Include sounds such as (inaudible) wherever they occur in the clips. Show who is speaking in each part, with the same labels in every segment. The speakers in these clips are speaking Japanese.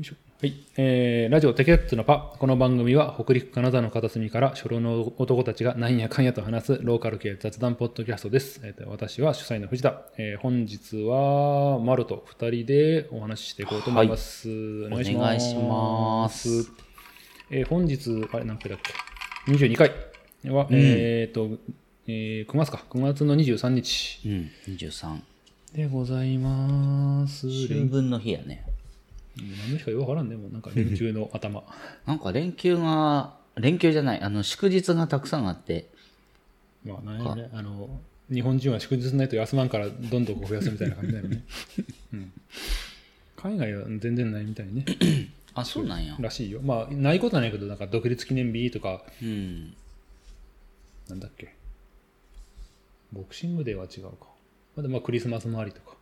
Speaker 1: いしょはい、えーラジオテケッツのパこの番組は北陸金沢の片隅から初老の男たちがなんやかんやと話すローカル系雑談ポッドキャストです、えーと私は主催の藤田、えー本日は丸と2人でお話ししていこうと思います、
Speaker 2: お願いします
Speaker 1: えー本日あれ何回だっけ22回は、えっ、と、えー9月か9月の23日
Speaker 2: うん、23。
Speaker 1: でございます
Speaker 2: 春分の日やね。
Speaker 1: 何の日かよくわからんねもうなんか連中の頭
Speaker 2: なんか連休が、連休じゃない、あの、祝日がたくさんあって、
Speaker 1: まあなんやろねあの日本人は祝日ないと休まんからどんどんこう増やすみたいな感じだ
Speaker 2: (laughs)
Speaker 1: よね、うん、海外は全然ないみたい
Speaker 2: (coughs)
Speaker 1: ね
Speaker 2: あ、そうなんや。
Speaker 1: らしいよまあないことはないけどなんか独立記念日とか
Speaker 2: うん。
Speaker 1: なんだっけボクシングデーは違うかまだまあクリスマス周りとか、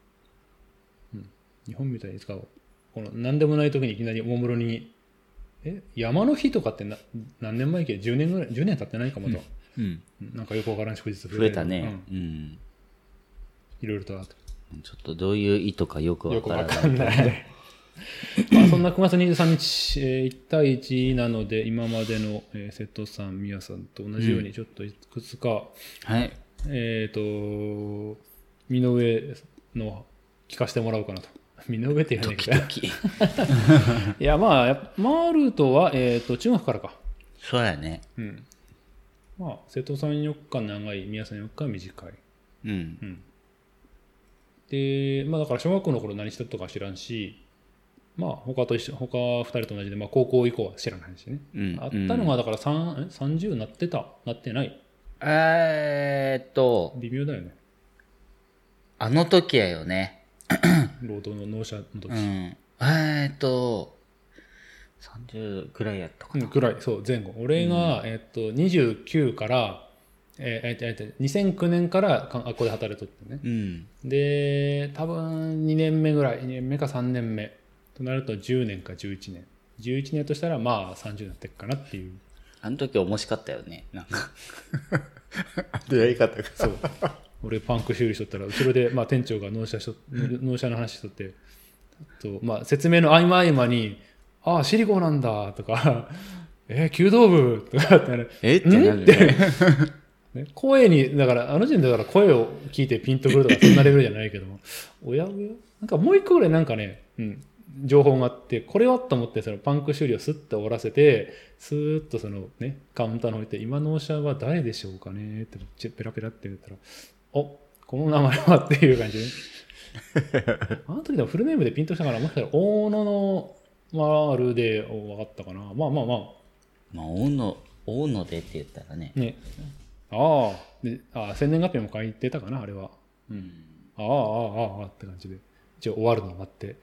Speaker 1: うん、日本みたいに使うこの何でもない時にいきなりおもむろにえ山の日とかってな何年前っけ10年ぐらい10年経ってないかまだ、
Speaker 2: うん。
Speaker 1: なんかよくわからん祝日
Speaker 2: 増えた
Speaker 1: う
Speaker 2: ね
Speaker 1: ん。
Speaker 2: うん。
Speaker 1: いろいろとあって
Speaker 2: ちょっとどういう意図かよくわ
Speaker 1: よく
Speaker 2: か
Speaker 1: わ
Speaker 2: ら
Speaker 1: か
Speaker 2: ない。
Speaker 1: んない。まあそんな9月23日、えー1対1なので、今までの、えー瀬戸さん、宮さんと同じように、ちょっといくつか、
Speaker 2: はい。
Speaker 1: えっ、と、身の上の聞かせてもらおうかなと。身の上って言わないけど。
Speaker 2: き
Speaker 1: いや、まあやっぱ、マールトは、えっ、と、中学からか。
Speaker 2: そうやね。
Speaker 1: うん。まあ、瀬戸さん4日長い、宮さん4日短い。
Speaker 2: うん。
Speaker 1: で、まあ、だから小学校の頃何してたとか知らんし、まあ、他と一緒他2人と同じで、まあ、高校以降は知らないしね、
Speaker 2: うん。
Speaker 1: あったのがだから3え30なってたなってない
Speaker 2: うん。えーっと、
Speaker 1: 微妙だよね
Speaker 2: あの時やよね。
Speaker 1: 労働の納車の時
Speaker 2: う、ん。えーっと、30くらいやったか
Speaker 1: う
Speaker 2: な。
Speaker 1: ん、くらいそう前後俺が、えっと、29から、えーえーえーえー2009年からかあここで働いとってね
Speaker 2: うん。
Speaker 1: で多分2年目ぐらい2年目か3年目となると10年か11年11年としたらまあ30になってくかなっていう
Speaker 2: あの時面白かったよね。なん (laughs) か。出会い方が。そう。
Speaker 1: 俺パンク修理しとったら後ろで、まあ、店長が納車しと納車の話しとってあと、まあ、説明の合間合間に「ああシリコンなんだ」とか「えー、弓道部」とかってなる
Speaker 2: えってなるね。
Speaker 1: ね、声にだからあの時点でだから声を聞いてピンとくるとかそんなレベルじゃないけどもおやおやなんかもう一個ぐらいなんかね、うん、情報があってこれはと思ってそのパンク修理をスッと終わらせてスーッとその、ね、カウンターの方に置いて「今納車は誰でしょうかね?」ってちペラペラって言ったら「おこの名前は」っていう感じであの時でもフルネームでピンとしたからもしかしたら大野のマールで分かったかなまあまあまあ
Speaker 2: まあ、大野、大野でって言ったらね。
Speaker 1: ねああでああ生年月日も書いてたかなあれは
Speaker 2: うん。
Speaker 1: ああああああって感じで一応終わるのを待って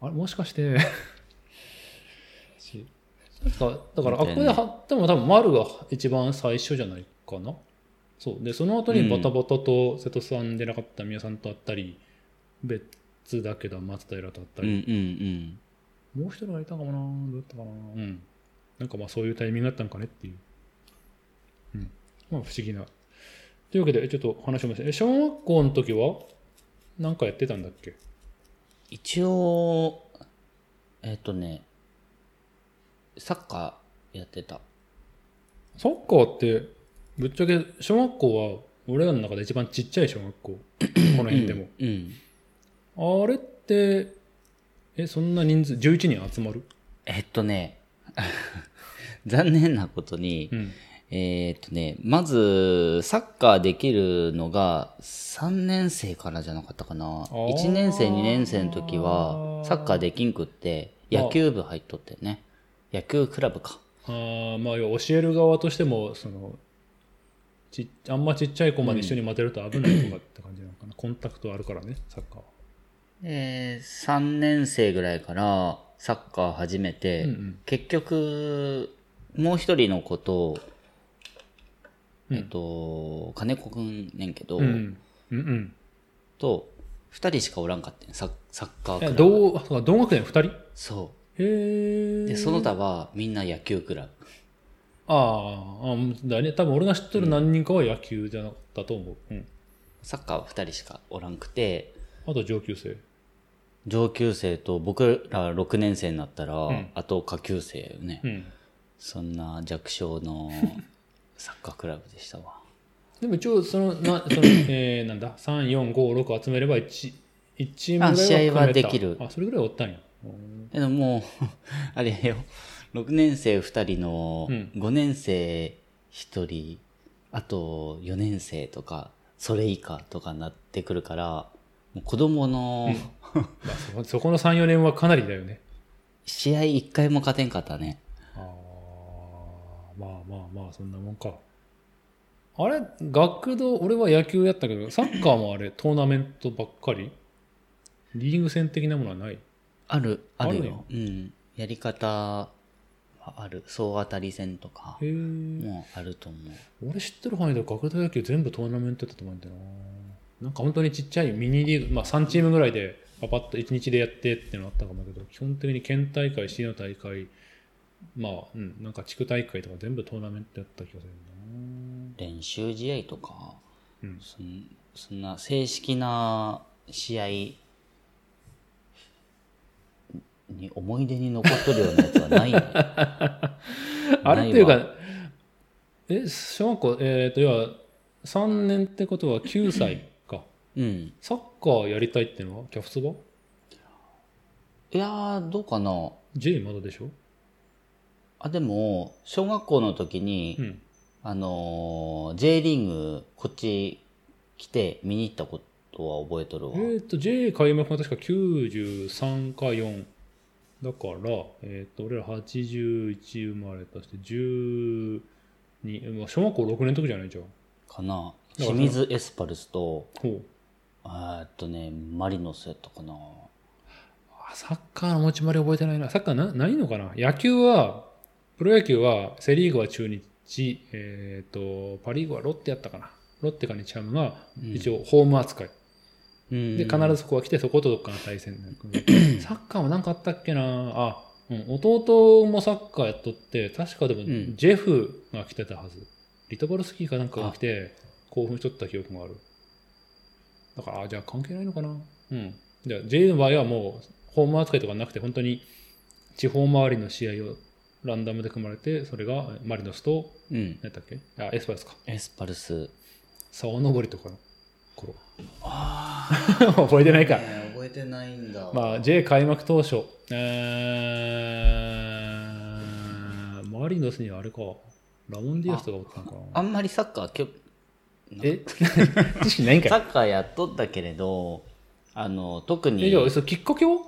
Speaker 1: あれもしかして (laughs) しなんかだからあこ
Speaker 2: みたい
Speaker 1: こ
Speaker 2: ね
Speaker 1: で貼っても多分丸が一番最初じゃないかなそうでその後にバタバタと瀬戸さんでなかった宮さんと会ったり、別だけど松平と会った
Speaker 2: うんう
Speaker 1: り、
Speaker 2: ん
Speaker 1: もう一人がいたかもなどうだったかなうんなんかまあそういうタイミングだったのかねっていううんまあ不思議なというわけでちょっと話しましたえ小学校の時は何かやってたんだっけ
Speaker 2: 一応、えっ、とね、サッカーやってた。
Speaker 1: サッカーってぶっちゃけ小学校は俺らの中で一番ちっちゃい小学 (clears throat) 校この辺でも、
Speaker 2: うん。
Speaker 1: あれってえそんな人数11人集まる
Speaker 2: えっ、とね、 (laughs) 残念なことに、
Speaker 1: うん
Speaker 2: えっ、とね、まず、サッカーできるのが、3年生からじゃなかったかな。
Speaker 1: ー
Speaker 2: 1年生、2年生の時は、サッカーできんくって、野球部入っとってね。野球クラブか。
Speaker 1: あーまあ要は教える側としてもそのちっあんまちっちゃい子まで一緒に待てると危ないとかって感じなのかな、コンタクトあるからねサッカーは
Speaker 2: えー、3年生ぐらいからサッカー始めて、
Speaker 1: うんうん
Speaker 2: 結局もう一人の子と、
Speaker 1: うん
Speaker 2: えっと金子くんねんけど、
Speaker 1: うんうんうん
Speaker 2: と2人しかおらんかってんサッサッカー
Speaker 1: い
Speaker 2: ク
Speaker 1: や
Speaker 2: ラブ
Speaker 1: 同あそうか同学年2人へ
Speaker 2: そ
Speaker 1: え
Speaker 2: うでその他はみんな野球クラブ
Speaker 1: あーあーだね多分俺が知ってる何人かは野球じゃなかったと思う、うん
Speaker 2: サッカーは2人しかおらんくて
Speaker 1: あと上級生
Speaker 2: 上級生と僕ら6年生になったら、
Speaker 1: ん
Speaker 2: あと下級生よね、
Speaker 1: うん。
Speaker 2: そんな弱小のサッカークラブでしたわ
Speaker 1: でも一応その、な (coughs) そのえー、なんだ、3、4、5、6集めれば1、一チームぐらいは
Speaker 2: あ試合は
Speaker 1: 組めた
Speaker 2: できる
Speaker 1: あ、それぐらいおったんや。
Speaker 2: でももうあれよ6年生2人の
Speaker 1: うん
Speaker 2: 5年生1人、あと4年生とかそれ以下とかになってくるからもう子供の
Speaker 1: まあ、そこそこの3、4年はかなりだよね。
Speaker 2: 試合1回も勝てんかったね
Speaker 1: あーまあまあまあ、そんなもんか。あれ、学童、俺は野球やったけど、サッカーもあれ、トーナメントばっかりリーグ戦的なものはない
Speaker 2: あるある
Speaker 1: ある
Speaker 2: ようんやり方はある総当たり戦とか
Speaker 1: へえ。
Speaker 2: もうあると思う
Speaker 1: 俺知ってる範囲では学童野球全部トーナメントやったと思うんだよな。なんか本当にちっちゃいミニリーグ、まあ3チームぐらいでパパッと1日でやってってのあったかもだけど、基本的に県大会、市の大会、まあ、うん、なんか地区大会とか全部トーナメントやった気がするん
Speaker 2: 練習試合とか
Speaker 1: だな。うん。
Speaker 2: そんそんな正式な試合に思い出に残っとるようなやつ
Speaker 1: (laughs)
Speaker 2: はないよ
Speaker 1: あれっていう
Speaker 2: ない
Speaker 1: か、え、小学校、えっ、と、要は、3年ってことは9歳か。
Speaker 2: うん
Speaker 1: サッカーやりたいってのは、キャプツバ
Speaker 2: いやーどうかな
Speaker 1: ?J まだでしょ
Speaker 2: あでも小学校の時に、
Speaker 1: うん。
Speaker 2: あのー J リーグこっち来て見に行ったことは覚えとるわ、
Speaker 1: えっ、と、J 開幕が確か93か4。だから、えっ、と、俺ら81生まれたして、12、まあ小学校6年の時じゃないじゃん。
Speaker 2: かな
Speaker 1: だから
Speaker 2: 清水エスパルスと
Speaker 1: ほう。
Speaker 2: えーっとねマリノスやったかな
Speaker 1: あサッカーの持ち回り覚えてないな。サッカーなないのかな野球は、プロ野球は、セ・リーグは中日、えっ、と、パ・リーグはロッテやったかな。ロッテか日ハムが
Speaker 2: うん
Speaker 1: 一応ホーム扱い。
Speaker 2: うん
Speaker 1: で、必ずそこは来て、そことどっかの対戦になる (clears throat) サッカーもなんかあったっけなあ、うん、弟もサッカーやっとって、確かでも
Speaker 2: ん
Speaker 1: ジェフが来てたはず。リトボルスキーかなんかが来て、興奮しとった記憶がある。だから、あじゃあ関係ないのかなうん。じゃあ J の場合はもう、ホーム扱いとかなくて、本当に地方周りの試合をランダムで組まれて、それがえマリノスと、
Speaker 2: うん
Speaker 1: 何だっけあ、エスパルスか。
Speaker 2: エスパルス
Speaker 1: 沢登りとかの頃。
Speaker 2: ああ
Speaker 1: (laughs) 覚えてないか。
Speaker 2: 覚えてないんだ、
Speaker 1: まあ、J 開幕当初、えー、マリノスにはあれか、ラモン・ディアスとかおったのか
Speaker 2: あ
Speaker 1: な。
Speaker 2: んまりサッカーきょ
Speaker 1: え (laughs) 知識ないんか
Speaker 2: サ
Speaker 1: い
Speaker 2: ッカーやっとったけれどあの特
Speaker 1: え
Speaker 2: に
Speaker 1: じゃあ、そうきっかけは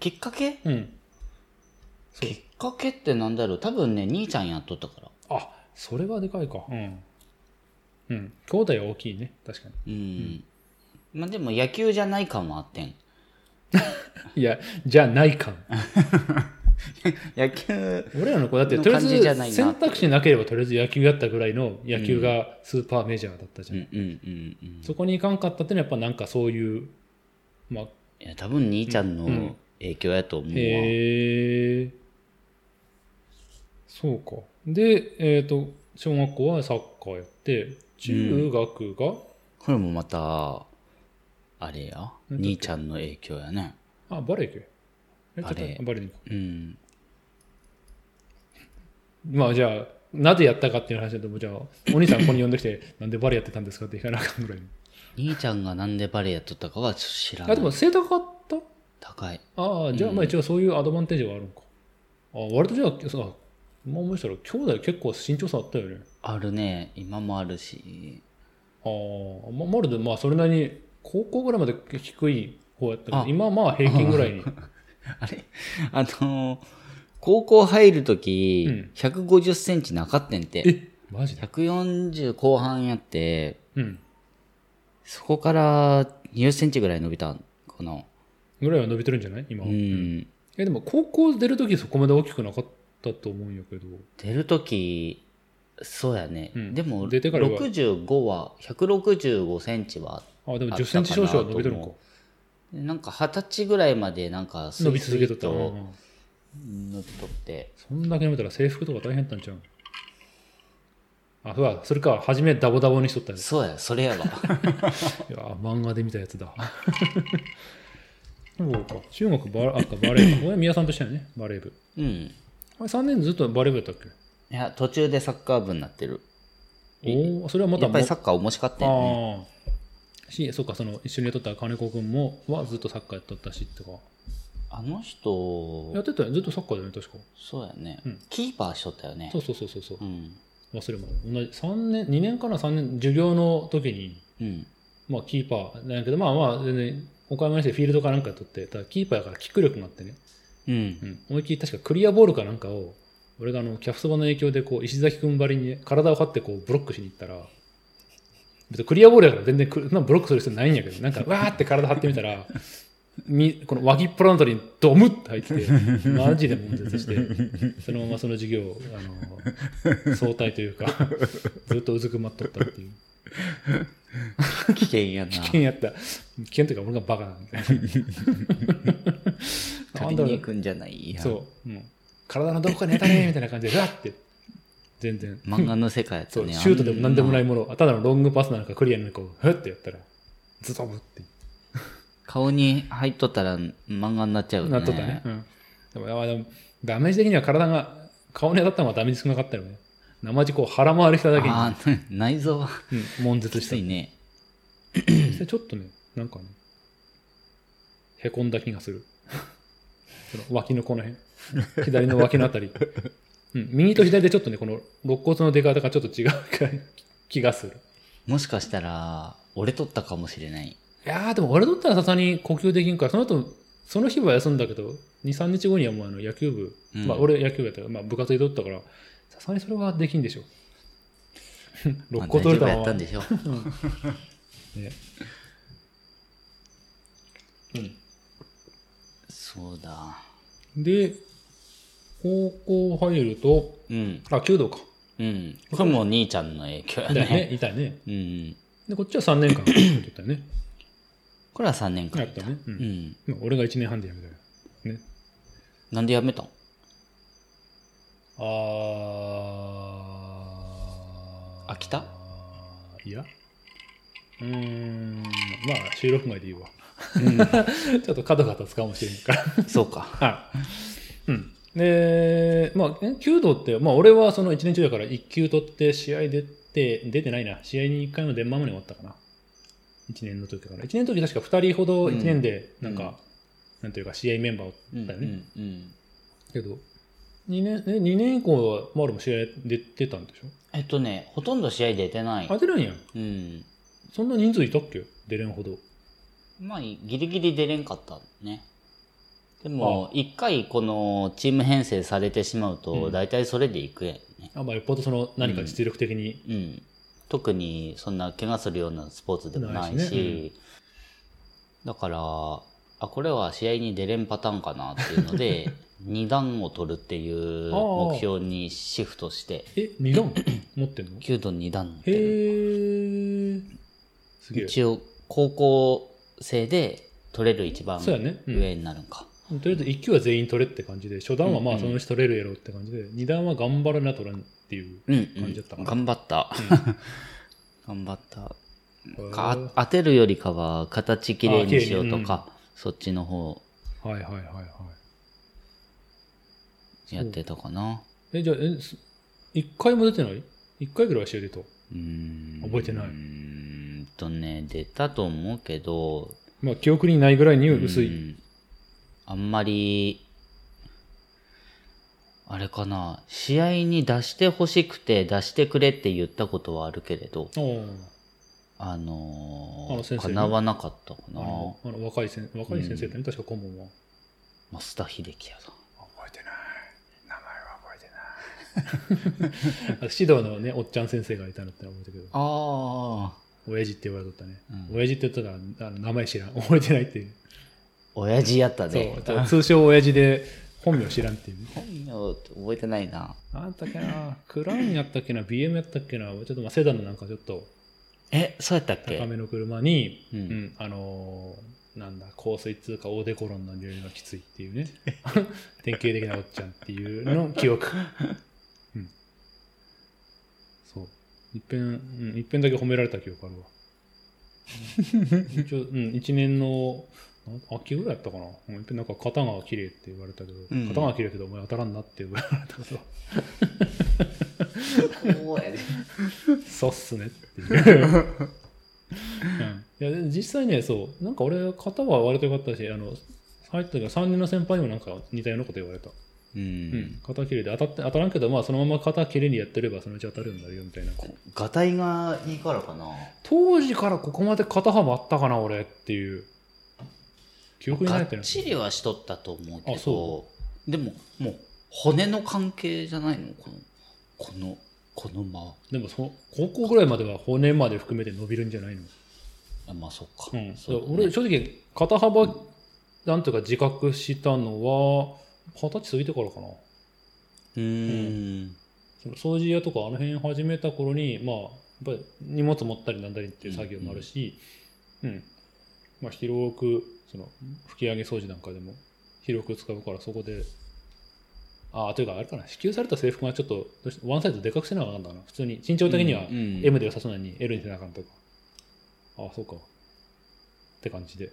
Speaker 2: きっかけ
Speaker 1: うん。そう
Speaker 2: きっかけってなんだろう多分ね兄ちゃんやっとったから
Speaker 1: あ、それはでかいか。うん。うん。兄弟は大きいね。確かに。
Speaker 2: うん、まあでも野球じゃない感もあってん
Speaker 1: いや、じゃあない
Speaker 2: (laughs)
Speaker 1: か。
Speaker 2: 野球
Speaker 1: 俺らの子だって、とりあえ
Speaker 2: の感じじゃない
Speaker 1: ず
Speaker 2: な
Speaker 1: 選択肢なければとりあえず野球やったぐらいの野球がスーパーメジャーだったじ
Speaker 2: う
Speaker 1: ゃ
Speaker 2: ん
Speaker 1: ん。
Speaker 2: うんうんうん
Speaker 1: そこに行かんかったってのはやっぱなんかそういう、まあ、
Speaker 2: いや多分兄ちゃんの影響やと思うわ、
Speaker 1: へえそうかでえっ、と小学校はサッカーやって中学が、
Speaker 2: これもまたあれや
Speaker 1: なんだっけ
Speaker 2: 兄ちゃんの影響やね
Speaker 1: あバレエ系えちょっと
Speaker 2: バレエ
Speaker 1: バレエに
Speaker 2: うん
Speaker 1: まあじゃあなぜやったかっていう話だともうじゃあお兄さんここに呼んできて (laughs) なんでバレエやってたんですかって聞かなあかんぐらいの
Speaker 2: 兄ちゃんがなんでバレエやっとったかはちょっと知らない
Speaker 1: あでも背高かった
Speaker 2: 高い
Speaker 1: ああじゃあまあ一応そういうアドバンテージはあるのか、あ割とじゃあそうまあ思いしたら兄弟結構身長差あったよね
Speaker 2: あるね今もあるし
Speaker 1: ああ、ま、まるで、まあ、それなりに、高校ぐらいまで低い方やったけど
Speaker 2: あ、
Speaker 1: 今はまあ平均ぐらいに。
Speaker 2: あ (laughs) れあのー高校入るとき、
Speaker 1: うん
Speaker 2: 150センチなかってんて。
Speaker 1: えマジで
Speaker 2: 140後半やって、
Speaker 1: うん。
Speaker 2: そこから20センチぐらい伸びたんかな。
Speaker 1: ぐらいは伸びてるんじゃない今
Speaker 2: う
Speaker 1: は。
Speaker 2: ん。
Speaker 1: え、でも高校出るときそこまで大きくなかったと思うんやけど。
Speaker 2: 出るとき、そうやね。
Speaker 1: うん
Speaker 2: でも、
Speaker 1: 出てからは
Speaker 2: 65は、165センチは、
Speaker 1: あ、でも
Speaker 2: あ
Speaker 1: 10センチ少々は伸びてる
Speaker 2: あったかなと
Speaker 1: のか
Speaker 2: 思。なんか二十歳ぐらいまでなんかスイスイ、
Speaker 1: 伸び続けとった。う
Speaker 2: と
Speaker 1: ん
Speaker 2: 伸びとって。
Speaker 1: そんだけ伸びたら制服とか大変だったんちゃうあ、そうだ、それか、初めダボダボにしとったんです。 (laughs)
Speaker 2: そうや、それやわ。
Speaker 1: いや、漫画で見たやつだ。そうか。中学バレあかバレー部。俺、宮さんとしたよね、バレー部。
Speaker 2: うん。い
Speaker 1: あれ、3年ずっとバレー部やったっけ
Speaker 2: や、途中でサッカー部になってる。
Speaker 1: おお、それはまた
Speaker 2: やっぱりサ
Speaker 1: も
Speaker 2: ッカー面白かったよね。
Speaker 1: ああ。し、そうか、その、一緒にやっとった金子君も、はずっとサッカーやっとったし、とか。
Speaker 2: あの
Speaker 1: やっ
Speaker 2: 人、
Speaker 1: てたよね。ずっとサッカーだよね、確か。
Speaker 2: そうやね、
Speaker 1: うん
Speaker 2: キーパーしとったよね。
Speaker 1: そうそうそうそうそう。
Speaker 2: うん。
Speaker 1: 忘れも同じ。三年、2年かな、3年、授業の時に、
Speaker 2: うん。
Speaker 1: まあ、キーパーなんやけど、まあまあ、全然、お買い物してフィールドかなんかやっとって、ただキーパーやからキック力があってね。
Speaker 2: うん
Speaker 1: う。ん、思いっきり確かクリアボールかなんかを俺があのキャフそばの影響でこう石崎君ばりに体を張ってこうブロックしに行ったら別にクリアボールやから全然くそんなブロックする必要ないんやけどなんかわーって体張ってみたらみこの脇っぽのとりにドムって入っててマジで悶絶してそのままその授業あの早退というかずっとうずくまっとったっていう
Speaker 2: 危険やな。
Speaker 1: 危険やった危険というか俺がバカなんで
Speaker 2: 取りに行くんじゃないや。
Speaker 1: そう、もう体のどこかにやたねみたいな感じで、うわって、全然、
Speaker 2: 漫画の世界やった
Speaker 1: そ
Speaker 2: よ
Speaker 1: う、
Speaker 2: ね。。
Speaker 1: シュートでもなんでもないいもの、ただのロングパスなのかクリアなのかを、ふってやったら、ズドブって
Speaker 2: 顔に入っとったら漫画になっちゃうよね。
Speaker 1: なっとったね。うん、でもあでも、ダメージ的には体が、顔に当たったのはダメージ少なかったよね。生地こう腹回りしただけに、
Speaker 2: ああ、内臓は
Speaker 1: うん、悶
Speaker 2: き
Speaker 1: 絶し
Speaker 2: つ
Speaker 1: た
Speaker 2: い。ね。
Speaker 1: それちょっとね、なんかね、へこんだ気がする。 (laughs) その脇のこの辺、左の脇のあたり。 (laughs) うん、右と左でちょっとね、この肋骨の出方がちょっと違うくらい (laughs) 気がする。
Speaker 2: もしかしたら、俺取ったかもしれない。
Speaker 1: いやー、でも俺だったらさすがに呼吸できんから、その後、その日は休んだけど、2、3日後にはもうあの野球部、
Speaker 2: うん
Speaker 1: まあ俺野球部やったから、まあ部活で取ったから、さすがにそれはできんでしょ。
Speaker 2: (laughs) ま
Speaker 1: 肋
Speaker 2: あ大
Speaker 1: 骨
Speaker 2: 丈
Speaker 1: 取れ
Speaker 2: 夫
Speaker 1: た
Speaker 2: やっ
Speaker 1: ま
Speaker 2: たん
Speaker 1: ま
Speaker 2: でしょ。
Speaker 1: (laughs) ね
Speaker 2: そうだ。
Speaker 1: で、高校入ると、
Speaker 2: うん。
Speaker 1: あ、弓道か。
Speaker 2: うん。これもお兄ちゃんの影響や
Speaker 1: だ
Speaker 2: (laughs)
Speaker 1: よね
Speaker 2: ね。、
Speaker 1: いたよね。
Speaker 2: うん。
Speaker 1: で、こっちは3年間やったよね。
Speaker 2: これは3年間
Speaker 1: (clears throat) や
Speaker 2: い。
Speaker 1: ったたね。う。
Speaker 2: うんん。
Speaker 1: まあ俺が1年半でやめたよ。ね。
Speaker 2: なんでやめたん
Speaker 1: あ
Speaker 2: 飽きた
Speaker 1: ー、いや。うーん、まあ、収録外でいいわ。 (laughs) ちょっと角が立つかもしれんから。
Speaker 2: (laughs) そうか。
Speaker 1: (laughs) はい。うん。で、まあ、え弓道って、まあ、俺はその一年中だから1級取って、試合出て、出てないな。試合に1回も出んままに終わったかな。1年の時から。1年の時確か2人ほど1年で、なんか、
Speaker 2: うん
Speaker 1: なんというか、試合メンバーを
Speaker 2: うん。
Speaker 1: だ
Speaker 2: う
Speaker 1: よね。
Speaker 2: ん。うん
Speaker 1: けど、2年、え、2年以降は、まあ、俺も試合出てたんでしょ
Speaker 2: えっとね、ほとんど試合出てない
Speaker 1: あ、。出れんやん。
Speaker 2: うん。
Speaker 1: そんな人数いたっけ出れんほど。
Speaker 2: まあ、ギリギリ出れんかったね。でも、一回このチーム編成されてしまう
Speaker 1: う
Speaker 2: と、
Speaker 1: ん
Speaker 2: 大体それでいくやんね。
Speaker 1: あ、まあ、よっぽどその、何か実力的に。
Speaker 2: うん。特にそんな怪我するようなスポーツでもないし、
Speaker 1: ないしね
Speaker 2: だから、あ、これは試合に出れんパターンかなっていうので、2
Speaker 1: (laughs)
Speaker 2: 段を取るっていう
Speaker 1: ああ
Speaker 2: 目標にシフトして、
Speaker 1: え、2段
Speaker 2: (coughs)
Speaker 1: 持ってんの
Speaker 2: 9度2段っ
Speaker 1: へ
Speaker 2: て、
Speaker 1: ー。すげえ。
Speaker 2: 一応高校生で取れる一番
Speaker 1: そうやね。うん
Speaker 2: 上になるんか。
Speaker 1: とりあえず1級は全員取れって感じで、初段はま
Speaker 2: う
Speaker 1: あ
Speaker 2: ん
Speaker 1: そのうち取れるやろうって感じで、2段は頑張らな取らんっていう。
Speaker 2: うん、
Speaker 1: 感じだった
Speaker 2: う
Speaker 1: かな
Speaker 2: ん。頑張った。 (laughs) 頑張った。
Speaker 1: あ
Speaker 2: か当てるよりかは形きれいにしようと
Speaker 1: あ
Speaker 2: か、そっちの方
Speaker 1: ーはいはいはいはい。
Speaker 2: やってたかな。
Speaker 1: え、じゃあ、えす1回も出てない ?1 回ぐらいは試合出た。
Speaker 2: うーん
Speaker 1: 覚えてないう
Speaker 2: ーんとね、出たと思うけど、
Speaker 1: まあ記憶にないぐらいに薄
Speaker 2: う
Speaker 1: い。
Speaker 2: んあんまり、あれかな、試合に出してほしくて出してくれって言ったことはあるけれど、
Speaker 1: あーあ
Speaker 2: あの
Speaker 1: の
Speaker 2: ー、
Speaker 1: 先生ね
Speaker 2: 叶わなかったかな
Speaker 1: あ。のあの若い先若い先生だね、確か顧問は。
Speaker 2: 増田秀樹やさん。
Speaker 1: 覚えてない。名前は覚えてない。指導のね、おっちゃん先生がいたのって覚えたけど、
Speaker 2: ああ、
Speaker 1: 親父って言われとったね。
Speaker 2: うん
Speaker 1: 親父って言ったら、あの名前知らん。 (laughs) 覚えてないっていう。
Speaker 2: 親父やった
Speaker 1: そ
Speaker 2: で
Speaker 1: う。そう、通称親父で本名知らんっていうね。
Speaker 2: 本名って覚えてないな。
Speaker 1: なんだったっけな、クラウンやったっけな、BM やったっけな、ちょっとまあセダンのなんかちょっと
Speaker 2: え、そうやったっけ
Speaker 1: 高めの車に、
Speaker 2: うん
Speaker 1: うんあのーなんだ、香水通過大デコロンの匂いがきついって
Speaker 2: (laughs)
Speaker 1: いうね、典型的なおっちゃんっていうの記憶。うん、そう。一遍、
Speaker 2: (laughs)
Speaker 1: うん、一遍だけ褒められた記憶あるわ。一応、うん、一年のなん秋ぐらいやったかな。うんいっぺんなんか肩が綺麗って言われたけど、
Speaker 2: うん
Speaker 1: 肩が綺麗やけどお前当たらんなって言われたけど、
Speaker 2: こうやで。
Speaker 1: そうっすねっていう。うん、いやで実際ね、そう、なんか俺、肩は割と良かったし、あの、入った時は3年の先輩にもなんか似たようなこと言われた。
Speaker 2: う
Speaker 1: うんん。、肩切れで当たって当たらんけど、まあ、そのまま肩切れにやってればそのうち当たるようになるよみたいな
Speaker 2: ガタイがいいからかな。
Speaker 1: 当時からここまで肩幅あったかな俺っていう記憶に
Speaker 2: が
Speaker 1: ないっ
Speaker 2: って
Speaker 1: ない
Speaker 2: ちりはしとったと思うけ
Speaker 1: あ
Speaker 2: ど
Speaker 1: そ、
Speaker 2: でも、もう骨の関係じゃないのこの、この、この間。
Speaker 1: でもそ高校ぐらいまでは骨まで含めて伸びるんじゃないの、
Speaker 2: あまあ、そっか。
Speaker 1: うん、
Speaker 2: そうだね
Speaker 1: 俺正直肩幅なんとか自覚したのは二十歳過ぎてからかな
Speaker 2: うーん。
Speaker 1: その掃除屋とかあの辺始めた頃にまあやっぱり荷物持ったりなんだりっていう作業もあるし、うんまあ、広くその吹き上げ掃除なんかでも広く使うからそこでああというかあれかな支給された制服がちょっとどうしてワンサイズでかくせなあかんだな普通に身長的には
Speaker 2: うんうん
Speaker 1: M で良さそうなのに L にせなあかんとか、ああそうかって感じで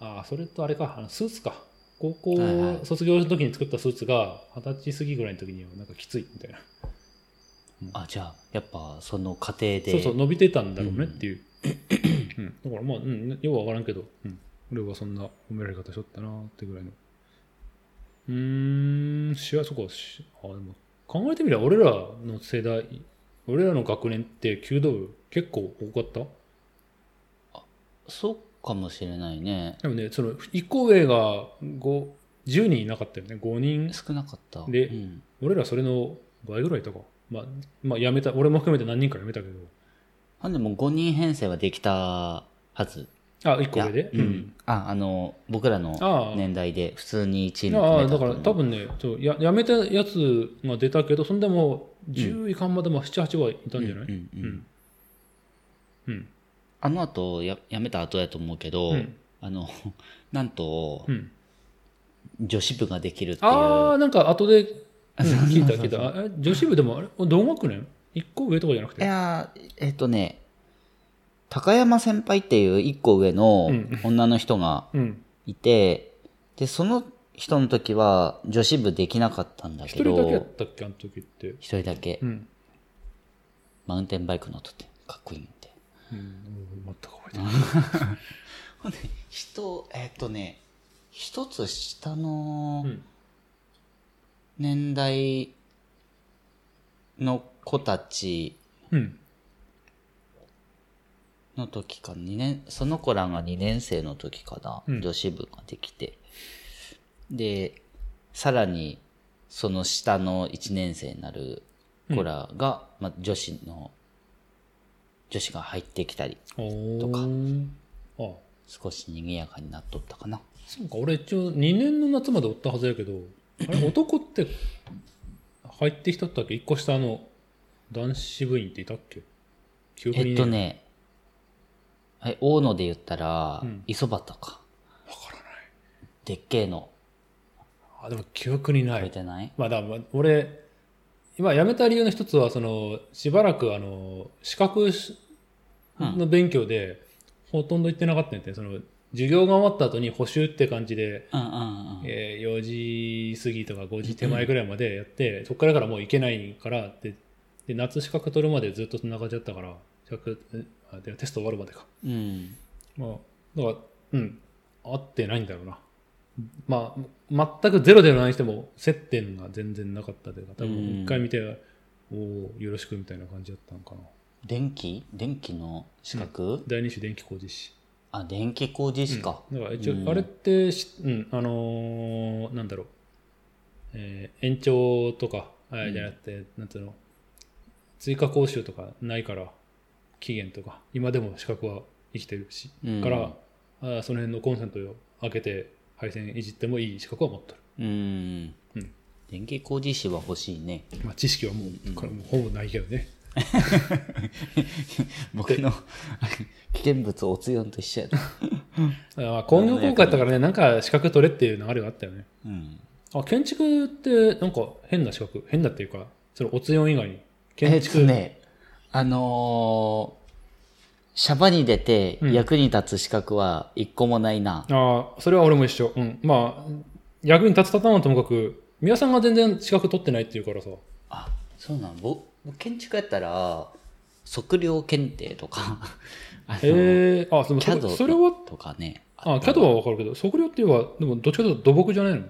Speaker 1: ああそれとあれかあのスーツか高
Speaker 2: はいは
Speaker 1: 校
Speaker 2: い
Speaker 1: 卒業の時に作ったスーツが二十歳過ぎぐらいの時にはなんかきついみたいな、
Speaker 2: あ、じゃあ、やっぱ、その過程で。
Speaker 1: そうそう伸びてたんだろう
Speaker 2: うん
Speaker 1: ねっていう、うんだからまあ、うん、ようわからんけど、うん、俺はそんな褒められ方しとったなーってぐらいのうーんしあそこしあでも考えてみれば俺らの世代俺らの学年って弓道部結構多かった
Speaker 2: そうかもしれないね。
Speaker 1: でもねその1個上が5 10人いなかったよね5人
Speaker 2: 少なかった。
Speaker 1: で
Speaker 2: うん
Speaker 1: 俺らそれの倍ぐらいいたかまあ、まあ、やめた俺も含めて何人かやめたけど
Speaker 2: あでも5人編成はできたはず。
Speaker 1: あ1個上
Speaker 2: いや
Speaker 1: で
Speaker 2: うん。あ、あの、僕らの
Speaker 1: ああ
Speaker 2: 年代で普通にチーム
Speaker 1: ああ
Speaker 2: 組め
Speaker 1: だ
Speaker 2: た
Speaker 1: か
Speaker 2: と
Speaker 1: ら
Speaker 2: 思う
Speaker 1: 多分ねそうややめたやつが出たけどそんでも10位間までも78はいたんじゃない、
Speaker 2: うんうんうん
Speaker 1: うんうん
Speaker 2: あの後や、やめた後やと思うけど、
Speaker 1: うん
Speaker 2: あの、 (laughs) なんと
Speaker 1: う、ん
Speaker 2: 女子部ができるっていう。
Speaker 1: ああなんか後でうん
Speaker 2: そうそうそう
Speaker 1: 聞いた聞いたあえ女子部でもあれ同学年1個上とかじゃなく
Speaker 2: い
Speaker 1: て
Speaker 2: やー、えっ、とね、高山先輩っていう一個上の
Speaker 1: うん
Speaker 2: 女の人が
Speaker 1: うん
Speaker 2: いて、で、その人の時は女子部できなかったんだ
Speaker 1: 1
Speaker 2: けど、
Speaker 1: 人だけやったっけあの時って
Speaker 2: 一人だけ
Speaker 1: うん、
Speaker 2: マウンテンバイク乗っとって、かっこいいのって。
Speaker 1: うん、全く覚えてない
Speaker 2: ほんで、人、えっ、とね、一つ下の
Speaker 1: うん
Speaker 2: 年代の子たち
Speaker 1: うん
Speaker 2: の時か、二年、その子らが2年生の時かな、
Speaker 1: うん
Speaker 2: 女子部ができて。で、さらに、その下の1年生になる子らが、まあ、女子の、女子が入ってきたり、
Speaker 1: お
Speaker 2: とか
Speaker 1: ーあ
Speaker 2: 少し賑やかになっとったかな。
Speaker 1: そうか俺一応2年の夏までおったはずやけどあれ (coughs) 男って入ってきたったっけ1個下の男子部員っていたっけ記憶
Speaker 2: え
Speaker 1: に
Speaker 2: っ
Speaker 1: ね
Speaker 2: とね、はい、大野で言ったら、
Speaker 1: うん
Speaker 2: 磯端か。
Speaker 1: わからない
Speaker 2: でっけえの。
Speaker 1: あでも記憶にな
Speaker 2: 覚え
Speaker 1: い
Speaker 2: てない
Speaker 1: まあだからまあ俺今辞めた理由の一つはそのしばらくあの資格し
Speaker 2: うん
Speaker 1: の勉強でほとんど行ってなかったんやてその授業が終わった後に補習って感じで
Speaker 2: うんうんうん。
Speaker 1: えー4時過ぎとか5時手前ぐらいまでやって、そこからからもう行けないからってで夏資格取るまでずっとそんな感じだったから資格えあでテスト終わるまでか
Speaker 2: うん。
Speaker 1: まあだからうん合ってないんだろうなまあ全くゼロではないにしても接点が全然なかったというか多
Speaker 2: うん
Speaker 1: 分一回見て、おおよろしくみたいな感じだったのかな
Speaker 2: 電気電気の資格、
Speaker 1: 第二種電気工事士
Speaker 2: あ、電気工事士か。
Speaker 1: だから一応、
Speaker 2: うん
Speaker 1: あれってし、うん、あのーなんだろう、えー延長とか、あ
Speaker 2: うん
Speaker 1: じゃなくて、なんていうの、追加講習とかないから、期限とか、今でも資格は生きてるし、
Speaker 2: うん
Speaker 1: から、あーその辺のコンセントを開けて、配線いじってもいい資格は持って
Speaker 2: うん。
Speaker 1: うん
Speaker 2: 電気工事士は欲し
Speaker 1: (laughs)
Speaker 2: いね。
Speaker 1: る。まあ、知識はもう、これもうほぼないけどね。
Speaker 2: 僕の (laughs) 危険物おつよんと一緒や
Speaker 1: (laughs)
Speaker 2: な。
Speaker 1: あーまあ工業効果やったからね、なんか資格取れっていう流れがあったよね。
Speaker 2: うん。
Speaker 1: あ、建築って、なんか変な資格、変なっていうか、そのおつよん以外に。
Speaker 2: え
Speaker 1: 建
Speaker 2: っと
Speaker 1: 築、
Speaker 2: ね、あのーシャバに出て
Speaker 1: うん
Speaker 2: 役に立つ資格は一個もないな。
Speaker 1: ああ、それは俺も一緒。うん。まあ、役に立つ立たないはともかく、宮さんが全然資格取ってないっていうからさ。
Speaker 2: あ、そうなんぼ僕建築やったら、測量検定とか、 (laughs) あの、
Speaker 1: へえあ、でも
Speaker 2: キャド
Speaker 1: そ
Speaker 2: と
Speaker 1: それは、
Speaker 2: とかね。
Speaker 1: あ、キャドはわかるけど、測量っていうか、でもどっちかというと土木じゃないの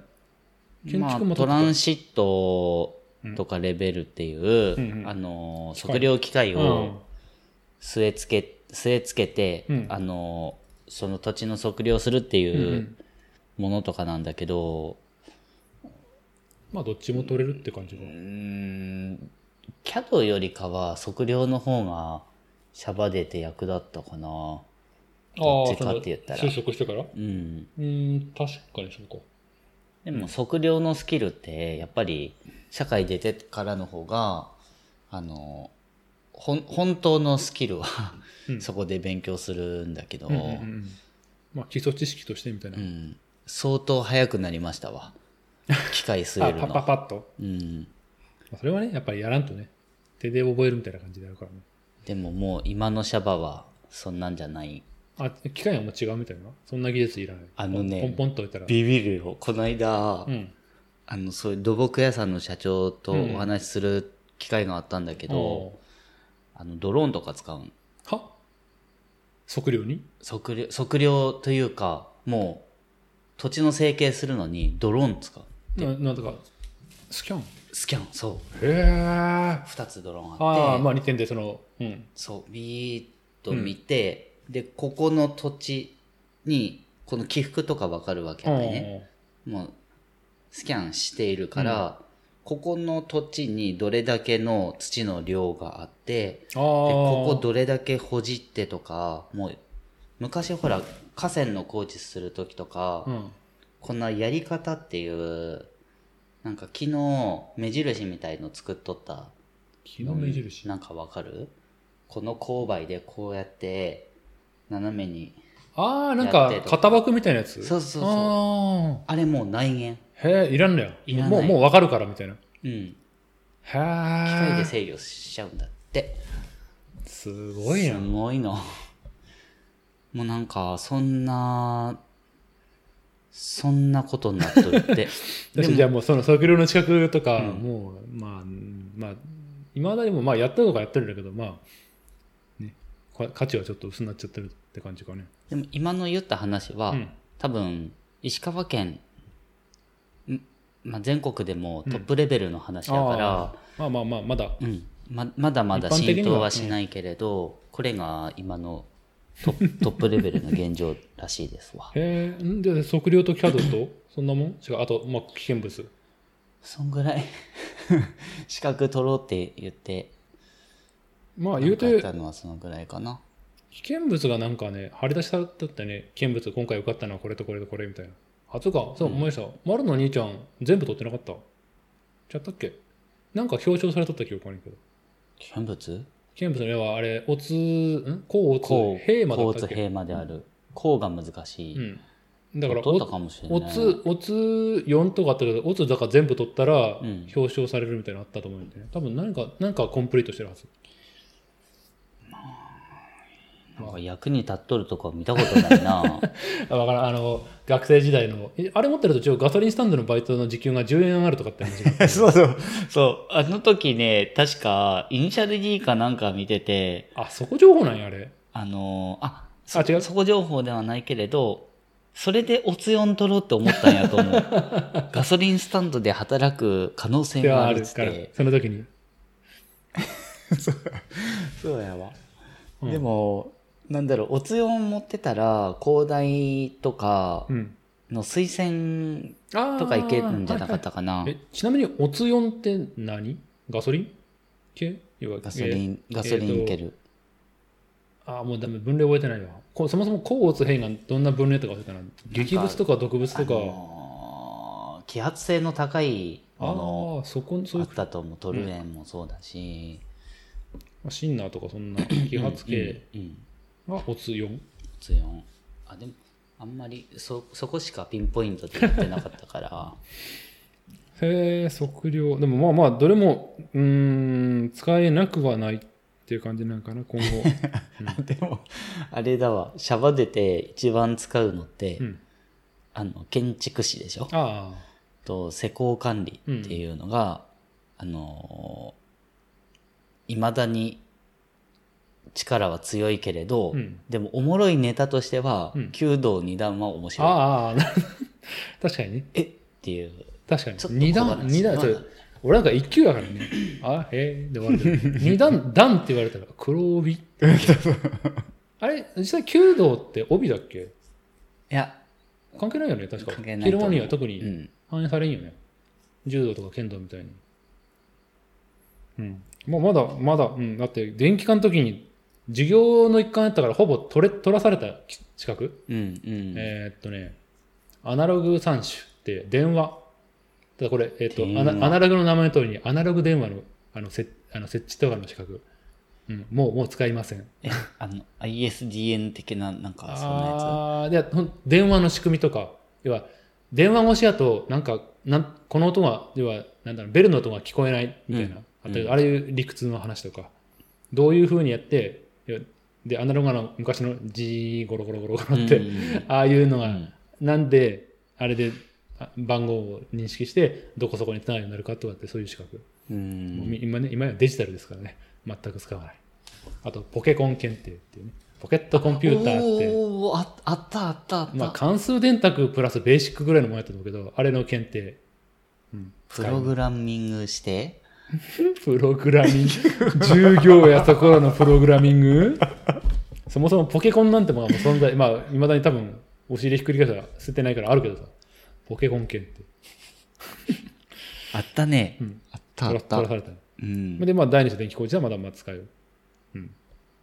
Speaker 1: 建
Speaker 2: まあ
Speaker 1: 築も、
Speaker 2: ト
Speaker 1: 取って
Speaker 2: ランシットとかレベルっていう、
Speaker 1: うんうん
Speaker 2: あの、
Speaker 1: 機械
Speaker 2: 測量機械
Speaker 1: うん
Speaker 2: を据え付け、据え付けて、
Speaker 1: うん
Speaker 2: あの、その土地の測量するって
Speaker 1: うんう。
Speaker 2: いうんものとかなんだけど、
Speaker 1: まあ、どっちも取れるって感じが。
Speaker 2: うーん、キャドよりかは測量の方がシャバ出て役立ったかな。どっちかって言ったら
Speaker 1: 就職してからう
Speaker 2: うん。
Speaker 1: ーん、確かにそうか。
Speaker 2: でも測量のスキルって、やっぱり社会出てからの方が、あの、ほん本当のスキルは
Speaker 1: うん
Speaker 2: (laughs) そこで勉強するんだけど、
Speaker 1: うんうんうんうんまあ、基礎知識としてみたいな
Speaker 2: う。ん相当早くなりましたわ。機械据え
Speaker 1: あ、
Speaker 2: る
Speaker 1: パッパッ
Speaker 2: の。
Speaker 1: パッと。
Speaker 2: うん。
Speaker 1: まあそれはね、やっぱりやらんとね、手で覚えるみたいな感じでやるからね。
Speaker 2: でももう今のシャバはそんなんじゃない。
Speaker 1: あ、機械はもう違うみたいな。そんな技術いらない。
Speaker 2: あのね
Speaker 1: ポンポンと置いたら。
Speaker 2: ビビるよ。この間、
Speaker 1: うん。
Speaker 2: あの、そういう土木屋さんの社長と
Speaker 1: うん
Speaker 2: お話しする機会があったんだけど、
Speaker 1: おー
Speaker 2: あの、ドローンとか使うん。
Speaker 1: は測量に
Speaker 2: 測量、測量というか、もう、土地の整形するのにドローン使う。
Speaker 1: ななんとか、スキャンへ
Speaker 2: スキャン、そう。
Speaker 1: え。あ
Speaker 2: 二つドローンあっ
Speaker 1: あ、
Speaker 2: て、
Speaker 1: まあ2点でその、うん。
Speaker 2: そう、ビーッと見て、で、ここの土地に、この起伏とかわかるわけやね。もう、スキャンしているから、ここの土地にどれだけの土の量があって、
Speaker 1: ああ。
Speaker 2: でここどれだけほじってとかもう昔ほら河川の工事する時とか、
Speaker 1: うん。
Speaker 2: こんなやり方っていうなんか木の目印みたいの作っとった
Speaker 1: 木の目印。
Speaker 2: なんかわかるこの勾配でこうやって斜めに
Speaker 1: ああ、なん
Speaker 2: やっ
Speaker 1: か
Speaker 2: てと、か
Speaker 1: 型枠みたいなやつ
Speaker 2: そうそうそう
Speaker 1: そ
Speaker 2: あれもう内縁
Speaker 1: う。へえ、いらんのよ。
Speaker 2: いらない
Speaker 1: もう、もうわかるからみたいな。へ
Speaker 2: うん機械
Speaker 1: え。
Speaker 2: で制御しちゃうんだって
Speaker 1: すごいな。
Speaker 2: すごいな。もうなんか、そんな、そんなことになっとるって。 (laughs)
Speaker 1: だ
Speaker 2: で
Speaker 1: しじゃあ
Speaker 2: も、
Speaker 1: もうその測量の資格とか、
Speaker 2: うん
Speaker 1: もうまあうんまあいまだにもまあやったとかやってるんだけどまあ、ね、こ価値はちょっと薄なっちゃってるって感じかね
Speaker 2: でも今の言った話は、
Speaker 1: うん
Speaker 2: 多分、石川県、んまあ、全国でもトップレベルの話だから、
Speaker 1: まあまあまあまだ
Speaker 2: うんままだまだ
Speaker 1: 一般的
Speaker 2: 浸
Speaker 1: には
Speaker 2: 透はしないけれど、これが今のトップトップレベルの現状らしいですわ。 (laughs)
Speaker 1: へえんで測量と CAD と (laughs) そんなもん違うあと、まあ、危険物
Speaker 2: そんぐらい (laughs) 資格取ろうって言って、
Speaker 1: まあ言
Speaker 2: 言う
Speaker 1: う
Speaker 2: て
Speaker 1: て
Speaker 2: たのはそのぐらいかな。
Speaker 1: 危険物がなんかね張り出したってってね危険物今回受かったのはこれとこれとこれみたいなあそうかそう思い出した、丸の兄ちゃん全部取ってなかったちゃったっけなんか表彰されとった記憶あるけど
Speaker 2: 危険物
Speaker 1: ケンプの例はあれ、おつ、んこうお
Speaker 2: こ
Speaker 1: つ、
Speaker 2: う、
Speaker 1: 平まで
Speaker 2: こ
Speaker 1: だった
Speaker 2: うつ
Speaker 1: っけ
Speaker 2: 平まである。こうが難しい。
Speaker 1: うん。だから、
Speaker 2: 取った
Speaker 1: お
Speaker 2: かもしれない。
Speaker 1: おつ、おつ4とかあったけど、おつだから全部取ったら
Speaker 2: うん
Speaker 1: 表彰されるみたいなのあったと思うんでね。多分何か、何かコンプリートしてるはず。
Speaker 2: なんか役に立っとるとこ見たことないな。
Speaker 1: あ、わからん、あの、学生時代の、えあれ持ってると一応ガソリンスタンドのバイトの時給が10円上がるとかって
Speaker 2: (laughs)
Speaker 1: 話があった。
Speaker 2: (laughs) そうそう。そう。あの時ね、確か、イニシャル D かなんか見てて、
Speaker 1: あ、そこ情報なんや、あ
Speaker 2: (laughs)
Speaker 1: れ。
Speaker 2: あのーあ、そ
Speaker 1: あ違う
Speaker 2: そこ情報ではないけれど、それでおつよん取ろうって思ったんやと思 (laughs) う。ガソリンスタンドで働く可能性
Speaker 1: で
Speaker 2: が
Speaker 1: は
Speaker 2: あ
Speaker 1: あ
Speaker 2: るっ
Speaker 1: る
Speaker 2: つっ
Speaker 1: から
Speaker 2: て、。
Speaker 1: その時に。
Speaker 2: そうやわ。
Speaker 1: うん
Speaker 2: でも、なんだろう、おつよん持ってたら、広大とか
Speaker 1: うん。
Speaker 2: の推薦
Speaker 1: あ
Speaker 2: とかいけるんじゃなかったかな。
Speaker 1: え、ちなみに、おつ4って何ガソリン系要は
Speaker 2: ガソリン、ガソリンいける。
Speaker 1: ああ、もうダメ、分類覚えてないわ。こうそもそも抗うつ変がどんな分類とか忘れたな。劇物とか毒物と
Speaker 2: あ
Speaker 1: か、
Speaker 2: のー揮発性の高い
Speaker 1: あ
Speaker 2: も
Speaker 1: あー、そこ、そ
Speaker 2: の
Speaker 1: うい
Speaker 2: あ
Speaker 1: う
Speaker 2: っ、たと思う。トルエンもそうだし。
Speaker 1: シンナーとかそんな、揮発系
Speaker 2: うん。うん。
Speaker 1: がおつ4。
Speaker 2: おつよん。あ、でも、あんまり、そ、そこしかピンポイントでやってなかった
Speaker 1: (laughs)
Speaker 2: から。
Speaker 1: へえ、測量。でもまあまあ、どれも、うーん、使えなくはないっっていう感じなんかな、
Speaker 2: (laughs)
Speaker 1: 今後。
Speaker 2: でも、あれだわ、シャバでて一番使うのって、
Speaker 1: うん
Speaker 2: あの、建築士でしょ
Speaker 1: ああ、
Speaker 2: と、施工管理っていうのが、あのー、未だに力は強いけれど、
Speaker 1: うん
Speaker 2: でもおもろいネタとしては、
Speaker 1: うん
Speaker 2: 弓道二段は面白い。
Speaker 1: ああ、なるほど (laughs) 確かにね。
Speaker 2: えっていう。
Speaker 1: 確かに
Speaker 2: ちょっ。と
Speaker 1: 二
Speaker 2: 小
Speaker 1: 段、
Speaker 2: 話
Speaker 1: 二段、それ俺なんか一級だからね。あ、へえ、で終わるけ (laughs) ど。二段、段って言われたら、黒 (laughs) 帯って。あれ、実際、弓道って帯だっけ
Speaker 2: いや、
Speaker 1: 関係ないよね、確か。
Speaker 2: 関係ない
Speaker 1: 昼
Speaker 2: と思
Speaker 1: 間
Speaker 2: う
Speaker 1: には特
Speaker 2: う
Speaker 1: に
Speaker 2: ん。
Speaker 1: 反映されんよね。柔道とか剣道みたいに。うん。まあ、まだ、まだ、うん。だって、電気化の時に、授業の一環やったから、ほぼ取れ、取らされた資格
Speaker 2: うん。うん。
Speaker 1: えーっとね、アナログ三種って電話。ただこれ、えーっと
Speaker 2: 電
Speaker 1: ア
Speaker 2: 話
Speaker 1: ナ、アナログの名前の通りに、アナログ電話のあのせあの設置とかの資格。うん、もう、もう使いません。
Speaker 2: え、あの、ISDN 的な、なんか、そんな
Speaker 1: ああー、で、ほん電話の仕組みとか、要は、電話越しやと、なんか、なんこの音は、要は、なんだろう、ベルの音が聞こえないみたいな、
Speaker 2: うん
Speaker 1: あと
Speaker 2: うん
Speaker 1: あれいう理屈の話とか、どういうふうにやって、要はで、アナログの昔のジーゴロゴロゴロゴロ
Speaker 2: や
Speaker 1: っ
Speaker 2: つ。
Speaker 1: て、
Speaker 2: うんうん
Speaker 1: ああいうの
Speaker 2: う
Speaker 1: が、
Speaker 2: ん
Speaker 1: なんで、あれであ番号を認識して、どこそこにつながるようになるかとかって、そういう資格。
Speaker 2: う。
Speaker 1: もうんみ今ね、今やデジタルですからね。全く使わない。あと、ポケコン検定っていうね。ポケットコンピューターって。
Speaker 2: おーああったあったあった。
Speaker 1: まあ、関数電卓プラスベーシックぐらいのもんやったと思うけど、あれの検定。うん、
Speaker 2: プログラミングして、
Speaker 1: プログラミング。従業やところのプログラミングそもそもポケコンなんてものはもう存在、まあ、いまだに多分、お尻ひっくり返したら捨ててないからあるけどさ。ポケコン検定。
Speaker 2: あったね。
Speaker 1: うん
Speaker 2: あったあ
Speaker 1: 取
Speaker 2: っ
Speaker 1: ら取ら
Speaker 2: た。
Speaker 1: された。
Speaker 2: うん。
Speaker 1: で、まあ、第二次電気工事はまだまだ使える。うん。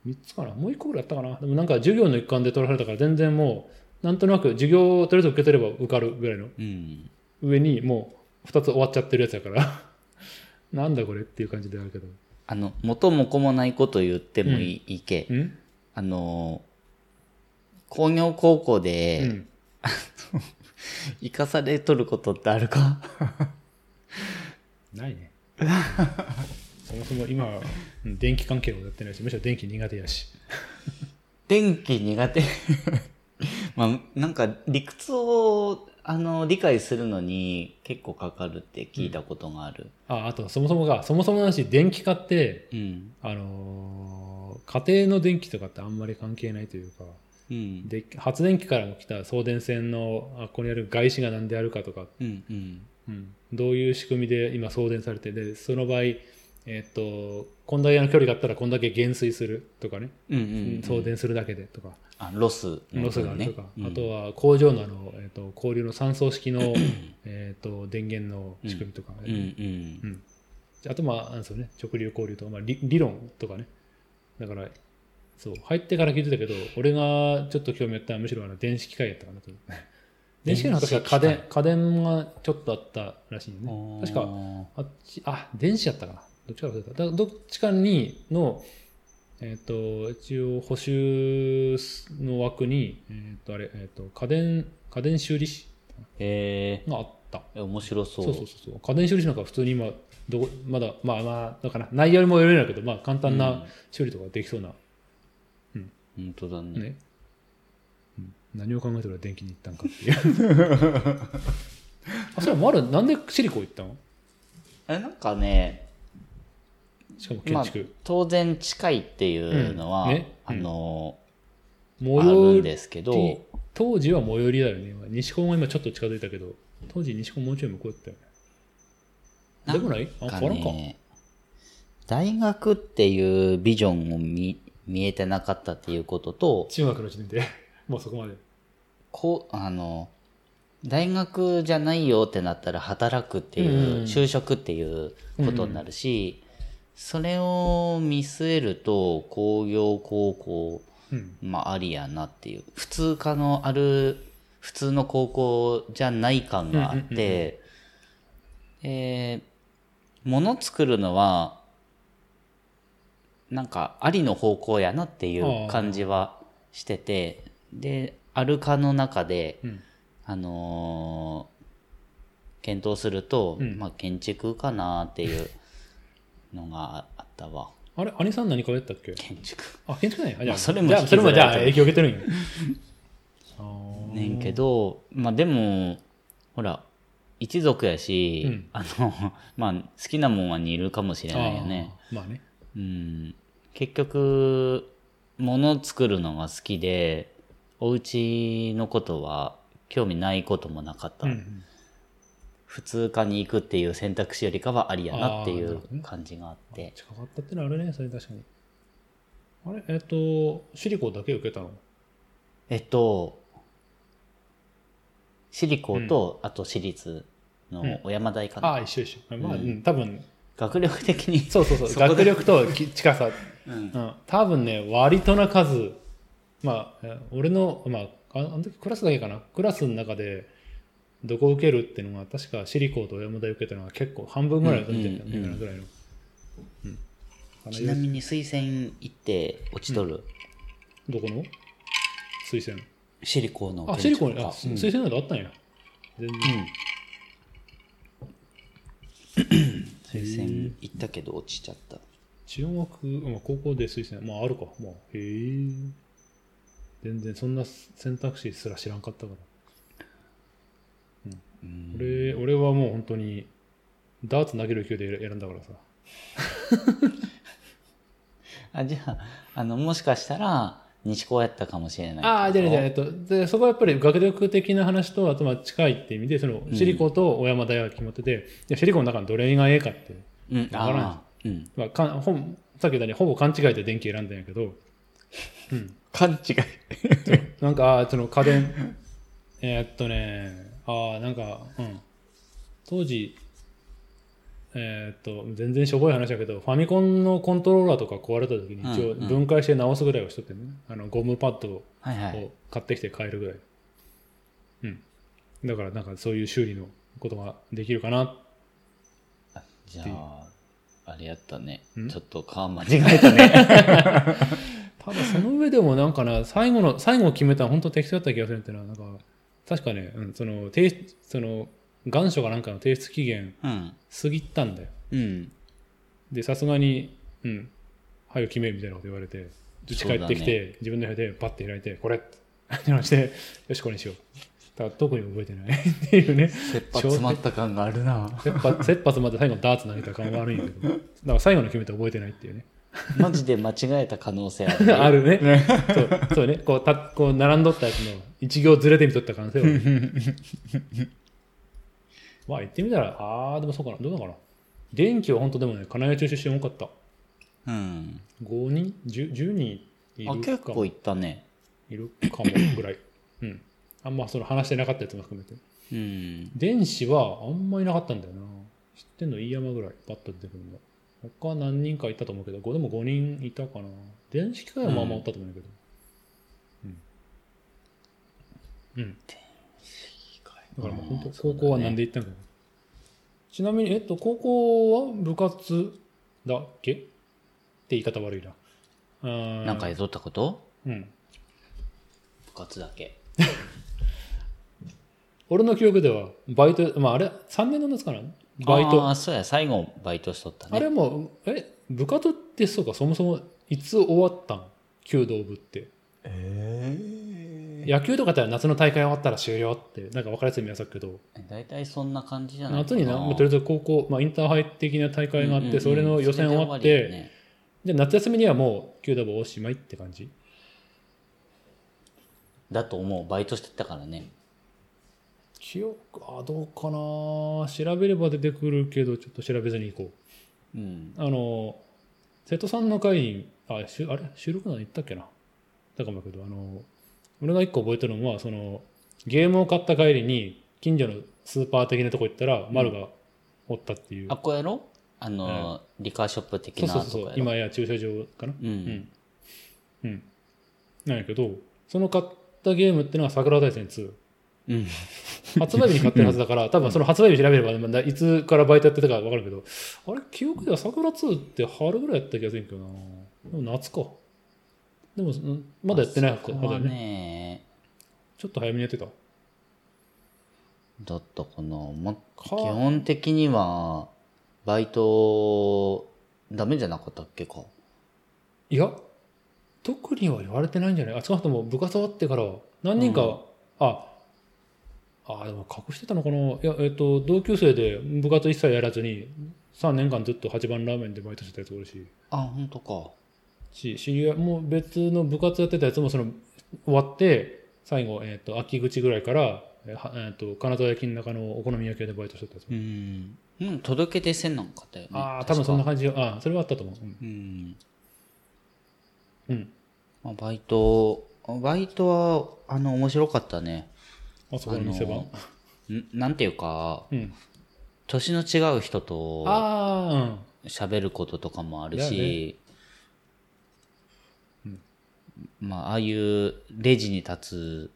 Speaker 1: 3つかなもう1個ぐらいあったかなでもなんか授業の一環で取らされたから全然もう、なんとなく授業をとりあえず受け取れば受かるぐらいの
Speaker 2: うん。
Speaker 1: 上にもう2つ終わっちゃってるやつやから、 (laughs) なんだこれっていう感じであるけど。
Speaker 2: あの、元も子もないこと言ってもいい,、いいけ。
Speaker 1: うん
Speaker 2: あのー、工業高校
Speaker 1: う
Speaker 2: で
Speaker 1: ん。
Speaker 2: 生かされとることってある
Speaker 1: (laughs)
Speaker 2: か、
Speaker 1: ない (laughs) ね。そもそも今はうん電気関係もやってないし、むしろ電気苦手やし。
Speaker 2: 電気苦手。 (laughs) まあ、なんか理屈を、あの、理解するのに結構かかるって聞いたことがある。
Speaker 1: あ、あとそもそもが、そもそもなし、電気化って、
Speaker 2: うん。
Speaker 1: あのー家庭の電気とかってあんまり関係ないというか、
Speaker 2: うん。
Speaker 1: で発電機からも来た送電線のあここにある外資が何であるかとか、
Speaker 2: うん。うん。
Speaker 1: うんどういう仕組みで今送電されてでその場合、えっとこんだけの距離があったらこんだけ減衰するとかね、
Speaker 2: うん。うん。
Speaker 1: 送電するだけでとか、
Speaker 2: あ、ロスの
Speaker 1: ロ
Speaker 2: こ
Speaker 1: ス
Speaker 2: と
Speaker 1: があ
Speaker 2: だ
Speaker 1: ると
Speaker 2: ね。
Speaker 1: か、あ
Speaker 2: うん
Speaker 1: とは工場のあの、えっと交流の三層式
Speaker 2: (clears throat)
Speaker 1: のえっと電源の仕組みとか、
Speaker 2: うんうん
Speaker 1: うんあとまああれですよ、ね、直流交流とか、まあ、理理論とかねだからそう入ってから聞いてたけど俺がちょっと興味あったのはむしろあの電子機械やったかなと電子機械の話は家電家電がちょっとあったらしいよね確か
Speaker 2: か。
Speaker 1: あっちあ電子やったかなどっちか忘れただどっちかにのえっ、と一応補修の枠にえっ、とあれ、えー、と家電家電修理士
Speaker 2: え
Speaker 1: があった
Speaker 2: ー、面白そう。
Speaker 1: そうそうそうそう家電修理士なんか普通に今どこまだまあまあだから内容にもよるんだけどまあ簡単
Speaker 2: うん
Speaker 1: な修理とかできそうな、
Speaker 2: 本当だね。
Speaker 1: ね、うん何を考えて俺電気に行ったんかっていう (laughs) あそれまるなんでシリコン行ったの
Speaker 2: えなんかね、
Speaker 1: しかも
Speaker 2: ま
Speaker 1: 建
Speaker 2: あ
Speaker 1: 築、、
Speaker 2: 当然近いっていうのは、
Speaker 1: うんね
Speaker 2: あの、
Speaker 1: 模
Speaker 2: あ
Speaker 1: 様
Speaker 2: るんですけど、
Speaker 1: 当時は最寄りだよね今西高も今ちょっと近づいたけど当時西高もうちょい向こうやったよねでもないあ
Speaker 2: な
Speaker 1: 変
Speaker 2: んか
Speaker 1: わらんか
Speaker 2: ね、大学っていうビジョンを見見えてなかったっていうことと、
Speaker 1: 中学の時点で (laughs) もうそこまで
Speaker 2: こう、あの、大学じゃないよってなったら働くっていう、
Speaker 1: うん
Speaker 2: 就職っていうことになるし、それを見据えると工業高校、
Speaker 1: うん
Speaker 2: まあありやなっていう、普通科のある、普通の高校じゃない感があって、えー、物作るのは、なんかありの方向やなっていう感じはしてて、で、ある科の中で、
Speaker 1: うん
Speaker 2: あのー検討すると、
Speaker 1: うん
Speaker 2: まあ建築かなっていうのがあったわ。
Speaker 1: あれ姉さん何かやったっけ
Speaker 2: 建築
Speaker 1: あ、建築なんや。あじゃ
Speaker 2: ま
Speaker 1: あ、
Speaker 2: あそれも
Speaker 1: じゃあ、
Speaker 2: 引き
Speaker 1: そ
Speaker 2: ず
Speaker 1: れ
Speaker 2: ら
Speaker 1: も
Speaker 2: れ
Speaker 1: じ
Speaker 2: てる
Speaker 1: ゃあ影響受けてるんや。あー
Speaker 2: ねんけど、まあでもほら一族やし、
Speaker 1: うん
Speaker 2: あの (laughs) まあ好きなもんは似るかもしれないよね、
Speaker 1: あーまあね。
Speaker 2: うん、結局物作るのが好きでお家のことは興味ないこともなかった、
Speaker 1: うん
Speaker 2: 普通科に行くっていう選択肢よりかはありやなってい
Speaker 1: あーなる
Speaker 2: う
Speaker 1: ほどね
Speaker 2: 感じがあっ
Speaker 1: うん。
Speaker 2: て
Speaker 1: 近かったってのはあるね、それ確かに。あれえっ、と、シリコだけ受けたの
Speaker 2: えっと私立校と、あと私立の小山大かな、
Speaker 1: ああ、一緒一緒。まあ、う
Speaker 2: うん
Speaker 1: ん、多分、
Speaker 2: 学力的に
Speaker 1: そうそうそう、
Speaker 2: そこで
Speaker 1: 学力とき (laughs) 近さ。
Speaker 2: うん
Speaker 1: うん、多分ね、割とな数、まあ、え俺の、まあ、ああの時クラスだけかな、クラスの中で、どこ受けるっていうのが、確かシリコと小山大受けたのが結構半分ぐらいだったみたいな
Speaker 2: うんうんうん
Speaker 1: ぐらいの。うんか
Speaker 2: ちな
Speaker 1: な
Speaker 2: みに推薦行って落ちとる、
Speaker 1: どこの推薦。
Speaker 2: シリコーの
Speaker 1: あ、シ
Speaker 2: 建
Speaker 1: リ
Speaker 2: 築
Speaker 1: コ
Speaker 2: 家
Speaker 1: に、あ、
Speaker 2: うん
Speaker 1: 推薦なんてあったんや。全然。
Speaker 2: (coughs) 推薦行ったけど落ちちゃった
Speaker 1: 中学、まあ、高校で推薦、まああるか。まあ、へえ。全然そんな選択肢すら知らんかったから。
Speaker 2: うん
Speaker 1: 俺俺はもう本当にダーツ投げる勢いで選んだからさ
Speaker 2: あじゃああのもしかしたら西高やったかもしれない
Speaker 1: ああじゃあじゃあえ
Speaker 2: ゃ
Speaker 1: っとでそこはやっぱり学力的な話とあとまあ近いって意味でその
Speaker 2: ん
Speaker 1: シリコと小山大は決まってて、でシリコの中のどれがええかって、
Speaker 2: うん
Speaker 1: わからん
Speaker 2: あーうん
Speaker 1: まあ、かんほんさっき言ったようにほぼ勘違いで電気選んだんやけど
Speaker 2: 勘違い
Speaker 1: なんかあーその家電えーっとねああなんかうん当時えーっと全然しょぼい話だけどファミコンのコントローラーとか壊れた時に一応
Speaker 2: うんうん
Speaker 1: 分解して直すぐらいはしとってね、あのゴムパッドを
Speaker 2: はいはい
Speaker 1: を買ってきて買えるぐらい、うんだからなんかそういう修理のことができるかな
Speaker 2: じゃああれやったね
Speaker 1: ん
Speaker 2: ちょっと勘間違 (laughs) えたね
Speaker 1: ただその上でもなんかな最後の最後を決めたの本当適当だった気がするっていうのはなんか確かね、うん、その提出その願書かなんかの提出期限
Speaker 2: うん
Speaker 1: 過ぎたんだよ
Speaker 2: うん
Speaker 1: でさすがに「うん早く決め」みたいなこと言われて家
Speaker 2: そ
Speaker 1: 帰
Speaker 2: う
Speaker 1: っ
Speaker 2: だ
Speaker 1: て
Speaker 2: ね
Speaker 1: きて、自分の部屋でパッて開いて「これ!」って話して「よしこれにしよう」だから特に覚えてないっていうね
Speaker 2: 切羽詰まった感があるな
Speaker 1: 切羽切羽詰まって最後のダーツ投げた感が悪いんだけどだから最後の決めて覚えてないっていうね
Speaker 2: マジで間違えた可能性あ (laughs) る
Speaker 1: あるねそうそうねこうたこう並んどったやつの一行ずれてみとった可能性はあるまあ言ってみたらああでもそうかなどうなのかな電気は本当でもね金谷中出身多かった
Speaker 2: うん
Speaker 1: 5人 10, 10人い
Speaker 2: あ
Speaker 1: るか
Speaker 2: 結構
Speaker 1: も
Speaker 2: 行ったね
Speaker 1: いるかもぐらい (coughs) うんあんまその話してなかったやつも含めて
Speaker 2: うん
Speaker 1: 電子はあんまいなかったんだよな知ってんの飯山ぐらいパッと出てくるんだ他何人かいたと思うけどごでも5人いたかな電子機械はまあまあおったと思うんだけどうん、うん、だからもう本当高校は何で行ったんかな、ちなみにえっと高校は部活だっけって言い方悪いなうー
Speaker 2: なんかやっとったこと
Speaker 1: うん
Speaker 2: 部活だけ
Speaker 1: 俺の記憶ではバイトまああれ3年の夏かなバイト
Speaker 2: ああそうや最後バイトしとった
Speaker 1: あ
Speaker 2: ね
Speaker 1: れも、え、部活ってそうか、そもそもいつ終わったん弓道部って。
Speaker 2: え
Speaker 1: 野球とかだったら夏の大会終わったら終了って、なんか分かりやすい目安だけど、
Speaker 2: 大体そんな感じじゃないか
Speaker 1: 夏
Speaker 2: な
Speaker 1: にな、まあとりあえず高校、まあ、インターハイ的な大会があって、それの予選終わっ
Speaker 2: それでよ
Speaker 1: て、
Speaker 2: ね
Speaker 1: で夏休みにはもう弓道部おしまいって感じ。
Speaker 2: だと思うバイトしてたからね
Speaker 1: 記憶、あ、どうかな調べれば出てくるけど、ちょっと調べずに行こう。
Speaker 2: うん
Speaker 1: あの、瀬戸さんの会に、あ、しゅあれ収録なん行ったっけなだかもやけど、あの、俺が一個覚えてるのは、その、ゲームを買った帰りに、近所のスーパー的なとこ行ったら、丸がおったっていう。
Speaker 2: あこやろあの、リカーショップ
Speaker 1: そ
Speaker 2: 的
Speaker 1: う
Speaker 2: な
Speaker 1: そ
Speaker 2: と
Speaker 1: うそうそ
Speaker 2: こ
Speaker 1: う
Speaker 2: や、ろ
Speaker 1: 今や駐車場かな。
Speaker 2: うん、
Speaker 1: うん。うん。なんやけど、その買ったゲームってのは桜大戦2。
Speaker 2: うん
Speaker 1: 発売日に買ってるはずだ
Speaker 2: (laughs)
Speaker 1: から、多分その発売日調べれば、まだいつからバイトやってたか分かるけど、あれ、記憶では桜2って春ぐらいやった気がするんけどな。でも夏か。でも、うんまだやってないはず
Speaker 2: こ
Speaker 1: だ
Speaker 2: こ
Speaker 1: よ
Speaker 2: は
Speaker 1: ね
Speaker 2: ね
Speaker 1: ちょっと早めにやってた。
Speaker 2: だったかな、ま、基
Speaker 1: か
Speaker 2: 本的にはバイトダメじゃなかったっけか
Speaker 1: いや、特には言われてないんじゃないあ少なくとも部活終わってから何人か、
Speaker 2: うん
Speaker 1: あ、あ、でも隠してたのかないや、えっ、と、同級生で部活一切やらずに、3年間ずっと八番ラーメンでバイトしてたやつおるし、
Speaker 2: あ、本当か。
Speaker 1: し、知り合いもう別の部活やってたやつもその、終わって、最後、えっ、と、秋口ぐらいから、えはえっ、と、金沢焼きの中のお好み焼き屋でバイトしてたやつも。
Speaker 2: うん。うん、届けてせんなんかったよね。
Speaker 1: ああ、多
Speaker 2: 確
Speaker 1: 分
Speaker 2: か
Speaker 1: そんな感じよ。ああ、それはあったと思う。うん
Speaker 2: うん。
Speaker 1: うん。
Speaker 2: まあ、バイト、バイトは、あの、面白かったね。
Speaker 1: あそこの店番。
Speaker 2: んなんていうか、
Speaker 1: うん。
Speaker 2: 年の違う人と
Speaker 1: ああ、うん。
Speaker 2: 喋ることとかもある
Speaker 1: だよ
Speaker 2: し、まあ、ああいうレジに立つ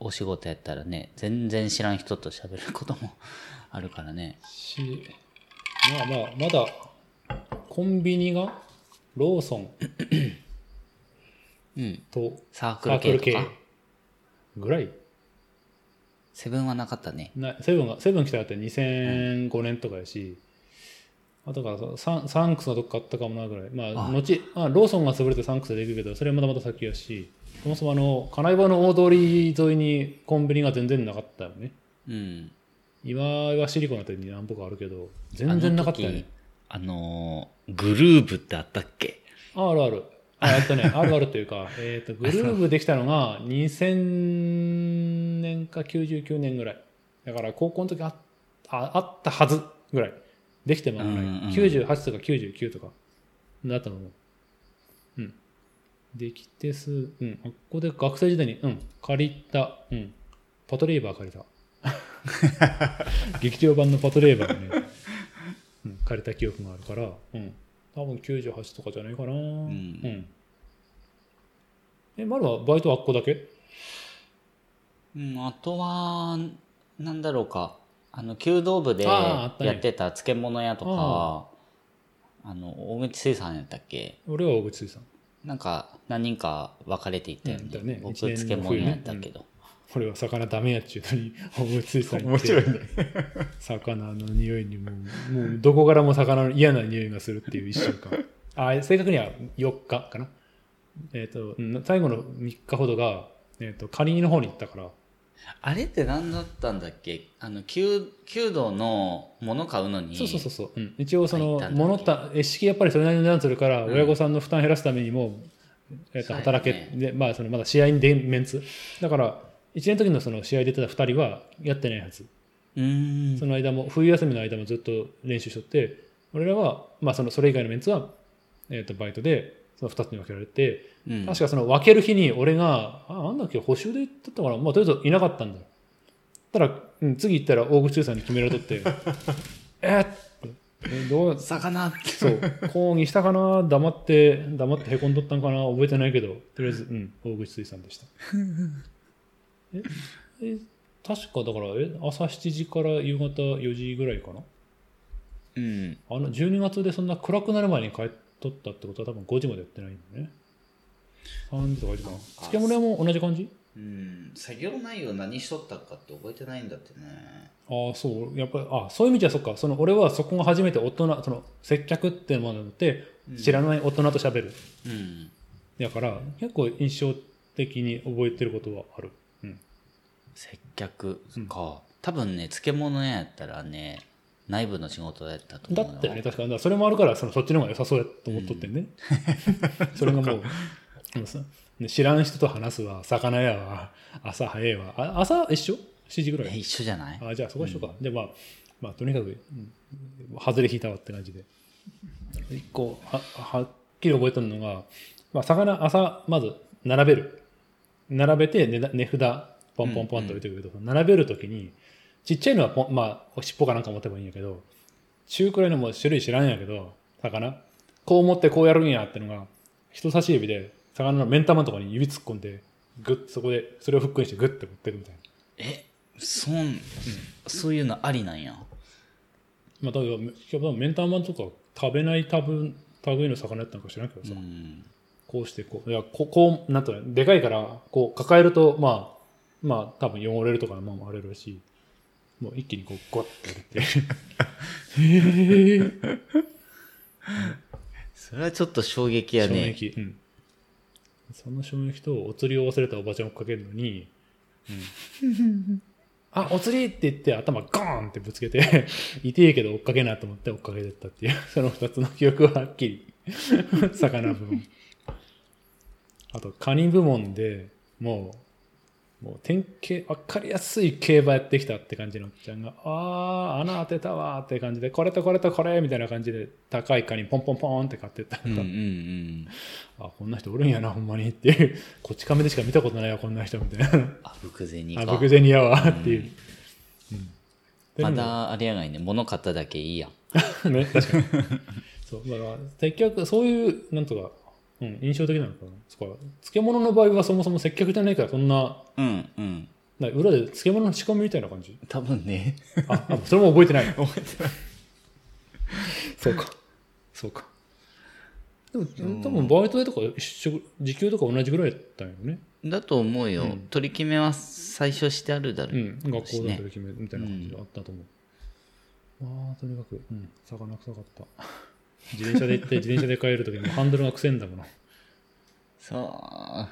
Speaker 2: おお仕事やったらね、全然知らん人と喋ることも (laughs) あるからね。
Speaker 1: し、まあまあ、まだ、コンビニが、ローソン
Speaker 2: うん。
Speaker 1: と
Speaker 2: サーク
Speaker 1: サーク
Speaker 2: ル
Speaker 1: ル
Speaker 2: 系
Speaker 1: 系
Speaker 2: とか。
Speaker 1: ぐらい。
Speaker 2: セブンはなかったね。
Speaker 1: なセブンが、セブン来たのって2005年とかやし、あだからそサン、サンクスのどっかあったかもなぐらい。まあ、
Speaker 2: あ
Speaker 1: 後、まあ、ローソンが潰れてサンクスできるけど、それはまだまだ先やし、そもそもあの、金井場の大通り沿いにコンビニが全然なかったよね。
Speaker 2: うん。
Speaker 1: 今はシリコンあたりに何歩かあるけど、全然なかったよね。
Speaker 2: あの時あのーグルーブってあったっけ
Speaker 1: あるある。あ、やったね。 (laughs) あるあるというか、えっと、グルーブできたのが2000年か99年ぐらい。だから高校の時あああったはずぐらい。できてもあんま
Speaker 2: うんうんうん
Speaker 1: り98とか99とかだったのも。うん。できてす、うん。あここで学生時代に、うん、借りた、うん。パトレーバー借りた。 (laughs) 劇場版のパトレーバーをね、うん、借りた記憶があるから、うん。多分98とかじゃないかな。うんうん、え、まるはバイトはあっこだけ
Speaker 2: うん、あとは、なんだろうか。あの、弓道部で
Speaker 1: あああったね
Speaker 2: やってた漬物屋とか、
Speaker 1: あ
Speaker 2: あの、大口水産やったっけ
Speaker 1: 俺は大口水産。
Speaker 2: なんか、何人か分かれていったよね。
Speaker 1: うんだね
Speaker 2: 僕、
Speaker 1: 一年の
Speaker 2: 漬物屋やったけど。
Speaker 1: 俺は魚ダメやっちゅうの (laughs) に、大口水産行って。
Speaker 2: ね。
Speaker 1: 魚の匂いにもう、もうどこからも魚の嫌な匂いがするっていう1週間。あ正確には4日かな。えっ、と、うん最後の3日ほどが、えっ、と、カニの方に行ったから、
Speaker 2: あれって何だったんだっけあの、弓弓道のもの買うのに、
Speaker 1: そうそうそうそう、うん、一応その
Speaker 2: 入ったんだ
Speaker 1: 物った一式やっぱりそれなりの値段するから、
Speaker 2: うん
Speaker 1: 親御さんの負担減らすためにも、えっと
Speaker 2: そうやね
Speaker 1: 働け、でまあそのまだ試合に出んメンツだから1年の時のその試合出てた2人はやってないはず、
Speaker 2: うーん。
Speaker 1: その間も冬休みの間もずっと練習しとって俺らは、まあ、そのそれ以外のメンツは、えっとバイトでその2つに分けられて、
Speaker 2: うん
Speaker 1: 確かその分ける日に俺があなんだっけ補修で行ったから、まあ、とりあえずいなかったんだよたら、うん、次行ったら大口中さんに決められとって (laughs) えっってえどう
Speaker 2: 魚って。
Speaker 1: そう抗議したかな黙って黙ってへこんどったんかな覚えてないけどとりあえず、うん、大口水産でした
Speaker 2: (laughs)
Speaker 1: ええ確かだからえ朝7時から夕方4時ぐらいかな
Speaker 2: うん。
Speaker 1: あの12月でそんな暗くなる前に帰っとったってことは多分5時までやってないんだね3時とか1時かな漬物屋も同じ感じ
Speaker 2: うん。作業内容何しとったかって覚えてないんだってね。
Speaker 1: ああそうやっぱりあそういう意味じゃそっかその俺はそこが初めて大人その接客っていうものなので知らない大人と喋る、
Speaker 2: うん。
Speaker 1: だから結構印象的に覚えてることはある、うん、
Speaker 2: 接客
Speaker 1: うん
Speaker 2: か、多分ね漬物屋やったらね内部の仕事やったと
Speaker 1: だ
Speaker 2: 思うよ
Speaker 1: ったよね確かだからそれもあるからそのそっちの方が良さそうやと思っとってん (laughs) ね、それがもううんさね知らん人と話すわ魚屋は朝早いわあ朝一緒 ?7 時ぐら
Speaker 2: え
Speaker 1: い
Speaker 2: 一緒じゃない
Speaker 1: あじゃあそこ一緒か、でまあまあとにかく、うん、外れ引いたわって感じで一個ははっきり覚えてるのが、まあ、魚朝まず並べる並べて値段値札ポンポンポンと置いてくるけど、並べるときにちっちゃいのはポン、まあ、尻尾かなんか持てばいいんやけど中くらいのもう種類知らんやけど魚こう持ってこうやるんやってのが人差し指で魚の目ん玉のとかに指突っ込んでグッそこでそれをフックにしてグッて持ってくみたいな。
Speaker 2: えそん、そういうのありなんや
Speaker 1: まあ、だけど、メンターマンとか食べないタブ類の魚やったのか知らんけど
Speaker 2: う
Speaker 1: さ、
Speaker 2: ん
Speaker 1: こうしてこう、いや、ここう、なんとね、でかいから、こう、抱えると、まあ、まあ、多分汚れるとか、まあ、あれるし、もう一気にこう、ゴッてやって、へえー、
Speaker 2: それはちょっと衝撃や
Speaker 1: 衝
Speaker 2: ね。
Speaker 1: 撃、うん、その衝撃とお釣りを忘れたおばちゃんを追っかけるのに、あお釣りって言って頭ゴーンってぶつけて (laughs) 痛えけど追っかけなと思って追っかけてったっていうその2つの記憶ははっきり魚部門あとカニ部門でもうもう典型分かりやすい競馬やってきたって感じのおっちゃんが「ああ穴当てたわ」って感じで「これとこれとこれ」みたいな感じで高いカニポンポンポンって買ってった、
Speaker 2: うんうんうん。
Speaker 1: あこんな人おるんやなほんまにっていうこっち亀でしか見たことないわこんな人みたいな
Speaker 2: あぶく銭か。
Speaker 1: あ僕銭やわっていう、うん
Speaker 2: まだあれやないね。物買っただけいいやん。
Speaker 1: でもね確かにそうだから接客そういうなんとか、うん、印象的なのかなそこは漬物の場合はそもそも接客じゃないからそんな
Speaker 2: うんうん。
Speaker 1: な裏で漬物の仕込みみたいな感じ
Speaker 2: 多分ね。
Speaker 1: ああそれも覚えてないそうか (laughs) そうかでも多分バイトでとか一緒時給とか同じぐらいだったんよね
Speaker 2: だと思うよ、
Speaker 1: うん
Speaker 2: 取り決めは最初してあるだろ
Speaker 1: う
Speaker 2: う、
Speaker 1: ん、学校
Speaker 2: し
Speaker 1: だ
Speaker 2: ね
Speaker 1: と決めるみたいな感じであったと思う。まあとにかく、うん、魚臭かった。自転車で行って、自転車で帰るときもハンドルが臭いんだもの。
Speaker 2: そ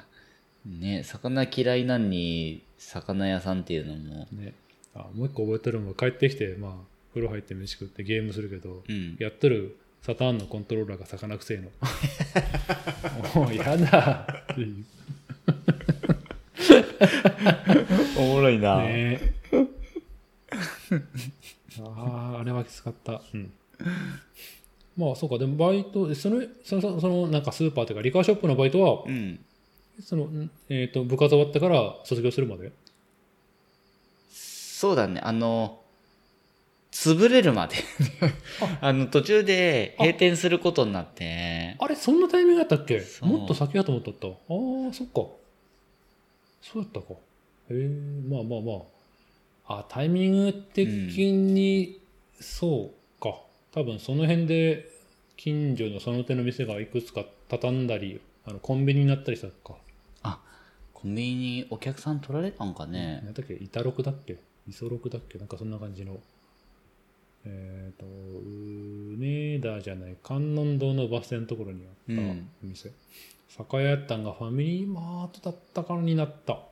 Speaker 2: うね魚嫌いなんに魚屋さんっていうのも
Speaker 1: ね。あ、もう一個覚えてるのが、帰ってきて、まあ、風呂入って飯食ってゲームするけど、
Speaker 2: うん
Speaker 1: やっとるサターンのコントローラーが魚臭い (laughs) の。もうやだ (laughs) っていう。
Speaker 2: おもろいな
Speaker 1: ねえ (laughs) あああれはきつかったうんまあそうかでもバイトそのそのそのそのなんかスーパーというかリカーショップのバイトは
Speaker 2: うん
Speaker 1: その、んえー、と部活終わってから卒業するまで
Speaker 2: そうだねあの潰れるまであの途中で閉店することになって
Speaker 1: あれそんなタイミングだったっけ
Speaker 2: そう
Speaker 1: もっと先だと思ったったああそっかそうやったかへえまあまあまああタイミング的に、そうか多分その辺で近所のその手の店がいくつか畳んだりあのコンビニになったりしたか
Speaker 2: コンビニにお客さん取られたんかね
Speaker 1: なんだっけ、イタロクだっけイソロクだっけなんかそんな感じの。えっ、と、梅田じゃない、観音堂のバス停のところにあった
Speaker 2: うん
Speaker 1: お店。酒屋やったんがファミリーマートだったからになった。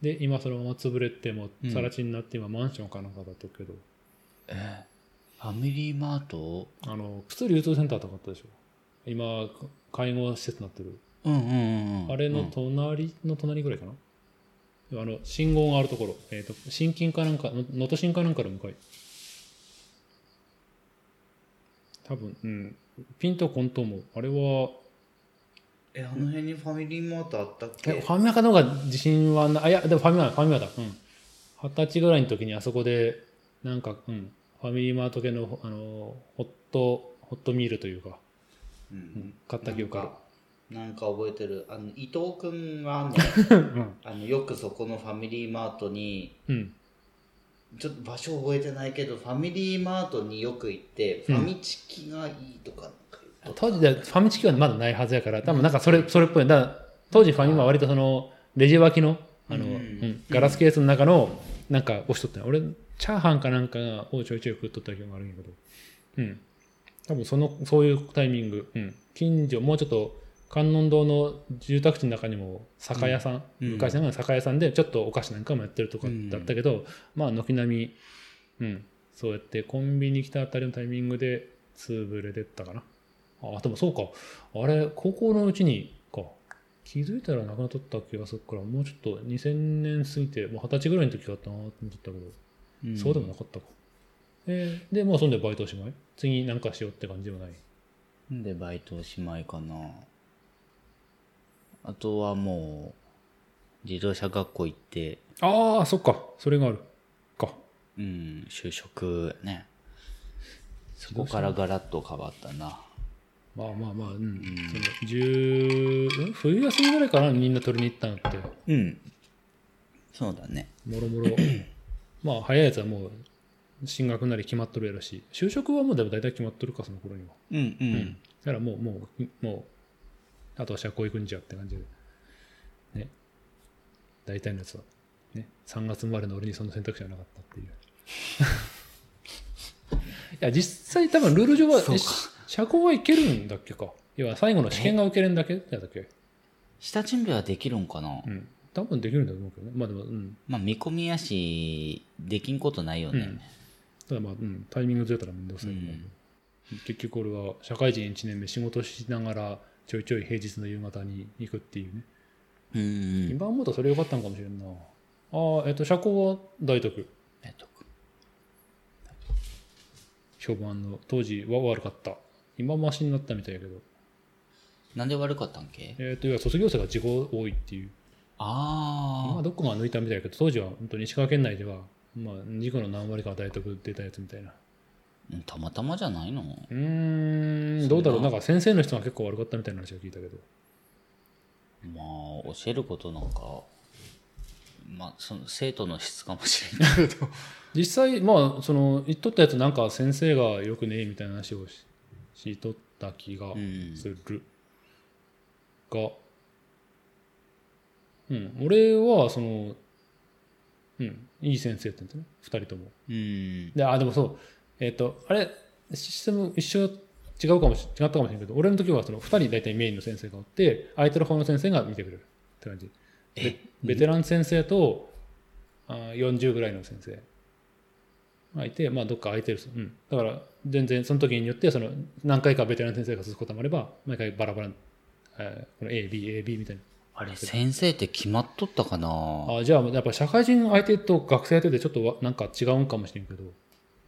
Speaker 1: で、今そのまま潰れて、も
Speaker 2: う
Speaker 1: うんさら地になって、今マンションかなんかだったけど、
Speaker 2: えファミリーマート
Speaker 1: あの、靴流通センターとかあったでしょ。今、介護施設になってる。
Speaker 2: うんうんうんうん
Speaker 1: あれの隣の隣ぐらいかな。あの、信号があるところ。えっ、と、新金かなんか、の能登新かなんかの向かい。多分、うん。ピンとこんと思う。あれは、
Speaker 2: えあの辺にファミリーマートあったっ
Speaker 1: え、ファミマかどうか自信はない。あ、いや、でもファミマだ、ファミマだ。うん。二十歳ぐらいの時にあそこで、なんか、うん。ファミリーマート系の、あの、ホット、ホットミールというか、
Speaker 2: う
Speaker 1: うんん買った記憶あ
Speaker 2: なんかなんか覚えてるあの伊藤君
Speaker 1: (laughs)
Speaker 2: がね
Speaker 1: る。うん。
Speaker 2: あのよくそこのファミリーマートに
Speaker 1: うん。
Speaker 2: ちょっと場所覚えてないけどファミリーマートによく行って、
Speaker 1: うん
Speaker 2: ファミチキがいいとかなんか言っと
Speaker 1: 当時でファミチキはまだないはずやから、多分なんかそれそれっぽい。だから当時ファミマは割とそのレジ脇のあの、
Speaker 2: う
Speaker 1: うんんガラスケースの中のなんか押しとったんや俺、チャーハンかなんかをちょいちょい食っとった記憶があるんやけど、うん。多分その、そういうタイミング、うん。近所、もうちょっと観音堂の住宅地の中にも酒屋さん、
Speaker 2: うん
Speaker 1: 昔ながらの酒屋さんでちょっとお菓子なんかもやってるとかだったけど、まあ軒並み、うん、そうやってコンビニ来たあたりのタイミングで潰れてったかなあでもそうかあれ高校のうちにか気づいたらなくなっとった気がするからもうちょっと2000年過ぎてもう二十歳ぐらいの時があったなと思ってたけど、そうでもなかったかえーでもうそんでバイトおしまい次なんかしようって感じでもない
Speaker 2: なんでバイトおしまいかなあとはもう自動車学校行って
Speaker 1: ああそっかそれがあるか
Speaker 2: うん就職ねそこからガラッと変わったな
Speaker 1: まあまあまあ、うん。その10ん冬休みぐらいかな、みんな取りに行ったのって。
Speaker 2: うんそうだね
Speaker 1: もろも
Speaker 2: (laughs)
Speaker 1: ろ。まあ、早いやつはもう、進学なり決まっとるやろし、就職はもうでも大体決まっとるか、その頃には。
Speaker 2: うんう
Speaker 1: うんだからもう、もう、もう、あとは社交行くんじゃって感じで。ね。大体のやつは。ね。3月生まれの俺にその選択肢はなかった
Speaker 2: (laughs)
Speaker 1: っていう。いや、実際多分ルール上は、
Speaker 2: そう
Speaker 1: え
Speaker 2: か
Speaker 1: 社交はいけるんだっけか。要は最後の試験が受けれるだけだったっけ
Speaker 2: 下準備はできるんかな、
Speaker 1: うん。多分できるんだと思うけどね。まあでも、うん。
Speaker 2: まあ見込みやし、できんことないよ
Speaker 1: う
Speaker 2: ね。
Speaker 1: ん、ただまあ、うん、タイミングずれたら面倒くさい、
Speaker 2: うん
Speaker 1: 結局俺は社会人1年目仕事しながらちょいちょい平日の夕方に行くっていうね、
Speaker 2: うんうん。
Speaker 1: 今思うとそれ良かったのかもしれんなああえっと社交は大徳
Speaker 2: えっと
Speaker 1: 評判の当時は悪かった今マシになったみたいやけど
Speaker 2: なんで悪かったんけ
Speaker 1: えっと要は卒業生が事故多いっていう
Speaker 2: あ
Speaker 1: 今
Speaker 2: あ。
Speaker 1: どこが抜いたみたいやけど当時は本当に石川県内ではまあ事故の何割かは大徳出たやつみたいな
Speaker 2: うんたまたまじゃないの
Speaker 1: うーんどうだろうなんか先生の人が結構悪かったみたいな話を聞いたけど
Speaker 2: まあ、教えることなんか、まあ、その生徒の質かもしれない
Speaker 1: (laughs)
Speaker 2: けど。
Speaker 1: 実際まあその言っとったやつなんか先生がよくねえみたいな話をししとった気が
Speaker 2: うん。
Speaker 1: する、がうん俺はそのうんいい先生って言ってね2人とも
Speaker 2: うん。
Speaker 1: であでもそうえっ、とあれシステム一緒違うかもし違ったかもしれないけど俺の時はその2人大体メインの先生がおって空いてる方の先生が見てくれるって感じ
Speaker 2: え、
Speaker 1: ベテラン先生と、あー40ぐらいの先生がいて、まあ、どっか空いてる、うん、だから全然その時によってその何回かベテラン先生が続くこともあれば毎回バラバラ、えーこの ABAB みたいな
Speaker 2: あれ、先生って決まっとったかな
Speaker 1: あーじゃあやっぱ社会人相手と学生相手でちょっとわなんか違うんかもしれんけど、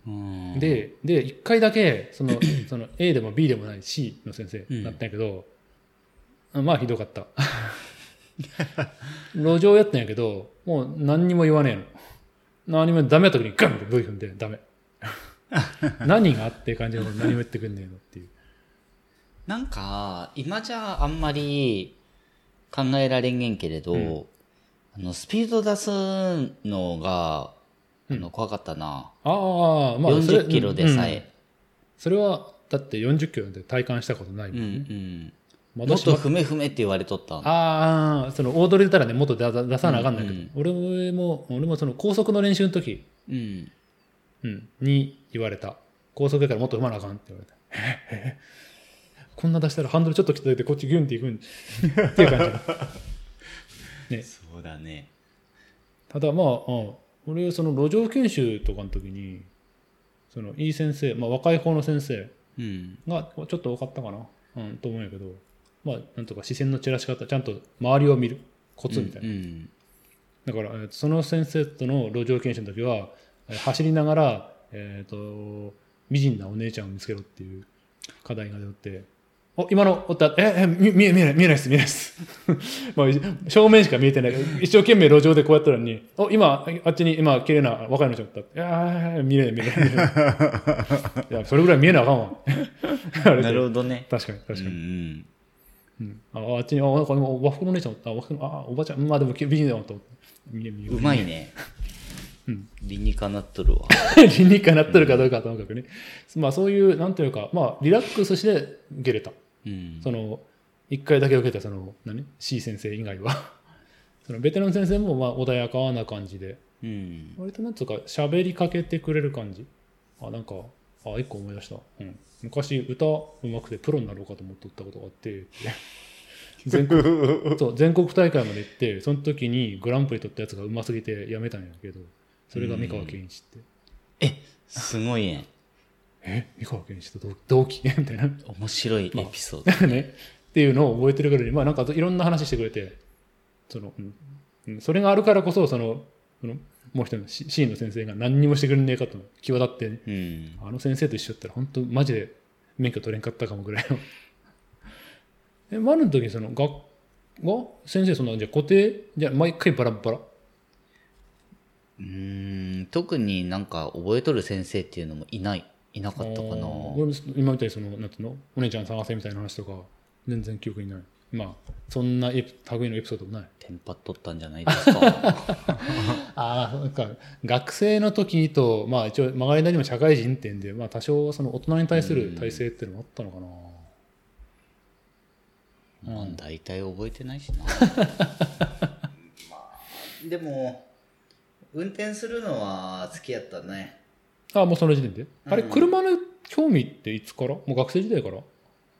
Speaker 2: うん。、
Speaker 1: でで1回だけそ
Speaker 2: (coughs)
Speaker 1: のその A でも B でもない C の先生だったんやけど、まあひどかった路上やったんやけどもう何にも言わねえの何もダメやった時にガンって V 踏んでダ
Speaker 2: (laughs)
Speaker 1: メ何がって感じのこと何も言ってくんねえのっていう
Speaker 2: なんか、今じゃあんまり考えられんげんけれど、
Speaker 1: うん
Speaker 2: あの、スピード出すのが、あの、怖かったな。
Speaker 1: ああまあそれ
Speaker 2: 40キロでさえ。
Speaker 1: それはだって40キロで体感したことないも
Speaker 2: うん
Speaker 1: ね、
Speaker 2: ん、うん。も
Speaker 1: 窓
Speaker 2: っ
Speaker 1: 閉
Speaker 2: と
Speaker 1: ま
Speaker 2: ふめふめって言われとった。
Speaker 1: ああその大通り出たらねもっと出さ出さなあかんないけど、
Speaker 2: うん
Speaker 1: 俺も俺もその高速の練習の時
Speaker 2: うん。
Speaker 1: うん、に言われた高速やからもっと踏まなあかんって言われたこんな出したらハンドルちょっと来ただけでこっちギュンっていくんっていう感じ
Speaker 2: そうだね。
Speaker 1: ただまああ俺その路上研修とかの時にそのいい先生、まあ、若い方の先生
Speaker 2: うん。
Speaker 1: がちょっと多かったかな、うん、と思うんやけどまあなんとか視線の散らし方ちゃんと周りを見るコツみたいな、
Speaker 2: うん。
Speaker 1: だから、えーその先生との路上研修の時はえー走りながら、えー、と美人なお姉ちゃんを見つけろっていう課題が出てお今のおったええ見見え見えない見えないです見えないです (laughs) まあい正面しか見えてないけど一生懸命路上でこうやったのにお今あっちに今綺麗な若いのちゃんおったいやー見えない見えない見えないいやそれぐらい見えなあかんわ (laughs)
Speaker 2: な
Speaker 1: ほど
Speaker 2: るほどね。
Speaker 1: 確かに確かに、
Speaker 2: うん
Speaker 1: うん、ああっちに、あ、なんか今、和服のお姉ちゃんおった、あ和服の、あ、おばちゃん、まあでも美人だなと思って。見え見え
Speaker 2: うん。うまいね。
Speaker 1: うん。
Speaker 2: 理にかなっとるわ。
Speaker 1: (laughs) 理にかなっとるかどうかはともかくね。まあそういう、なんというか、まあリラックスして受けれた。
Speaker 2: うん。
Speaker 1: その、一回だけ受けた、その、何 ?C 先生以外は。 (laughs) そのベテラン先生もまあ穏やかな感じで、
Speaker 2: うん。
Speaker 1: 割となんつうか、喋りかけてくれる感じ。あ、なんか、あ、一個思い出した。うん。昔、歌うまくてプロになろうかと思っとったことがあって、 (laughs) 全国 (laughs) そう全国大会まで行ってその時にグランプリ取ったやつがうますぎてやめたんやけどそれが三河健一って
Speaker 2: すごいね。
Speaker 1: 「え三河健一と同同期? 」みたいな
Speaker 2: 面白いエピソー
Speaker 1: (laughs)
Speaker 2: ド。
Speaker 1: ねっていうのを覚えてるぐらいにまあなんかいろんな話してくれてその、うんうん、それがあるからこそそのそのもう一人の C C の先生が何にもしてくれねえかと際立って、
Speaker 2: うん。
Speaker 1: あの先生と一緒だったら本当マジで免許取れんかったかもぐらいの。え、丸の時その学が先生そんなじゃあ固定じゃあ毎回バラッバラ。
Speaker 2: うーん特になんか覚えとる先生っていうのもいないいなかったかな
Speaker 1: あー俺も今みたいにそのなんていうのお姉ちゃん探せみたいな話とか全然記憶にない。まあそんなエピ類のエピソードもない。
Speaker 2: テンパっとったんじゃないですか
Speaker 1: ああなんか学生の時とまあ一応曲がりなりにも社会人ってんでまあ多少その大人に対する体制っていうのもあったのかな。
Speaker 2: まあ大体覚えてないしな (laughs) まあでも運転するのは好きやったね
Speaker 1: ああもうその時点で。あれ
Speaker 2: うん
Speaker 1: 車の興味っていつからもう学生時代から
Speaker 2: い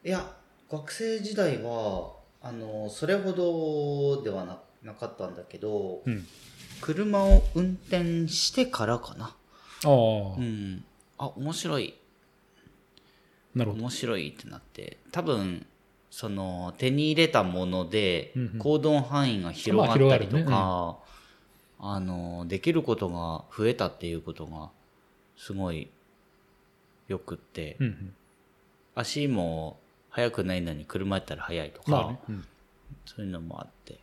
Speaker 2: や学生時代はあのそれほどではななかったんだけど、
Speaker 1: うん
Speaker 2: 車を運転してからかな
Speaker 1: ああ、
Speaker 2: うんあ面白い
Speaker 1: なるほど。
Speaker 2: 面白いってなって多分その手に入れたもので
Speaker 1: うんうん
Speaker 2: 行動範囲が広がったりとか、あのできることが増えたっていうことがすごいよくって、
Speaker 1: うんうん、
Speaker 2: 足も速くないのに車やったら速いとか、
Speaker 1: まあね、うん
Speaker 2: そういうのもあって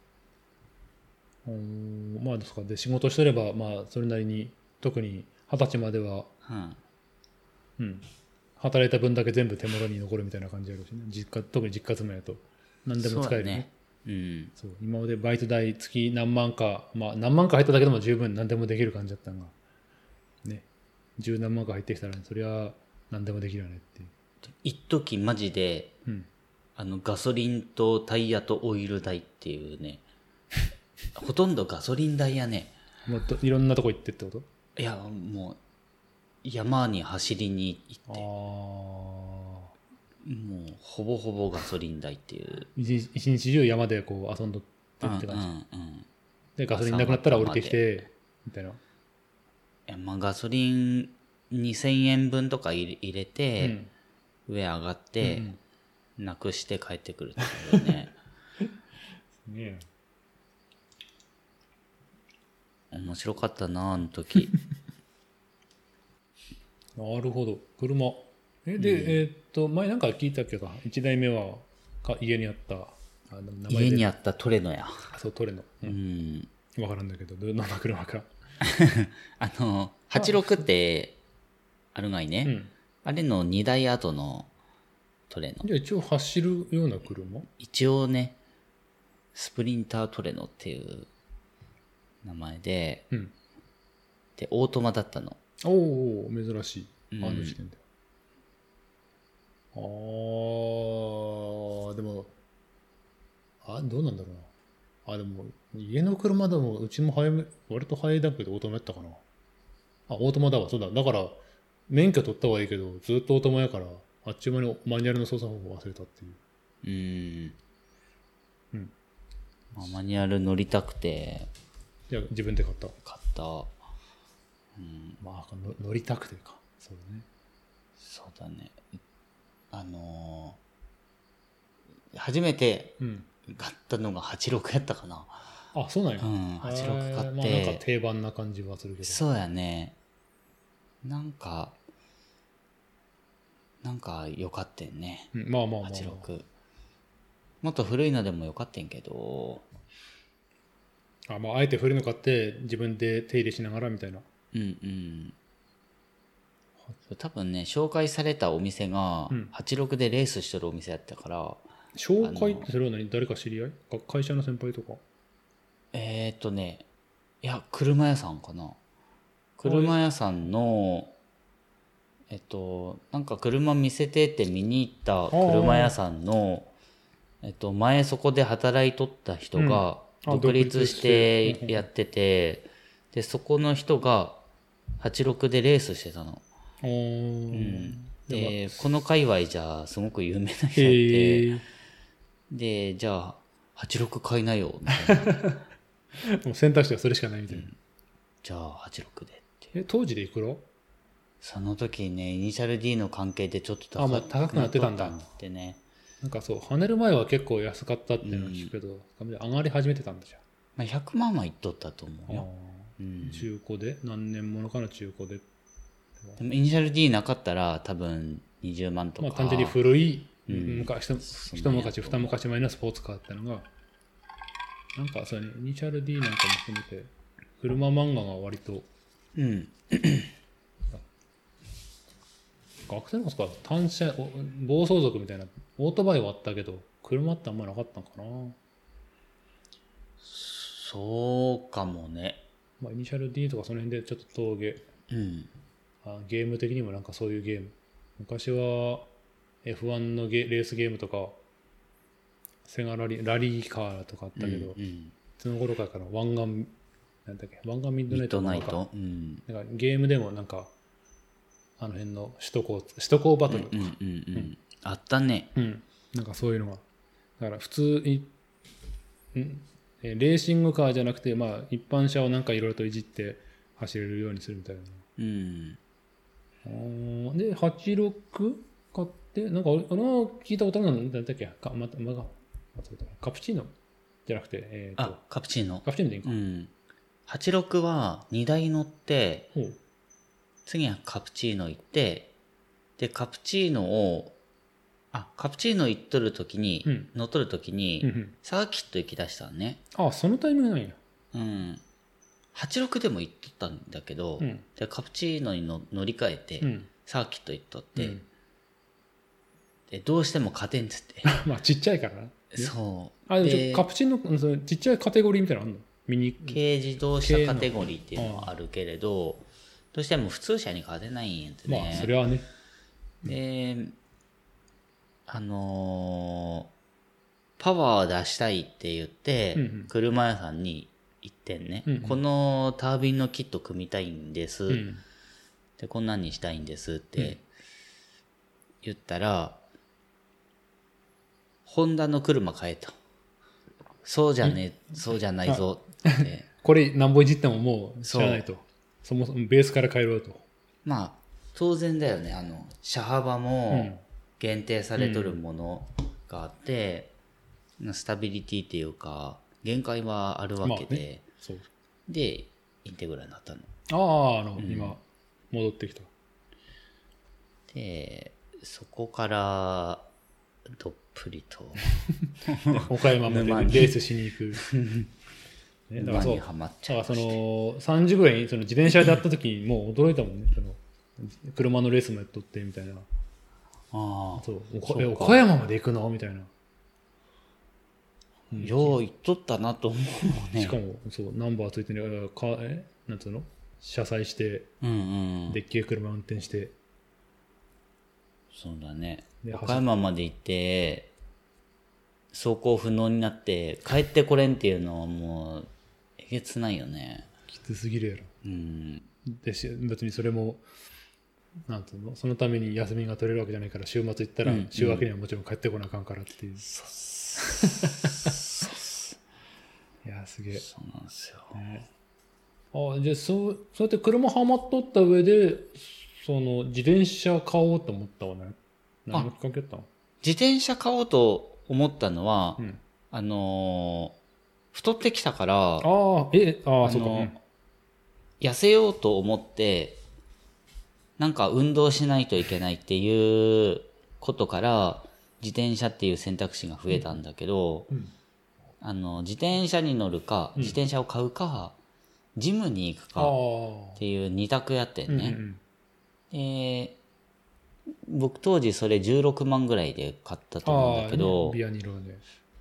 Speaker 1: うーんまあですかで仕事してればまあそれなりに特に二十歳までは、
Speaker 2: うん
Speaker 1: うん、働いた分だけ全部手元に残るみたいな感じやろうしね実家特に実家妻やと何でも使えるね
Speaker 2: そうだね
Speaker 1: そう今までバイト代月何万か、まあ、何万か入っただけでも十分何でもできる感じだったんがね十何万か入ってきたら、そりゃ何でもできるよねっていう
Speaker 2: うん一時マジで
Speaker 1: うん
Speaker 2: あのガソリンとタイヤとオイル代っていうね (laughs) ほとんどガソリン代やね
Speaker 1: もっといろんなとこ行ってってこと
Speaker 2: いやもう山に走りに行
Speaker 1: あ
Speaker 2: って
Speaker 1: あ
Speaker 2: もうほぼほぼガソリン代っていう
Speaker 1: 一日一日中山でこう遊んどってって
Speaker 2: う
Speaker 1: 感
Speaker 2: んう
Speaker 1: じ、
Speaker 2: んうん
Speaker 1: でガソリンなくなったら降りてきてみたいな、
Speaker 2: いやまあガソリン2000円分とか入れ入れて、
Speaker 1: うん
Speaker 2: 上上がって、
Speaker 1: うん
Speaker 2: なくして帰ってくるっていう
Speaker 1: (laughs)
Speaker 2: ね
Speaker 1: ね
Speaker 2: 面白かったなあの時
Speaker 1: なるほど車えで、えーっと前なんか聞いたっけか1台目はか家にあったあの名前
Speaker 2: 家
Speaker 1: で
Speaker 2: にあったトレノや
Speaker 1: あそうトレノ、う
Speaker 2: うんん
Speaker 1: わからんだけどどんな車か
Speaker 2: あの86ってあるがいうね、
Speaker 1: ん
Speaker 2: あれの2台後のトレノ
Speaker 1: じゃあ一応走るような車
Speaker 2: 一応ねスプリンタートレノっていう名前で
Speaker 1: うん
Speaker 2: でオートマだったの
Speaker 1: おお珍しいあ
Speaker 2: うん
Speaker 1: の時点で、ああでもあどうなんだろうなあでも家の車でもうちも早め割と早い段階でオートマやったかなあオートマだわそうだだから免許取ったはいいけどずっとオートマやからあっちゅう間にマニュアルの操作方法忘れたっていう
Speaker 2: うん、
Speaker 1: うん
Speaker 2: まあ、マニュアル乗りたくて
Speaker 1: いや自分で買った
Speaker 2: 買ったうん
Speaker 1: まあの乗りたくてかそうだね
Speaker 2: そうだねあのー初めて
Speaker 1: うん
Speaker 2: 買ったのが86やったかな
Speaker 1: あそうなん
Speaker 2: う
Speaker 1: や、
Speaker 2: ん86買って、
Speaker 1: まあなんか定番な感じはするけど
Speaker 2: そうやねなんかなんか良かってんね
Speaker 1: うんまあまあまあ、まあ、
Speaker 2: 86もっと古いのでも良かってんけど
Speaker 1: あ、まあ、あえて古いの買って自分で手入れしながらみたいな。
Speaker 2: うんうん多分ね紹介されたお店が
Speaker 1: うん
Speaker 2: 86でレースしてるお店やったから、
Speaker 1: 紹介ってそれは何誰か知り合いか会社の先輩とか。
Speaker 2: えーっとねいや車屋さんかな車屋さんのえっとなんか車見せてって見に行った車屋さんのえっと前そこで働いとった人が
Speaker 1: うんあ
Speaker 2: 独立し
Speaker 1: 独立してて
Speaker 2: やっててでそこの人が86でレースしてたの
Speaker 1: あー
Speaker 2: うん
Speaker 1: やば
Speaker 2: でこの界隈じゃすごく有名な人やって
Speaker 1: へ
Speaker 2: でじゃあ86買いなよみたいな
Speaker 1: え。もう選択肢はそれしかないみたいな。
Speaker 2: じゃあ86でって
Speaker 1: え、当時でいくら
Speaker 2: その時ねイニシャル D の関係でちょっと
Speaker 1: あまあ高くなってたんだ
Speaker 2: 高くなっとってね
Speaker 1: なんかそう、跳ねる前は結構安かったっていうのは聞くけど、上がり始めてたんだじゃ。
Speaker 2: まあ、100万はいっとったと思うんよ、うん
Speaker 1: あー中古で何年ものかの中古で。
Speaker 2: でもイニシャル D なかったら多分20万とか、
Speaker 1: まあ単純に古い、
Speaker 2: うん
Speaker 1: 昔と
Speaker 2: そんな
Speaker 1: 一
Speaker 2: んや
Speaker 1: 昔二昔前のスポーツカーってのがなんかそうねイニシャル D なんかも含めて車漫画が割と
Speaker 2: うん
Speaker 1: 学生の頃から単車お暴走族みたいなオートバイはあったけど車ってあんまなかったのかな、
Speaker 2: そうかもね
Speaker 1: まあ、イニシャル D とかその辺でちょっと峠
Speaker 2: うん
Speaker 1: あゲーム的にもなんかそういうゲーム昔は F1 のゲレースゲームとかセガラリラリーカーとかあったけど、
Speaker 2: うんうん
Speaker 1: その頃から湾岸なんだっけ湾岸ミッド
Speaker 2: ミ
Speaker 1: ナ
Speaker 2: ッ
Speaker 1: イト
Speaker 2: ド
Speaker 1: の
Speaker 2: ナ
Speaker 1: なん
Speaker 2: イ
Speaker 1: か
Speaker 2: ト、うん、
Speaker 1: なんかゲームでもなんかあの辺の首都高首都高バトル、
Speaker 2: うんうんうんあったね
Speaker 1: うんなんかそういうのが。だから普通に、んえーレーシングカーじゃなくて、まあ一般車をなんかいろいろといじって走れるようにするみたいな。
Speaker 2: うん。
Speaker 1: あーで、86買って、なんか俺、あの聞いたことあるの、なんだったっけか、また、また、忘れたカプチーノじゃなくて、えーと
Speaker 2: あ、、カプチーノ。
Speaker 1: カプチーノでいいん
Speaker 2: う
Speaker 1: か。
Speaker 2: ん。86は2台乗って、
Speaker 1: ほう
Speaker 2: 次はカプチーノ行って、で、カプチーノを、あ、カプチーノ行っとる時に、
Speaker 1: うん
Speaker 2: 乗っとる時
Speaker 1: うんう
Speaker 2: に、
Speaker 1: ん。
Speaker 2: サーキット行き出したのね。
Speaker 1: あ、そのタイミングなんや。
Speaker 2: うん。86でも行っとったんだけど、
Speaker 1: うん。
Speaker 2: でカプチーノにの乗り換えて、
Speaker 1: うん。
Speaker 2: サーキット行っとっ
Speaker 1: う
Speaker 2: て、
Speaker 1: ん
Speaker 2: でどうしても勝てんっつって。
Speaker 1: まあちっちゃいからな。
Speaker 2: そ
Speaker 1: あ、
Speaker 2: う。
Speaker 1: でもち
Speaker 2: で
Speaker 1: ょ、カプチーノ、そのちっちゃいカテゴリーみたいなのあんのミニ。
Speaker 2: 軽自動車カテゴリーっていうのはあるけれど、どうしても普通車に勝てないんやって
Speaker 1: ま
Speaker 2: ね。
Speaker 1: あ、それはね。
Speaker 2: で、あのーパワーを出したいって言って、
Speaker 1: うんうん
Speaker 2: 車屋さんに行ってんね、
Speaker 1: うんうん
Speaker 2: このタービンのキット組みたいんです、
Speaker 1: うん。
Speaker 2: でこんなんにしたいんですっ
Speaker 1: うん
Speaker 2: て言ったら、ホンダの車買えと。そうじゃね、そうじゃないぞって。
Speaker 1: これ何本いじってももう知らないと。そもそもベースから変えろよと。
Speaker 2: まあ、当然だよね。あの、車幅も、
Speaker 1: うん
Speaker 2: 限定されとるものがあって、スタビリティっていうか限界はあるわけ
Speaker 1: まあ
Speaker 2: で、
Speaker 1: そう。
Speaker 2: でインテグラになったの
Speaker 1: ああ、あの、
Speaker 2: ん
Speaker 1: 今、戻ってきた。
Speaker 2: でそこからどっぷりと (laughs)
Speaker 1: 岡山まで
Speaker 2: 沼に
Speaker 1: レースしに行
Speaker 2: (laughs)
Speaker 1: く。ね、だから
Speaker 2: 沼
Speaker 1: そう。
Speaker 2: に
Speaker 1: だ
Speaker 2: はまっち
Speaker 1: か
Speaker 2: ゃい
Speaker 1: ら
Speaker 2: ま
Speaker 1: そ
Speaker 2: し
Speaker 1: の
Speaker 2: た
Speaker 1: 30ぐらいにその自転車で会った時にもう驚いたもんね。その車のレースもやっとってみたいな。
Speaker 2: あ
Speaker 1: そう。
Speaker 2: そ
Speaker 1: え
Speaker 2: うか
Speaker 1: 岡山まで行くのみたいな。
Speaker 2: あよう言っとったなと思うね
Speaker 1: しかも、そう、ナンバーついてね、あかえなんつうの車載して、
Speaker 2: うんうん
Speaker 1: でっけえ車運転して。
Speaker 2: そうだね
Speaker 1: で
Speaker 2: 岡山まで行って走行不能になって帰ってこれんっていうのはもうえげつないよね
Speaker 1: きつすぎるやろ。
Speaker 2: うん
Speaker 1: でし別にそれもなんていうのそのために休みが取れるわけじゃないから週末行ったら
Speaker 2: うん
Speaker 1: 週明けにはもちろん帰ってこなあかんからっていう、いやすげえ
Speaker 2: そうなんですよ。
Speaker 1: あじゃあそうそうやって車はまっとった上でその自転車買おうと思ったわね何のきっかけだったの
Speaker 2: 自転車買おうと思ったのは、
Speaker 1: うん
Speaker 2: あのー太ってきたから、
Speaker 1: ああえあー
Speaker 2: あ
Speaker 1: そうか、う
Speaker 2: の
Speaker 1: ん
Speaker 2: 痩せようと思って、なんか運動しないといけないっていうことから、自転車っていう選択肢が増えたんだけど、
Speaker 1: うん
Speaker 2: あの、自転車に乗るか、
Speaker 1: うん
Speaker 2: 自転車を買うか、ジムに行く
Speaker 1: あ
Speaker 2: かっ
Speaker 1: あ
Speaker 2: ていう二択やって
Speaker 1: うんん
Speaker 2: ね。
Speaker 1: うん
Speaker 2: で僕当時それ16万ぐらいで買ったと思うんだけ
Speaker 1: あー
Speaker 2: ど、
Speaker 1: ビアニロで、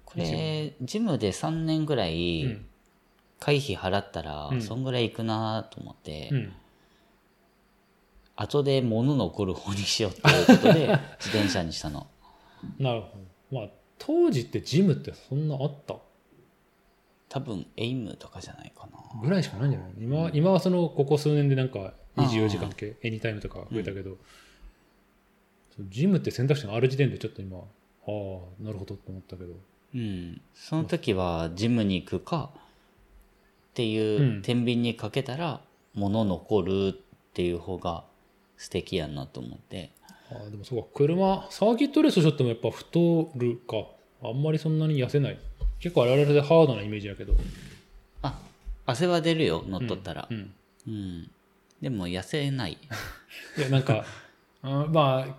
Speaker 2: これジムで3年ぐら
Speaker 1: う
Speaker 2: い
Speaker 1: ん
Speaker 2: 会費払ったら、
Speaker 1: うん
Speaker 2: そんぐらいいくなと思って、
Speaker 1: うん、
Speaker 2: 後で物残る方にしようっていうこと (laughs) で自転車にしたの
Speaker 1: なるほどまあ当時ってジムってそんなあった
Speaker 2: 多分エイムとかじゃないかな
Speaker 1: ぐらいしかないんじゃない今,、今はそのここ数年でなんか24時間系エニタイムとか増えたけど、そうジムって選択肢がある時点でちょっと今ああなるほどと思ったけど
Speaker 2: うんその時はジムに行くかっていう、
Speaker 1: うん
Speaker 2: 天秤にかけたら物残るっていう方が素敵やなと思って
Speaker 1: ああでもそうか車サーキットレースしょってもやっぱ太るかあんまりそんなに痩せない結構あれあれでハードなイメージやけど
Speaker 2: あ汗は出るよ乗っとったら
Speaker 1: う、ん
Speaker 2: うんでも痩せない
Speaker 1: いやなんか、 (laughs) うん、まあ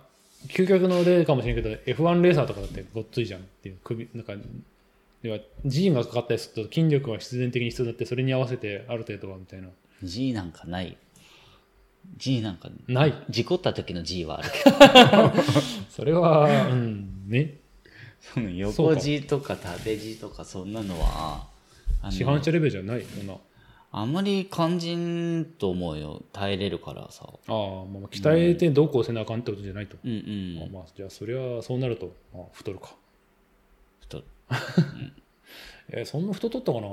Speaker 1: 究極の例かもしれんけど F1 レーサーとかだってごっついじゃんっていう首なんか要はジーンがかかったりすると筋力が必然的に必要になってそれに合わせてある程度はみたいな
Speaker 2: G なんかない G なんか
Speaker 1: ない
Speaker 2: 事故った時の G はあるけ
Speaker 1: それは、うん、ね、
Speaker 2: どうん横 G とか縦 G とかそんなのはあ
Speaker 1: 市販
Speaker 2: の
Speaker 1: 車レベルじゃない、そんな。あ
Speaker 2: あんまり肝心と思うよ耐えれるから
Speaker 1: あ、
Speaker 2: さ
Speaker 1: まあまあ、鍛えてどうこうせなあかんってことじゃないと。
Speaker 2: うんう
Speaker 1: まあ
Speaker 2: ん
Speaker 1: まあ、じゃあ、そりゃ、そうなると、まあ、太るか。
Speaker 2: 太
Speaker 1: えーそんな太っとったかな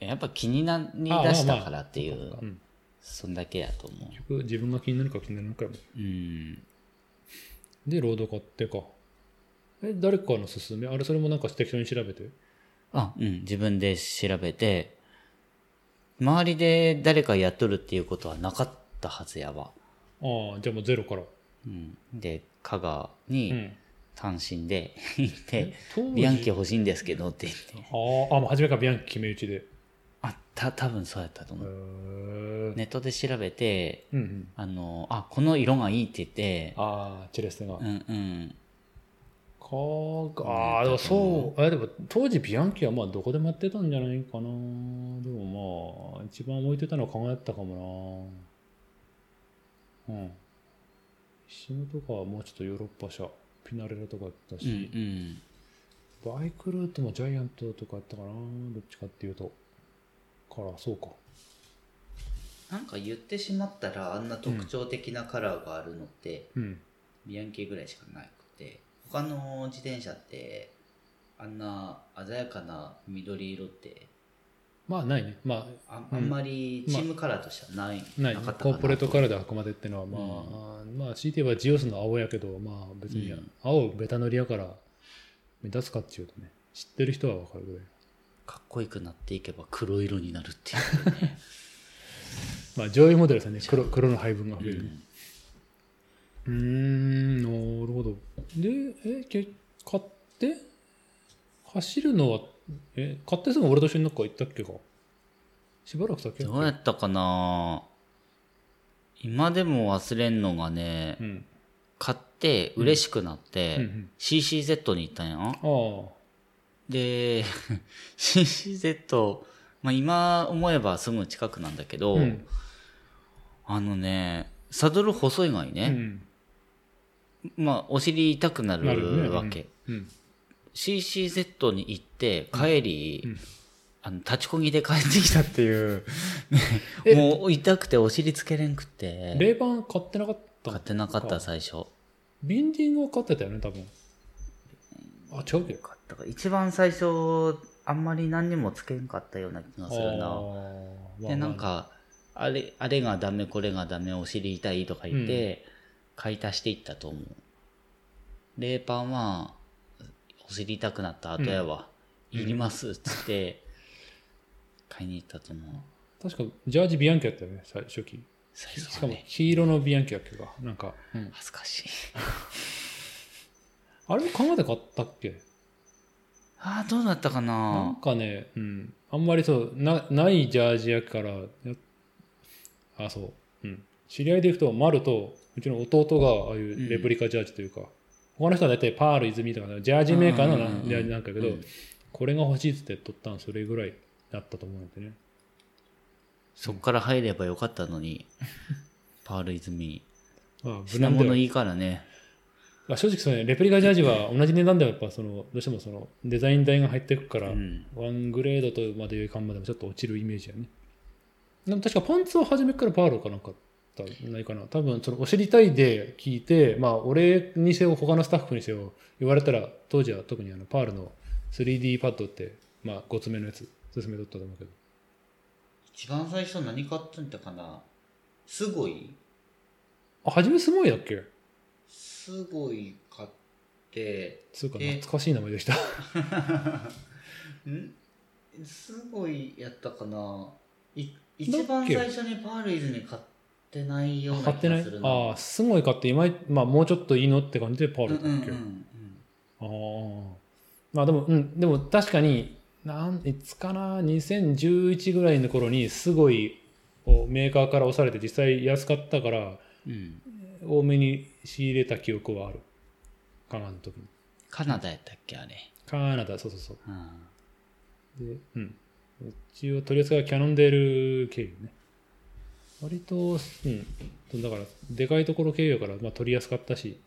Speaker 2: やっぱ気になりだしたからっていう、
Speaker 1: うん。
Speaker 2: そんだけやと思
Speaker 1: 結局、自分が気になるか気にならないかやもん
Speaker 2: ううん
Speaker 1: で、ロード買ってか。え、誰かの勧めあれ、それもなんか適当に調べて。
Speaker 2: あ、うん、自分で調べて、周りで誰かやっとるっていうことはなかったはずやわ。
Speaker 1: ああ、じゃあもうゼロから。
Speaker 2: うん、で、香川
Speaker 1: う
Speaker 2: に
Speaker 1: ん。
Speaker 2: 単身で (laughs) 行って、
Speaker 1: 当時
Speaker 2: ビアンキ欲しいんですけどって言って。
Speaker 1: あーあ、もう初めからビアンキ決め打ちで。へ
Speaker 2: あ、た、多分そうやったと思う。
Speaker 1: ー
Speaker 2: ネットで調べて、
Speaker 1: うんうん。
Speaker 2: あの、あ、この色がいいって言って、
Speaker 1: ああ、チェレステが。
Speaker 2: うんうん。
Speaker 1: かーああ、でもそう、あでも当時ビアンキはまあどこでもやってたんじゃないかな。でもまあ、一番向いてたのは輝ったかもな。うん。シムとかはもうちょっとヨーロッパ車、ピナレラとかやった
Speaker 2: うんう
Speaker 1: し、
Speaker 2: ん。
Speaker 1: バイクルートもジャイアントとかやったかな。どっちかっていうと。から、そうか。
Speaker 2: なんか言ってしまったら、あんな特徴的なカラーがあるのって、
Speaker 1: うん。
Speaker 2: ビアンケぐらいしかなくて、他の自転車って、あんな鮮やかな緑色って、
Speaker 1: まあ、ないね。まあ、
Speaker 2: あ
Speaker 1: うん
Speaker 2: あんまりチームカラーとしてはない、
Speaker 1: ない
Speaker 2: かったか
Speaker 1: コ
Speaker 2: な
Speaker 1: ーポレートカラーであくまでってのはまあ、まあ強いて言えばジオスの青やけどまあ別に
Speaker 2: うん
Speaker 1: 青ベタ塗りやから目立つかっていうとね知ってる人は分かるぐらい
Speaker 2: かっこよくなっていけば黒色になるっていうね、
Speaker 1: まあ上位モデルですよね黒黒の配分が増えるねうーんなるほどでえ結買って走るのはえ買ってすぐ俺と一緒になんか行ったっけかしばらく先
Speaker 2: うんどうやったかな今でも忘れんのがね、
Speaker 1: うん
Speaker 2: 買って嬉しくなって、
Speaker 1: うんうん
Speaker 2: CCZ に行ったんや
Speaker 1: ああ
Speaker 2: で CCZ、まあ、今思えばすぐ近くなんだけど、
Speaker 1: うん
Speaker 2: あのねサドル細いがいうね、
Speaker 1: ん
Speaker 2: まあお尻痛くな
Speaker 1: なるね
Speaker 2: るわけ、
Speaker 1: うん
Speaker 2: CCZ に行って帰り、
Speaker 1: うんうん
Speaker 2: あの立ちこぎで帰ってきたっていう、ね
Speaker 1: (laughs) え
Speaker 2: (laughs) もう痛くてお尻つけれんくって
Speaker 1: 冷板買ってなかった
Speaker 2: 買ってなかった最初
Speaker 1: ビンディングは買ってたよね、多分。あ、違うけど。
Speaker 2: 買ったか一番最初あんまり何にもつけんかったような気がする
Speaker 1: あ
Speaker 2: な
Speaker 1: ー
Speaker 2: でなん、かあれあれがダメこれがダメお尻痛いとか言って、買い足していったと思う冷パンはお尻痛くなった後やわ、
Speaker 1: うん
Speaker 2: いりますっつって買いに行ったと思う
Speaker 1: まあ確か、ジャージビアンキやったよね、最初期。
Speaker 2: 最
Speaker 1: し
Speaker 2: 初
Speaker 1: か
Speaker 2: は
Speaker 1: も
Speaker 2: ね、
Speaker 1: 黄色のビアンキやっけか。なんか、うん
Speaker 2: 恥ずかしい
Speaker 1: あれも考えて買ったっけ
Speaker 2: ああどうだったか
Speaker 1: な
Speaker 2: なん
Speaker 1: かね、うん。あんまりそう、なないジャージやから、やあ、そう。うん。知り合いでいくと、マルと、うちの弟が、ああいうレプリカジャージというか、他の人は大体パール泉とか、ジャージメーカーのな
Speaker 2: うんうんうん
Speaker 1: ジャージなんかやけど、
Speaker 2: うん
Speaker 1: これが欲しいっつって取ったんそれぐらいだったと思うんでね。
Speaker 2: そっから入ればよかったの (laughs) にパール泉
Speaker 1: あ無
Speaker 2: 品
Speaker 1: 難で
Speaker 2: 物
Speaker 1: はい
Speaker 2: いからね
Speaker 1: まあ、正直その、ね、レプリカジャージは同じ値段ではやっぱそのどうしてもそのデザイン代が入ってくから、
Speaker 2: うん
Speaker 1: ワングレードとまでいう感までもちょっと落ちるイメージやねでも確かパンツは初めからパールかなんかだったんないかな多分そのお知りたいで聞いてまあ俺にせよ他のスタッフにせよ言われたら当時は特にあのパールの 3D パッドってまあ5つ目のやつ勧めとったと思うけど
Speaker 2: 一番最初何買ったんだかなすごい
Speaker 1: あ初めすごいだっけ
Speaker 2: すごい買って
Speaker 1: つうか
Speaker 2: え
Speaker 1: 懐かしい名前でした、
Speaker 2: んすごいやったかない
Speaker 1: だっけ
Speaker 2: 一番最初にパールイズに買ってないような
Speaker 1: 買っ
Speaker 2: 気
Speaker 1: てな
Speaker 2: が
Speaker 1: い
Speaker 2: するな
Speaker 1: ああすごい買って今い、まあ、もうちょっといいのって感じでパー
Speaker 2: う
Speaker 1: ル
Speaker 2: ん
Speaker 1: だ
Speaker 2: う
Speaker 1: っ
Speaker 2: ん
Speaker 1: け、
Speaker 2: うんう
Speaker 1: あ
Speaker 2: ん
Speaker 1: あまあでもうんでも確かになんいつかな2011ぐらいの頃にすごいこうメーカーから押されて実際安かったから
Speaker 2: うん
Speaker 1: 多めに仕入れた記憶はあるカナダの時に
Speaker 2: カナダやったっけあれ、
Speaker 1: カナダそうそうそう
Speaker 2: うん、
Speaker 1: でうん一応取り扱いはキャノンデール経由ね割とうんだからでかいところ経由やから、まあ、取りやすかったし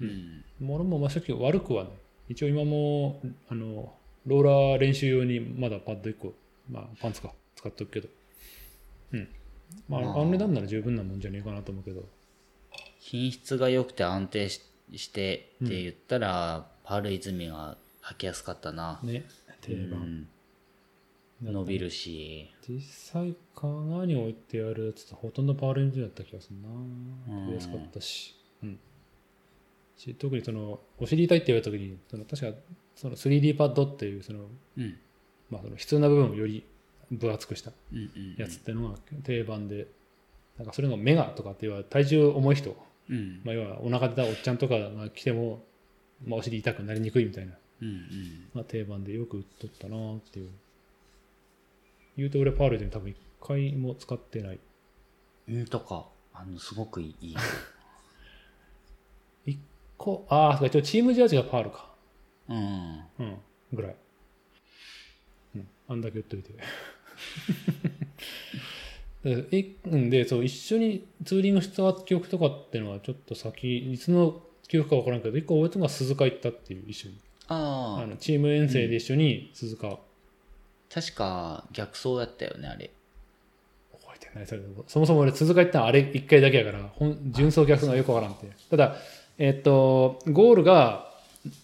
Speaker 2: うん、
Speaker 1: 物もまあ正直悪くはない。一応今も、あの、ローラー練習用にまだパッド1個、まあパンツか、使っとくけど。うん。まあ、
Speaker 2: まあ
Speaker 1: あの値段なら十分なもんじゃねえかなと思うけど。
Speaker 2: 品質が良くて安定ししてって言ったら、パールイズミが履きやすかったな
Speaker 1: ね。定番。
Speaker 2: うん伸びるし
Speaker 1: 実際、カナに置いてあるやつってほとんどパールエンジンだった気がするな。
Speaker 2: うん
Speaker 1: 取りやすかったし。うん。し特にそのお尻痛いって言われた時にその確かその 3D パッドっていうその、
Speaker 2: うん
Speaker 1: まあ、その必要な部分をより分厚くした
Speaker 2: うんうん
Speaker 1: やつってのが定番で、なんかそれがメガとかって言われ体重重い人、
Speaker 2: うん
Speaker 1: まあ、要はお腹出たおっちゃんとかが来ても、まあ、お尻痛くなりにくいみたいな、
Speaker 2: うんうん
Speaker 1: まあ、定番でよく売っとったなっていう言うと俺パールで多分一回も使ってない
Speaker 2: うんとかあのすごくいい
Speaker 1: 一個ああそうか一応チームジャージがパールか
Speaker 2: うん
Speaker 1: うんぐらい、うん、あんだけ売っといてでいうんでそう一緒にツーリングした記憶とかっていうのはちょっと先いつの記憶か分からんけど一個覚えてるのが鈴鹿行ったっていう一緒に
Speaker 2: あ
Speaker 1: あ
Speaker 2: あ
Speaker 1: のチーム遠征で一緒に鈴鹿、
Speaker 2: 確か逆走だったよねあれ
Speaker 1: 覚えてないそれそもそも俺鈴鹿行ったのあれ1回だけやからほん純走逆走がよくわからんってただえっ、とゴールが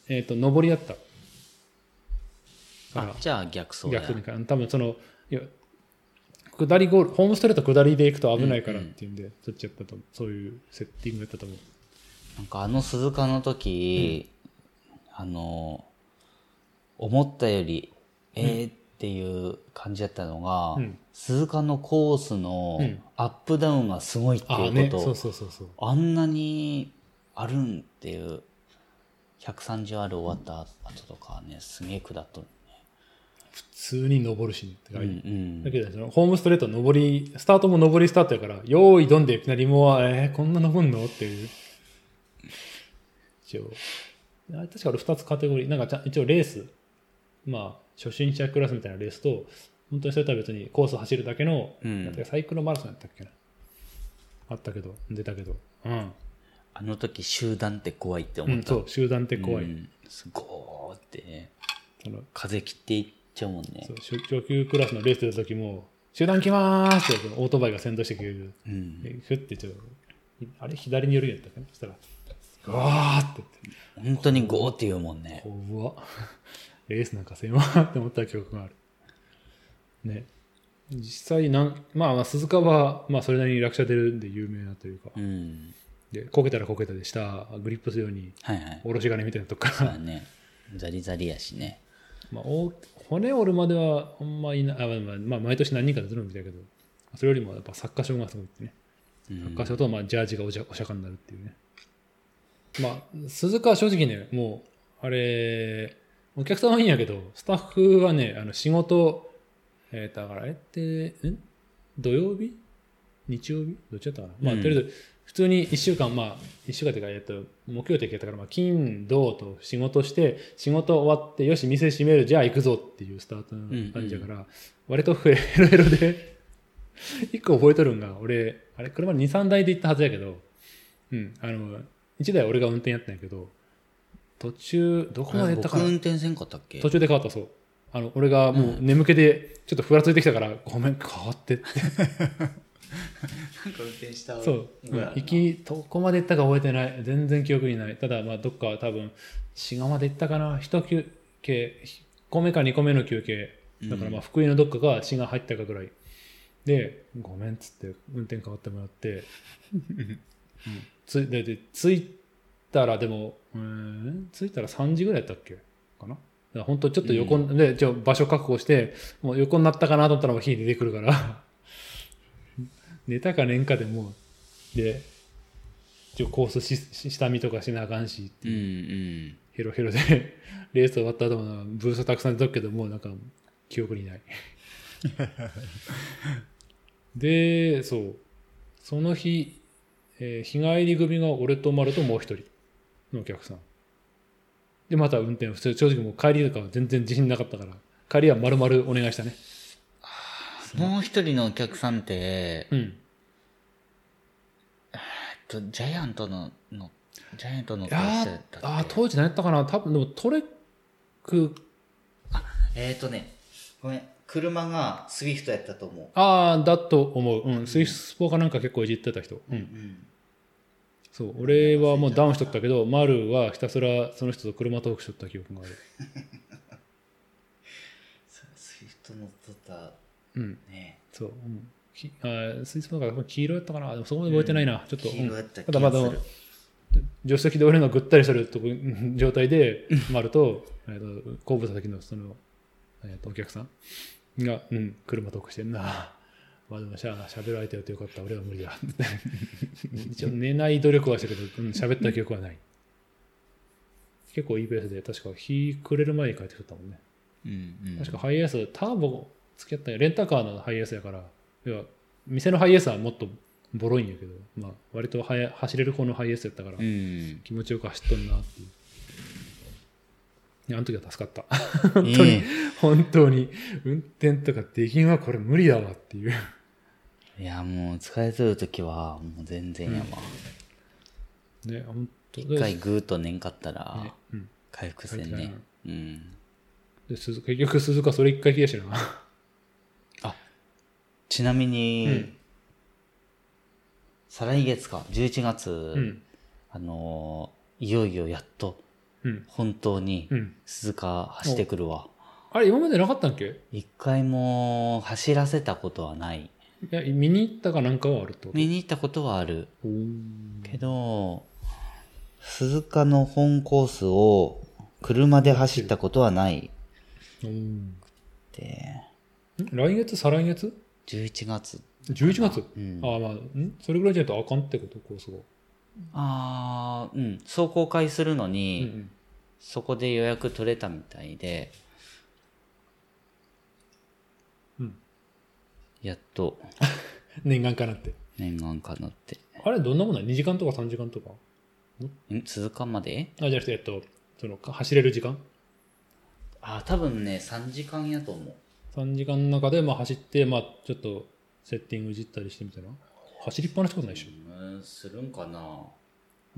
Speaker 1: えっ、と上りだったから
Speaker 2: あじゃあ逆走だ
Speaker 1: 逆にか多分そのいや下りゴールホームストレート下りで行くと危ないからっていうんで、そっちやったと思うそういうセッティングやったと思う
Speaker 2: なんかあの鈴鹿の時、あの思ったよりえー、っていう感じだったのが、
Speaker 1: うん
Speaker 2: 鈴鹿のコースの
Speaker 1: うん
Speaker 2: アップダウンがすごいって
Speaker 1: ああ
Speaker 2: いう
Speaker 1: ね
Speaker 2: こと、
Speaker 1: そうそうそうそう
Speaker 2: あんなにあるんっていう130ある終わった後とかねすげえ下っとる、
Speaker 1: 普通に上るしねって
Speaker 2: う
Speaker 1: 感
Speaker 2: ん
Speaker 1: じ、
Speaker 2: うん
Speaker 1: だけどそのホームストレート上りスタートも上りスタートやから用意どんでいきなりもうえーこんな上んのっていう一応あ確か俺2つカテゴリーなんかちゃん一応レースまあ初心者クラスみたいなレースと本当にそれとは別にコース走るだけの、
Speaker 2: うん
Speaker 1: なんていうかサイクロマラソンやったっけなあったけど出たけどうん、
Speaker 2: あの時集団って怖いって
Speaker 1: う
Speaker 2: 思っ
Speaker 1: ん、
Speaker 2: た、
Speaker 1: そう集団って怖い、
Speaker 2: うんすごーってね
Speaker 1: その
Speaker 2: 風切っていっちゃうもんね
Speaker 1: そう初初級クラスのレース出た時も集団来まーすってオートバイが先導してくれる
Speaker 2: うん
Speaker 1: でふってちょっとあれ左に寄るんやったかなそしたらうわーって言って
Speaker 2: 本当にゴーって言うもんね
Speaker 1: 怖っ (laughs) レースなんかせんわって思った記憶があるね実際なん、まあ、まあ鈴鹿は、まあ、それなりに落車出るんで有名なというか
Speaker 2: うん
Speaker 1: でこけたらこけたで下グリップするように
Speaker 2: はいはい
Speaker 1: おろし金みたいなとこか
Speaker 2: そう
Speaker 1: ら、 (laughs)
Speaker 2: だねザリザリやしね
Speaker 1: まあ、大き骨折るまではほんまいないあ、まあまあまあ、毎年何人か出てるみたいだけどそれよりもやっぱサッカー賞がすごいってね
Speaker 2: うん
Speaker 1: 合唱とまあジャージがおしゃお釈迦になるっていうね。まあ、鈴鹿は正直ね、もう、あれ、お客さんはいいんやけど、スタッフはね、あの仕事、えー、だから、あれって、ん土曜日日曜日どっちだったかな、まあ、
Speaker 2: うん
Speaker 1: とりあえず、普通に1週間、まあ、1週間というか、えっと、木曜的やったから、まあ、金、土と仕事して、仕事終わって、よし、店閉める、じゃあ行くぞっていうスタートの感じやから、割とヘロヘロで。 (laughs) 一個覚えとるんが、俺、あれ、車2、3台で行ったはずやけど、うん、あの、1台俺が運転やったんやけど、途中、どこまで行ったか
Speaker 2: 僕
Speaker 1: な
Speaker 2: 運転せんかったっけ
Speaker 1: 途中で変わった、そう。あの、俺がもう眠気で、ちょっとふらついてきたから、ごめん、変わってって。
Speaker 2: なんか運転し
Speaker 1: (laughs)
Speaker 2: た
Speaker 1: そう、うん行き、どこまで行ったか覚えてない。全然記憶にない。ただ、まあ、どっか多分、滋賀まで行ったかな。一休憩、1個目か2個目の休憩。だから、まあ、福井のどっかが滋賀入ったかぐらい。で、ごめんっつって、運転変わってもら (laughs) って。つでで着いたらでもうーん着いたら3時ぐらいだったっけかなだから本当ちょっと横、でじゃあ場所確保してもう横になったかなと思ったらもう火出てくるから寝たか寝んかでもうで一応コースしし下見とかしなあかんし
Speaker 2: うんうん
Speaker 1: ヘロヘロで (laughs) レース終わった後もなんかブーストたくさん出とくけどもうなんか記憶にないでそうその日、えー日帰り組が俺と丸ともう一人のお客さんでまた運転普通正直もう帰りとかは全然自信なかったから帰りは丸々お願いしたね
Speaker 2: もう一人のお客さんって、
Speaker 1: うん
Speaker 2: えっと、ジャイアントののジャイアントの
Speaker 1: いや
Speaker 2: 会社だ
Speaker 1: ー
Speaker 2: ったっけ
Speaker 1: あー当時何やったかな多分でもトレック
Speaker 2: えっ、ー、とねごめん車がスウィフトやったと思
Speaker 1: ああだと思う、うん、スイスポーかなんか結構いじってた人、うん
Speaker 2: う、うん、
Speaker 1: そう俺はもうダウンしとったけどマルはひたすらその人と車トークしとった記憶がある
Speaker 2: スウィフト乗っとった
Speaker 1: うん
Speaker 2: ね
Speaker 1: そう、うん、きあースイスポーカー黄色やったかなでもそこまで覚えてないな、ちょっと、
Speaker 2: 黄色
Speaker 1: う
Speaker 2: や
Speaker 1: ん
Speaker 2: った気
Speaker 1: ただま
Speaker 2: が
Speaker 1: あ
Speaker 2: す
Speaker 1: で
Speaker 2: る、
Speaker 1: も助手席で俺のぐったりするとこ (laughs) 状態で丸とえーと後部座席のその、えーとお客さんが、うん、車トークしてんな。 (laughs) まあでもしゃあしゃべる相手はとよかった俺は無理だ (laughs) 一応寝ない努力はしたけどうん喋った記憶はない結構いいペースで確か日暮れる前に帰ってきたもんね
Speaker 2: うんうん
Speaker 1: 確かハイエースターボ付き合ったんやレンタカーのハイエースやから要は店のハイエースはもっとボロいんやけど、まあ、割とはや走れる方のハイエースやったから
Speaker 2: うん
Speaker 1: 気持ちよく走っとるなっていういやあの時は助かった (laughs)
Speaker 2: 本当に、
Speaker 1: 本当に運転とかできんわこれ無理だわっていう
Speaker 2: いやもう疲れとる時はもう全然やわ、
Speaker 1: ね本当
Speaker 2: 一回ぐーっと寝んかったら、
Speaker 1: ねうん
Speaker 2: 回復せん
Speaker 1: 回
Speaker 2: ね
Speaker 1: 復
Speaker 2: うん
Speaker 1: で鈴結局鈴鹿それ一回きりやしな
Speaker 2: ちなみに、
Speaker 1: うん
Speaker 2: 再来月か11月、
Speaker 1: うん
Speaker 2: あのーいよいよやっと
Speaker 1: うん
Speaker 2: 本当に
Speaker 1: うん
Speaker 2: 鈴鹿走ってくるわ、
Speaker 1: あれ今までなかったんっけ
Speaker 2: 一回も走らせたことはない
Speaker 1: いや見に行ったかなんかはあるってこと
Speaker 2: 見に行ったことはある
Speaker 1: おー
Speaker 2: けど鈴鹿の本コースを車で走ったことはない
Speaker 1: おー
Speaker 2: で
Speaker 1: ん来月再来月
Speaker 2: 11月、
Speaker 1: 11月、
Speaker 2: うん、
Speaker 1: ああまあんそれぐらいじゃないとあかんってことコースが、
Speaker 2: あーうん壮行会するの
Speaker 1: う
Speaker 2: に、
Speaker 1: ん
Speaker 2: そこで予約取れたみたいで、
Speaker 1: うん
Speaker 2: やっと
Speaker 1: 念願かなって
Speaker 2: 念願かなって
Speaker 1: あれどんなもんなの2時間とか3時間とか
Speaker 2: ん鈴鹿まで
Speaker 1: あじゃなくてえっとそのか走れる時間
Speaker 2: あー多分ね3時間やと思う
Speaker 1: 3時間の中でまあ走ってまあちょっとセッティングいじったりしてみたいな走りっぱなしってことないでしょ、
Speaker 2: うんするんかな
Speaker 1: ま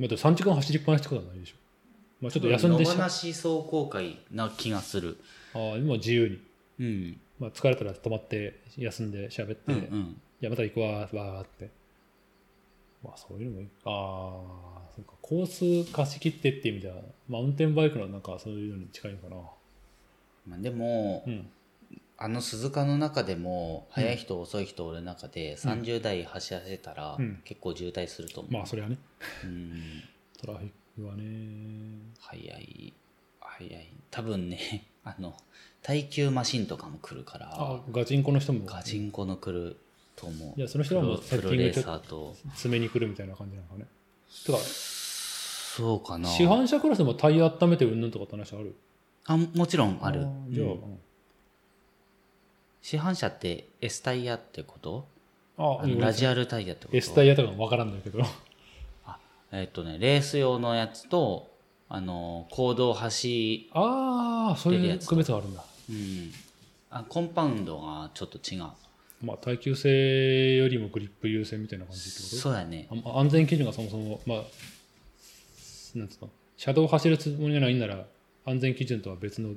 Speaker 1: あ、でも3時間走りっぱなしってことはないでしょ、まあ、ちょっと休んでし
Speaker 2: 野
Speaker 1: あ
Speaker 2: 放し壮行会な気がする
Speaker 1: あ今自由に、
Speaker 2: うん
Speaker 1: まあ、疲れたら止まって休んで喋って、
Speaker 2: うんう
Speaker 1: い
Speaker 2: ん
Speaker 1: やまた行くわわーってまあそういうのもいいああそうかコース貸し切ってっていう意味ではマウンテンバイクのなんかそういうのに近いのかな
Speaker 2: まあ、でも、
Speaker 1: うん
Speaker 2: あの鈴鹿の中でも早い人遅い人おる中で
Speaker 1: ん
Speaker 2: 30代走らせたら
Speaker 1: うん
Speaker 2: 結構渋滞すると思う、
Speaker 1: まあそれはね
Speaker 2: うん
Speaker 1: トラフィックはね
Speaker 2: 早い早い多分ね (laughs) あの耐久マシンとかも来るから
Speaker 1: あガチンコの人も
Speaker 2: ガチンコの来ると思う
Speaker 1: いやその人はもう
Speaker 2: プロ
Speaker 1: セッティ
Speaker 2: プ
Speaker 1: ング
Speaker 2: ロレー
Speaker 1: ちょっ
Speaker 2: サーと
Speaker 1: 爪に来るみたいな感じなのかねとか
Speaker 2: そうかな
Speaker 1: 市販車クラスでもタイヤ温めてうんぬんとかって話ある
Speaker 2: あもちろんある
Speaker 1: ーじゃあ、
Speaker 2: うん市販車って S タイヤってこと
Speaker 1: あ
Speaker 2: あのラジアルタイヤってこと
Speaker 1: S タイヤとかもわからんだけど
Speaker 2: えっとねレース用のやつとあの公道走
Speaker 1: ああそう
Speaker 2: 出る
Speaker 1: い
Speaker 2: や
Speaker 1: う
Speaker 2: つ
Speaker 1: 区別があるんだ
Speaker 2: うん、あコンパウンドがちょっと違う
Speaker 1: まあ耐久性よりもグリップ優先みたいな感じってこと
Speaker 2: そうやね
Speaker 1: あ安全基準がそもそも、まあ、なんつうの、車道を走るつもりがないんなら、安全基準とは別の、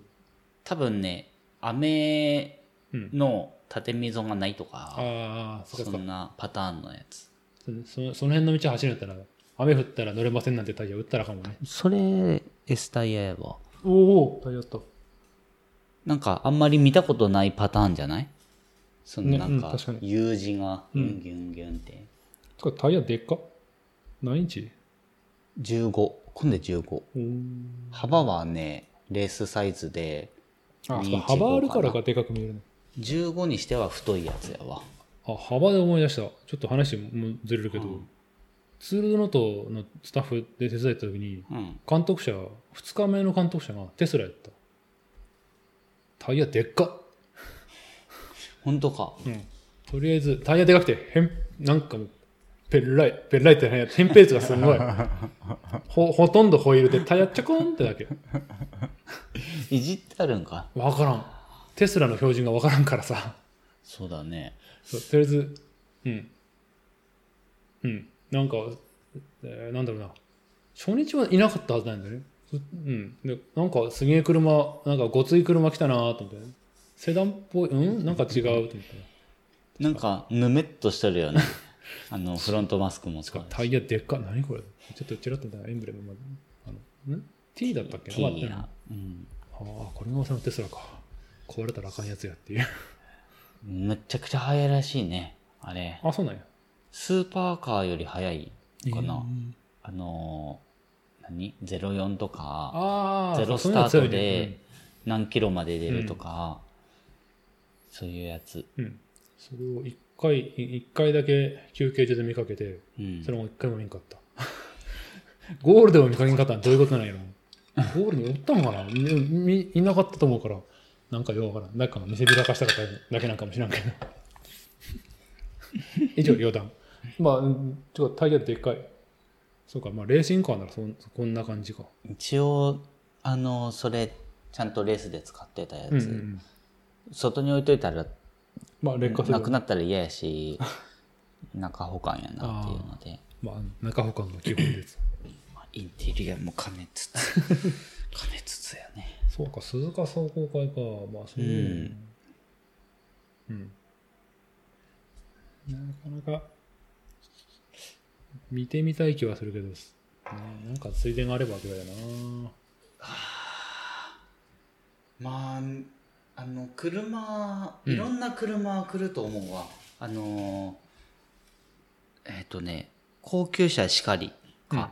Speaker 2: 多分ね雨
Speaker 1: うん、
Speaker 2: の縦溝がないとか、
Speaker 1: ああ、そっか
Speaker 2: そ
Speaker 1: そっ
Speaker 2: んなパターンのやつ
Speaker 1: かその、その辺の道走るんだったら、雨降ったら乗れませんなんてタイヤ売ったらかもね。
Speaker 2: それ S タイヤやわ
Speaker 1: おお、タイヤあった。
Speaker 2: なんかあんまり見たことないパターンじゃないその
Speaker 1: ね
Speaker 2: なん
Speaker 1: う
Speaker 2: か
Speaker 1: ん確かに
Speaker 2: U 字が
Speaker 1: う
Speaker 2: ギ
Speaker 1: ん
Speaker 2: ュンギュンギュンって、
Speaker 1: つかタイヤでっか何インチ
Speaker 2: 15今度15
Speaker 1: おー
Speaker 2: 幅はねレースサイズで
Speaker 1: あ、そうか
Speaker 2: 215
Speaker 1: 幅あるから
Speaker 2: か
Speaker 1: がでかく見えるね。
Speaker 2: 15にしては太いやつやわ
Speaker 1: あ、幅で思い出した。ちょっと話もずれるけど、
Speaker 2: うん
Speaker 1: ツールドノートのスタッフで手伝った時に、
Speaker 2: うん
Speaker 1: 監督者2日目の監督者がテスラやったタイヤでっかっ、
Speaker 2: 本当か
Speaker 1: とりあえずタイヤでかくてへんなんかもうペッライペッライってなんや扁平足がすごいほほとんどホイールでタイヤちょこんってだけ
Speaker 2: いじってあるんか
Speaker 1: わからんテスラの標準がわからんからさ
Speaker 2: そうだね
Speaker 1: そうとりあえずうんうんなんか、えーなんだろうな初日はいなかったはずなんだよねそうんでなんかすげえ車なんかごつい車来たなーと思ってセダンっぽいうんなんか違うと思 (laughs) って
Speaker 2: なんかぬめっとしてるよ
Speaker 1: (laughs)
Speaker 2: ねあのフロントマスクも使う
Speaker 1: タイヤでっか何これちょっとちらっと見たらエンブレムまであのん T だったっけ
Speaker 2: T
Speaker 1: なま
Speaker 2: や
Speaker 1: あ、
Speaker 2: うん、
Speaker 1: うんあーこれがそのテスラか壊れたらあかんやつや (laughs) っていう
Speaker 2: めちゃくちゃ速いらしいねあれ
Speaker 1: あそうなんや
Speaker 2: スーパーカーより速いかな、
Speaker 1: うん
Speaker 2: あのー何 ?04 とか、
Speaker 1: ああ、
Speaker 2: ゼロ
Speaker 1: そ
Speaker 2: ス
Speaker 1: ういう
Speaker 2: タ
Speaker 1: の
Speaker 2: ー
Speaker 1: 強
Speaker 2: ト
Speaker 1: いね
Speaker 2: で何キロまで出るとか、そういうやつ。
Speaker 1: うんうんそれを一回、い一回だけ休憩所で見かけて、
Speaker 2: うん
Speaker 1: それも一回も見んかった。 (laughs) ゴールでも見かけんかったのはどういうことなんやろゴールにおったんかなみみいなかったと思うから、なんかようわからん。なんか見せびらかしたかっただけなんかもしらんけど。 (laughs) 以上、余談。まあ、うんちょっとタイヤでっかい。そうか、まあ、レーシングカーならそんこんな感じか。
Speaker 2: 一応、あの、それ、ちゃんとレースで使ってたや
Speaker 1: うんうんう
Speaker 2: つ、
Speaker 1: ん。
Speaker 2: 外に置いといたら、
Speaker 1: まあ、劣化する
Speaker 2: な。くなったら嫌や (laughs) し、中保管やなっていうので、
Speaker 1: まあ、中保管の基本です。
Speaker 2: まあインテリアも兼ねつ (laughs) つ、兼ねつつやね。
Speaker 1: そうか、鈴鹿総合会か。まあ、そういうのも。うん。なかなか、見てみたい気はするけど、ね、なんかついでがあればぐらいだな。
Speaker 2: まあ、あの、車、
Speaker 1: うん
Speaker 2: いろんな車来ると思うわ。あのー、えっ、とね、高級車しかりか、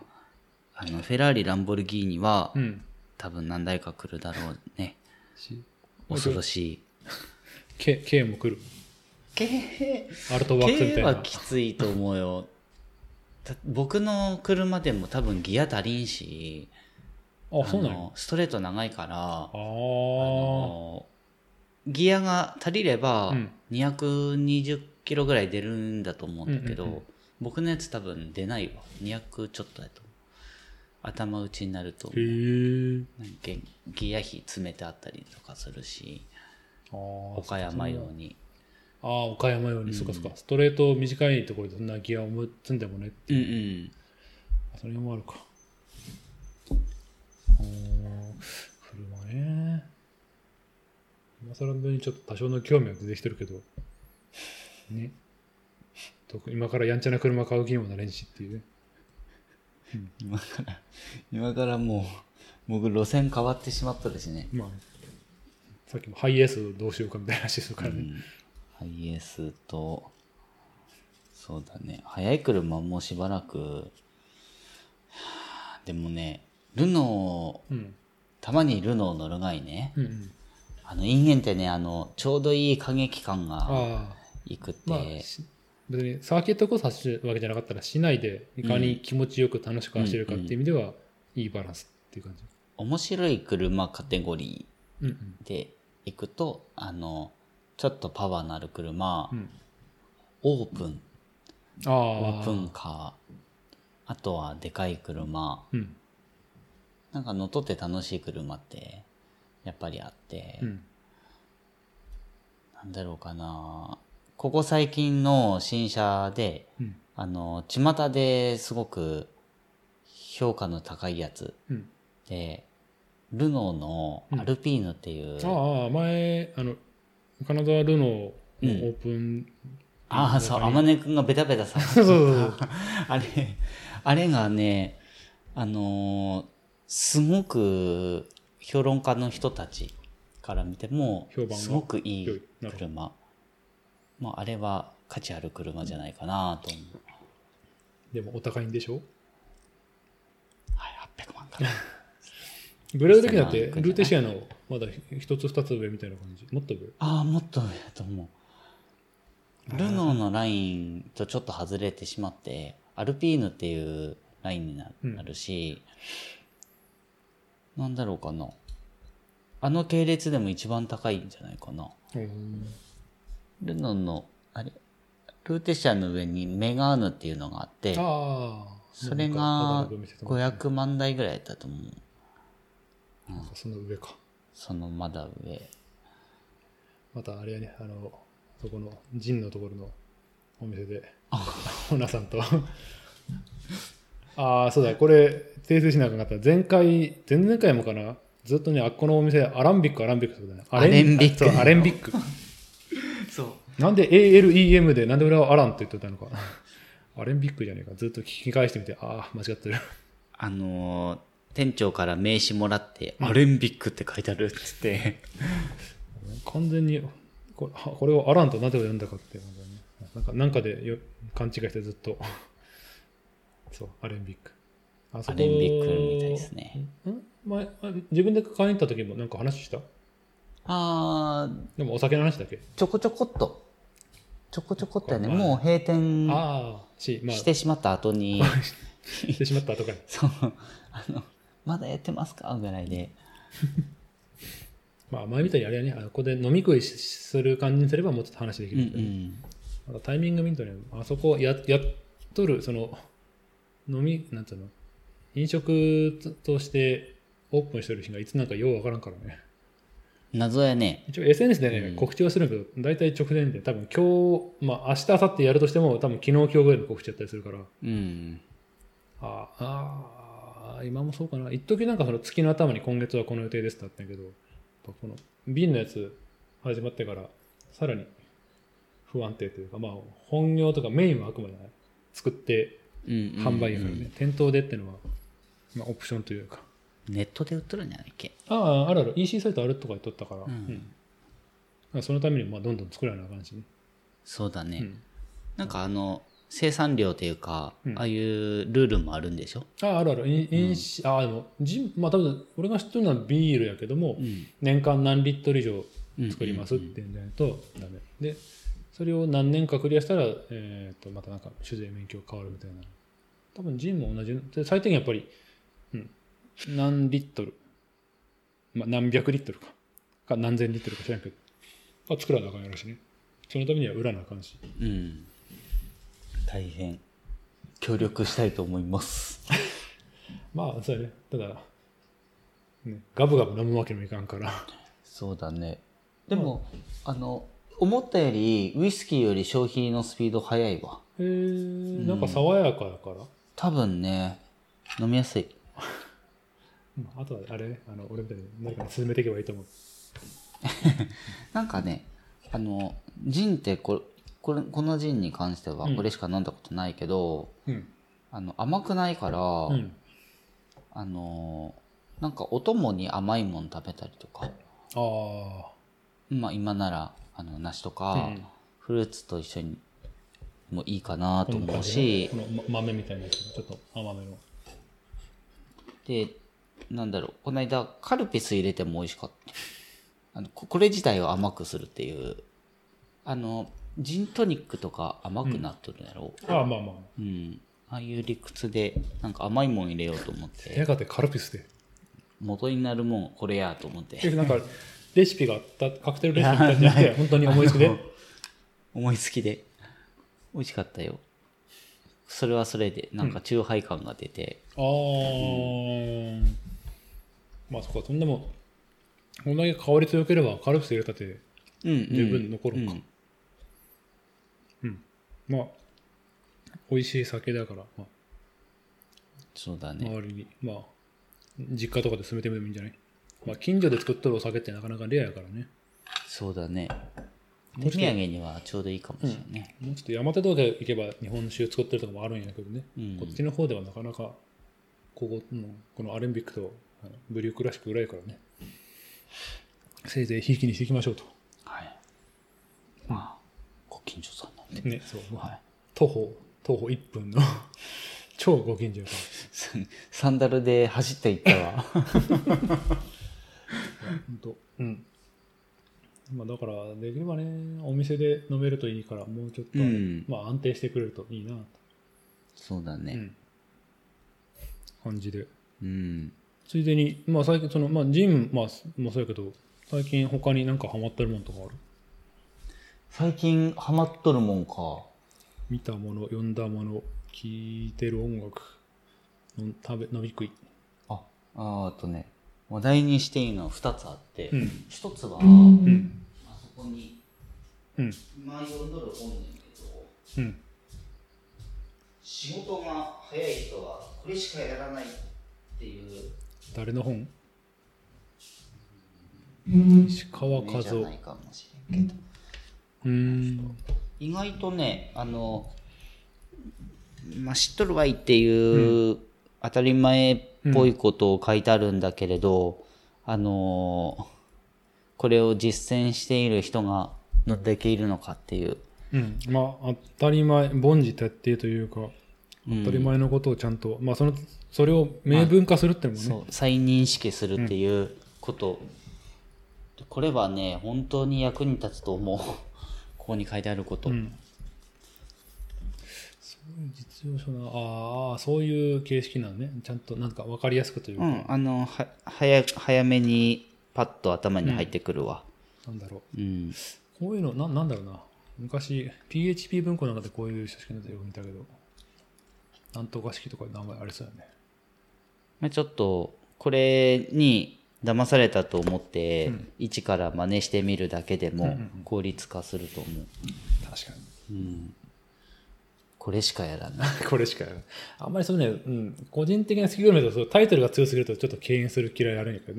Speaker 2: あの、フェラーリ、ランボルギーニは、
Speaker 1: うん。
Speaker 2: 多分何台か来るだろうね。恐ろしい。
Speaker 1: K, K も来る。
Speaker 2: 軽
Speaker 1: アルトワックスみた
Speaker 2: 軽
Speaker 1: い
Speaker 2: は
Speaker 1: な。
Speaker 2: きついと思うよ。た僕の車でも多分ギア足りんし、
Speaker 1: あ、そうな
Speaker 2: あ
Speaker 1: の
Speaker 2: のストレート長いから、
Speaker 1: あ
Speaker 2: あ
Speaker 1: ー
Speaker 2: のギアが足りれば
Speaker 1: うん
Speaker 2: 220キロぐらい出るんだと思うんだけど、
Speaker 1: うんうんうん
Speaker 2: 僕のやつ多分出ないわ200ちょっとだと思う頭打ちになると思う
Speaker 1: へえ。
Speaker 2: なんかギア比詰めてあったりとかするし
Speaker 1: あー
Speaker 2: 岡山用に
Speaker 1: ああ、岡山より、そっかそっか。ストレート短いところでそんなギアを積んでもね
Speaker 2: うんうん
Speaker 1: それもあるか。おー車ね。今更のようにちょっと多少の興味は出てきてるけど、ね。特今からやんちゃな車買う気にもなれんしっていうね。
Speaker 2: 今から今からもう僕路線変わってしまったですね、
Speaker 1: まあ、さっきもハイエースどうしようかみたいな話するから
Speaker 2: う
Speaker 1: ね。
Speaker 2: ん、ハイエースとそうだね速い車もうしばらくはあでもねルノー
Speaker 1: うん。
Speaker 2: たまにルノー乗るがいね
Speaker 1: うんうん。
Speaker 2: あのインゲンってねあのちょうどいい過激感が
Speaker 1: ああ。
Speaker 2: いくって、
Speaker 1: まあ、し別にサーキットコース走るわけじゃなかったら、市内でいかに気持ちよく楽しく走れるかっていう意味では、いいバランスっていう感じ。
Speaker 2: 面白い車カテゴリ
Speaker 1: うんうん。
Speaker 2: ーでいくとあのちょっとパワーのある車、
Speaker 1: うん、
Speaker 2: オープン
Speaker 1: ああ。
Speaker 2: オープンカーあとはでかい車
Speaker 1: うん。
Speaker 2: なんか乗っ取って楽しい車って、やっぱりあって、
Speaker 1: うん。
Speaker 2: なんだろうかな。ここ最近の新車で、
Speaker 1: うん。
Speaker 2: あの、巷ですごく評価の高いやつ
Speaker 1: うん。
Speaker 2: で、ルノ
Speaker 1: う
Speaker 2: ー
Speaker 1: ん
Speaker 2: のアルピーヌっていう、
Speaker 1: ああ、前、あの、カナダルノーのオープン、
Speaker 2: ああ、そう、天音くんがベタベタ
Speaker 1: (laughs)
Speaker 2: さ、
Speaker 1: そうそうそう。
Speaker 2: (laughs) あれ、あれがね、あのーすごく評論家の人たちから見ても
Speaker 1: 評判、が
Speaker 2: すごくい
Speaker 1: 良い
Speaker 2: い
Speaker 1: なるほ
Speaker 2: 車。まあ、あれは価値ある車じゃないかなと思う。
Speaker 1: でもお高いんでしょ
Speaker 2: はい、800万かな。
Speaker 1: ブラウル的だって、ルーテシアのまだ一つ二つ上みたいな感じ。もっと上。
Speaker 2: ああ、もっと上だと思う。ルノーのラインとちょっと外れてしまって、アルピーヌっていうラインにな
Speaker 1: うん
Speaker 2: なるし、なんだろうかな。あの系列でも一番高いんじゃないかな。
Speaker 1: うん。
Speaker 2: ルノーの、あれ、ルーテシャの上にメガーヌっていうのがあって、
Speaker 1: ああ。
Speaker 2: それ
Speaker 1: な
Speaker 2: が
Speaker 1: んか
Speaker 2: 500万台ぐらいだったと思う。
Speaker 1: なんかその上か。
Speaker 2: そのまだ上。
Speaker 1: またあれやね、あの、そこの、ジンのところのお店で、オーナーさんと。ああ、そうだ、これ、訂正しなあかんかった。前回、前々回もかな、ずっとね、あっこのお店、アランビック、アランビックってことだね。ア
Speaker 2: アレンビック
Speaker 1: そうアレンビック。
Speaker 2: そう。
Speaker 1: なんで ALEM で、なんで俺はアランと言ってたのか。アレンビックじゃねえか。ずっと聞き返してみて、ああ、間違ってる。
Speaker 2: あのー店長から名刺もらって、アレンビックって書いてあるっつって、
Speaker 1: 完全にこれ、あこれをアランとなぜを読んだかっていうのがね (laughs) なんか、なんかでよ勘違いしてずっと。そう、アレンビック。あそ
Speaker 2: ア
Speaker 1: こ
Speaker 2: レンビックみたいですね。
Speaker 1: ん前あ自分で買いに行った時もなんか話した
Speaker 2: ああ、
Speaker 1: でもお酒の話だけ、
Speaker 2: ちょこちょこっと。ちょこちょこっとやね。
Speaker 1: ここは
Speaker 2: もう閉店
Speaker 1: ああしまあ
Speaker 2: し
Speaker 1: して
Speaker 2: てしまった後に、
Speaker 1: しまったとかに
Speaker 2: (laughs) そう、あの、まだやってますかぐらいで。
Speaker 1: まあ前みたいにあれやねあのここで飲み食いしする感じにすればもうちょっと話でき
Speaker 2: うんう
Speaker 1: るけど、
Speaker 2: ん。
Speaker 1: なんかタイミング見んとねあそこややっとるその飲みなんていうの飲食としてオープンしてる日がいつなんかようわからんからね
Speaker 2: 謎やね。
Speaker 1: 一応 SNS でね、
Speaker 2: うん
Speaker 1: 告知はするけど大体直前で多分今日まあ明日明後日やるとしても多分昨日今日ぐらいの告知やったりするから
Speaker 2: うん。
Speaker 1: あーあー今もそうかな一時なんかその月の頭に今月はこの予定ですってあったんやけどやっぱこの瓶のやつ始まってからさらに不安定というかまあ本業とかメインはあくまでね作って
Speaker 2: うんうんうん
Speaker 1: 販売やからね、店頭でってのは、まあ、オプションというか
Speaker 2: ネットで売っとるんじゃないっけ
Speaker 1: あああるある EC サイトあるとか言っとったから、
Speaker 2: うん
Speaker 1: うんそのためにまあどんどん作らなあかんしね、
Speaker 2: そうだね、
Speaker 1: うん
Speaker 2: なんかあの生産量というか、
Speaker 1: うん
Speaker 2: ああいうルールもあるんでしょ、
Speaker 1: ああるある飲飲酒、ああでもジンまあ多分俺が知ってるのはビールやけども、
Speaker 2: ん
Speaker 1: 年間何リットル以上作りますっていうんじゃないとダメでそれを何年かクリアしたら、えー、とまたなんか酒税免許変わるみたいな多分ジンも同じで最低限やっぱり、うん、何リットル、まあ、何百リットルかか何千リットルか知らんけどあ作らなあかんやろしねそのためには売らなあかんし
Speaker 2: うん大変協力したいと思います
Speaker 1: まあそうやねただねガブガブ飲むわけにもいかんから
Speaker 2: そうだねでも、あの思ったよりウイスキーより消費のスピード早いわ
Speaker 1: へえなんか爽やかだから、
Speaker 2: 多分ね飲みやすい
Speaker 1: まああとはあれねあの俺みたいに何か進めていけばいいと思う
Speaker 2: なんかねあのジンってこれこれこのジンに関しては
Speaker 1: うん
Speaker 2: これしか飲んだことないけど、
Speaker 1: うん
Speaker 2: あの甘くないから、
Speaker 1: うん
Speaker 2: あのーなんかお供に甘いもん食べたりとか、
Speaker 1: あ
Speaker 2: まあ、今ならあの梨とか、
Speaker 1: うん
Speaker 2: フルーツと一緒にもいいかな
Speaker 1: あ
Speaker 2: と思うし
Speaker 1: このま豆みたいなやつちょっと甘めの
Speaker 2: でなんだろうこの間カルピス入れても美味しかったあのここれ自体を甘くするっていうあのジントニックとか甘くなっとるやろ
Speaker 1: ああまあまあ
Speaker 2: うん、ああいう理屈でなんか甘いもん入れようと思っ
Speaker 1: 部屋
Speaker 2: て
Speaker 1: 買ってカルピスで
Speaker 2: 元になるもんこれやと思って
Speaker 1: 結局なん (laughs) かレシピがあったカクテルレシピみたいなのって本当に思いつきで
Speaker 2: あの思いつきで美味しかったよそれはそれでなんかチューハイ感が出て、
Speaker 1: ああ、まあそっかそんなもんこんだけ香り強ければカルピス入れたって
Speaker 2: うんうん
Speaker 1: 十分残るか
Speaker 2: うん
Speaker 1: まあ美味しい酒だから、まあ、
Speaker 2: そうだね、
Speaker 1: 周りに、まあ実家とかで進めてみるもいいんじゃないまあ近所で作っとるお酒ってなかなかレアやからね
Speaker 2: そうだね
Speaker 1: も
Speaker 2: 手
Speaker 1: うち
Speaker 2: 土
Speaker 1: ょっ
Speaker 2: 産にはちょうどいいかもしれないね、
Speaker 1: ともうちょっと山手道家行けば日本酒作ってるとかもあるんやけどね
Speaker 2: うん
Speaker 1: こっちの方ではなかなかここのこのアレンビックとあのブリュークらしく裏やからねせいぜいひいきにしていきましょうと
Speaker 2: はいまあご近所さんなんで、 (laughs)
Speaker 1: ねそう
Speaker 2: はい
Speaker 1: 徒歩徒歩1分の (laughs) 超ご近所やか
Speaker 2: サンサンダルで走っていったわ
Speaker 1: らほんとうんまあだからできればねお店で飲めるといいからもうちょっと、
Speaker 2: うん
Speaker 1: まあ安定してくれるといいなと、
Speaker 2: そうだね
Speaker 1: ん感じで
Speaker 2: うん、
Speaker 1: ついでにまあ最近そのまあジムまあもうそうやけど最近他になんかハマってるもんとかある
Speaker 2: 最近ハマっとるもんか
Speaker 1: 見たもの読んだもの聴いてる音楽のん食べ飲み食い
Speaker 2: あああとね話題にしていいのは2つあって、
Speaker 1: うん
Speaker 2: 一つは、
Speaker 1: うん
Speaker 2: あそこに
Speaker 1: うん
Speaker 2: 今読んどる本ねんけど
Speaker 1: うん
Speaker 2: 仕事が早い人はこれしかやらないっていう
Speaker 1: 誰の本石川和
Speaker 2: じゃ
Speaker 1: 夫
Speaker 2: ないかもしれんけど
Speaker 1: うーん
Speaker 2: 意外とねあの、まあ、知っとるわいっていう当たり前っぽいことを書いてあるんだけれど、あのこれを実践している人ができるのかっていう
Speaker 1: うんまあ当たり前凡事徹底というか
Speaker 2: うん
Speaker 1: 当たり前のことをちゃんと、まあそのそれを明文化するっていうのもね、
Speaker 2: そう再認識するっていうこと、これはね本当に役に立つと思うここに書いてあること、
Speaker 1: うん実用書なああそういう形式なのねちゃんとなんか分かりやすくという
Speaker 2: う
Speaker 1: か、
Speaker 2: んあのは早早めにパッと頭に入ってくるわ、
Speaker 1: なんだろう
Speaker 2: うん
Speaker 1: こういうのななんだろうな昔 PHP 文庫の中でこういう書式のやつよく見たけどなんとか式とかいう名前ありそうよね
Speaker 2: まあ、ちょっとこれに騙されたと思って、一から真似してみるだけでも効率化すると思う、
Speaker 1: 確かに (laughs)
Speaker 2: これしかやらない
Speaker 1: これしかやらないあんまりそうね、うん、個人的な好きグルメとそうタイトルが強すぎるとちょっと敬遠する嫌いあるんや (laughs) け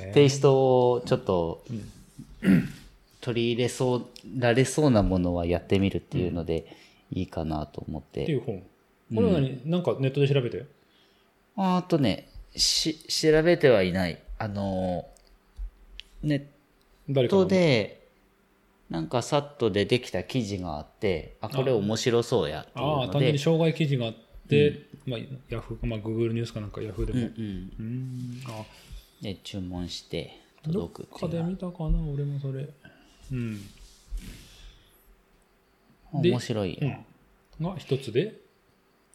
Speaker 1: どね
Speaker 2: テイストをちょっと、取り入れそうられそうなものはやってみるっていうのでいいかなと思っ
Speaker 1: ってい
Speaker 2: て、
Speaker 1: う本これは何、なんかネットで調べて
Speaker 2: ああとねし調べてはいないあのネッ
Speaker 1: 誰
Speaker 2: ネッ
Speaker 1: かが
Speaker 2: トで、なんかさっと出てきた記事があって、あ、これ面白そうやっていう
Speaker 1: ああ
Speaker 2: の
Speaker 1: 単純に
Speaker 2: で、
Speaker 1: 障害記事があって、まあ、ヤフーまあ、グーグルニュースかなんかヤフーで
Speaker 2: うんう
Speaker 1: も、
Speaker 2: ん、
Speaker 1: うん、あ
Speaker 2: で注文して
Speaker 1: ど
Speaker 2: 届くって
Speaker 1: っか
Speaker 2: いう
Speaker 1: で
Speaker 2: のは
Speaker 1: 見たかな俺もそれうんで
Speaker 2: 面白い、
Speaker 1: が一つで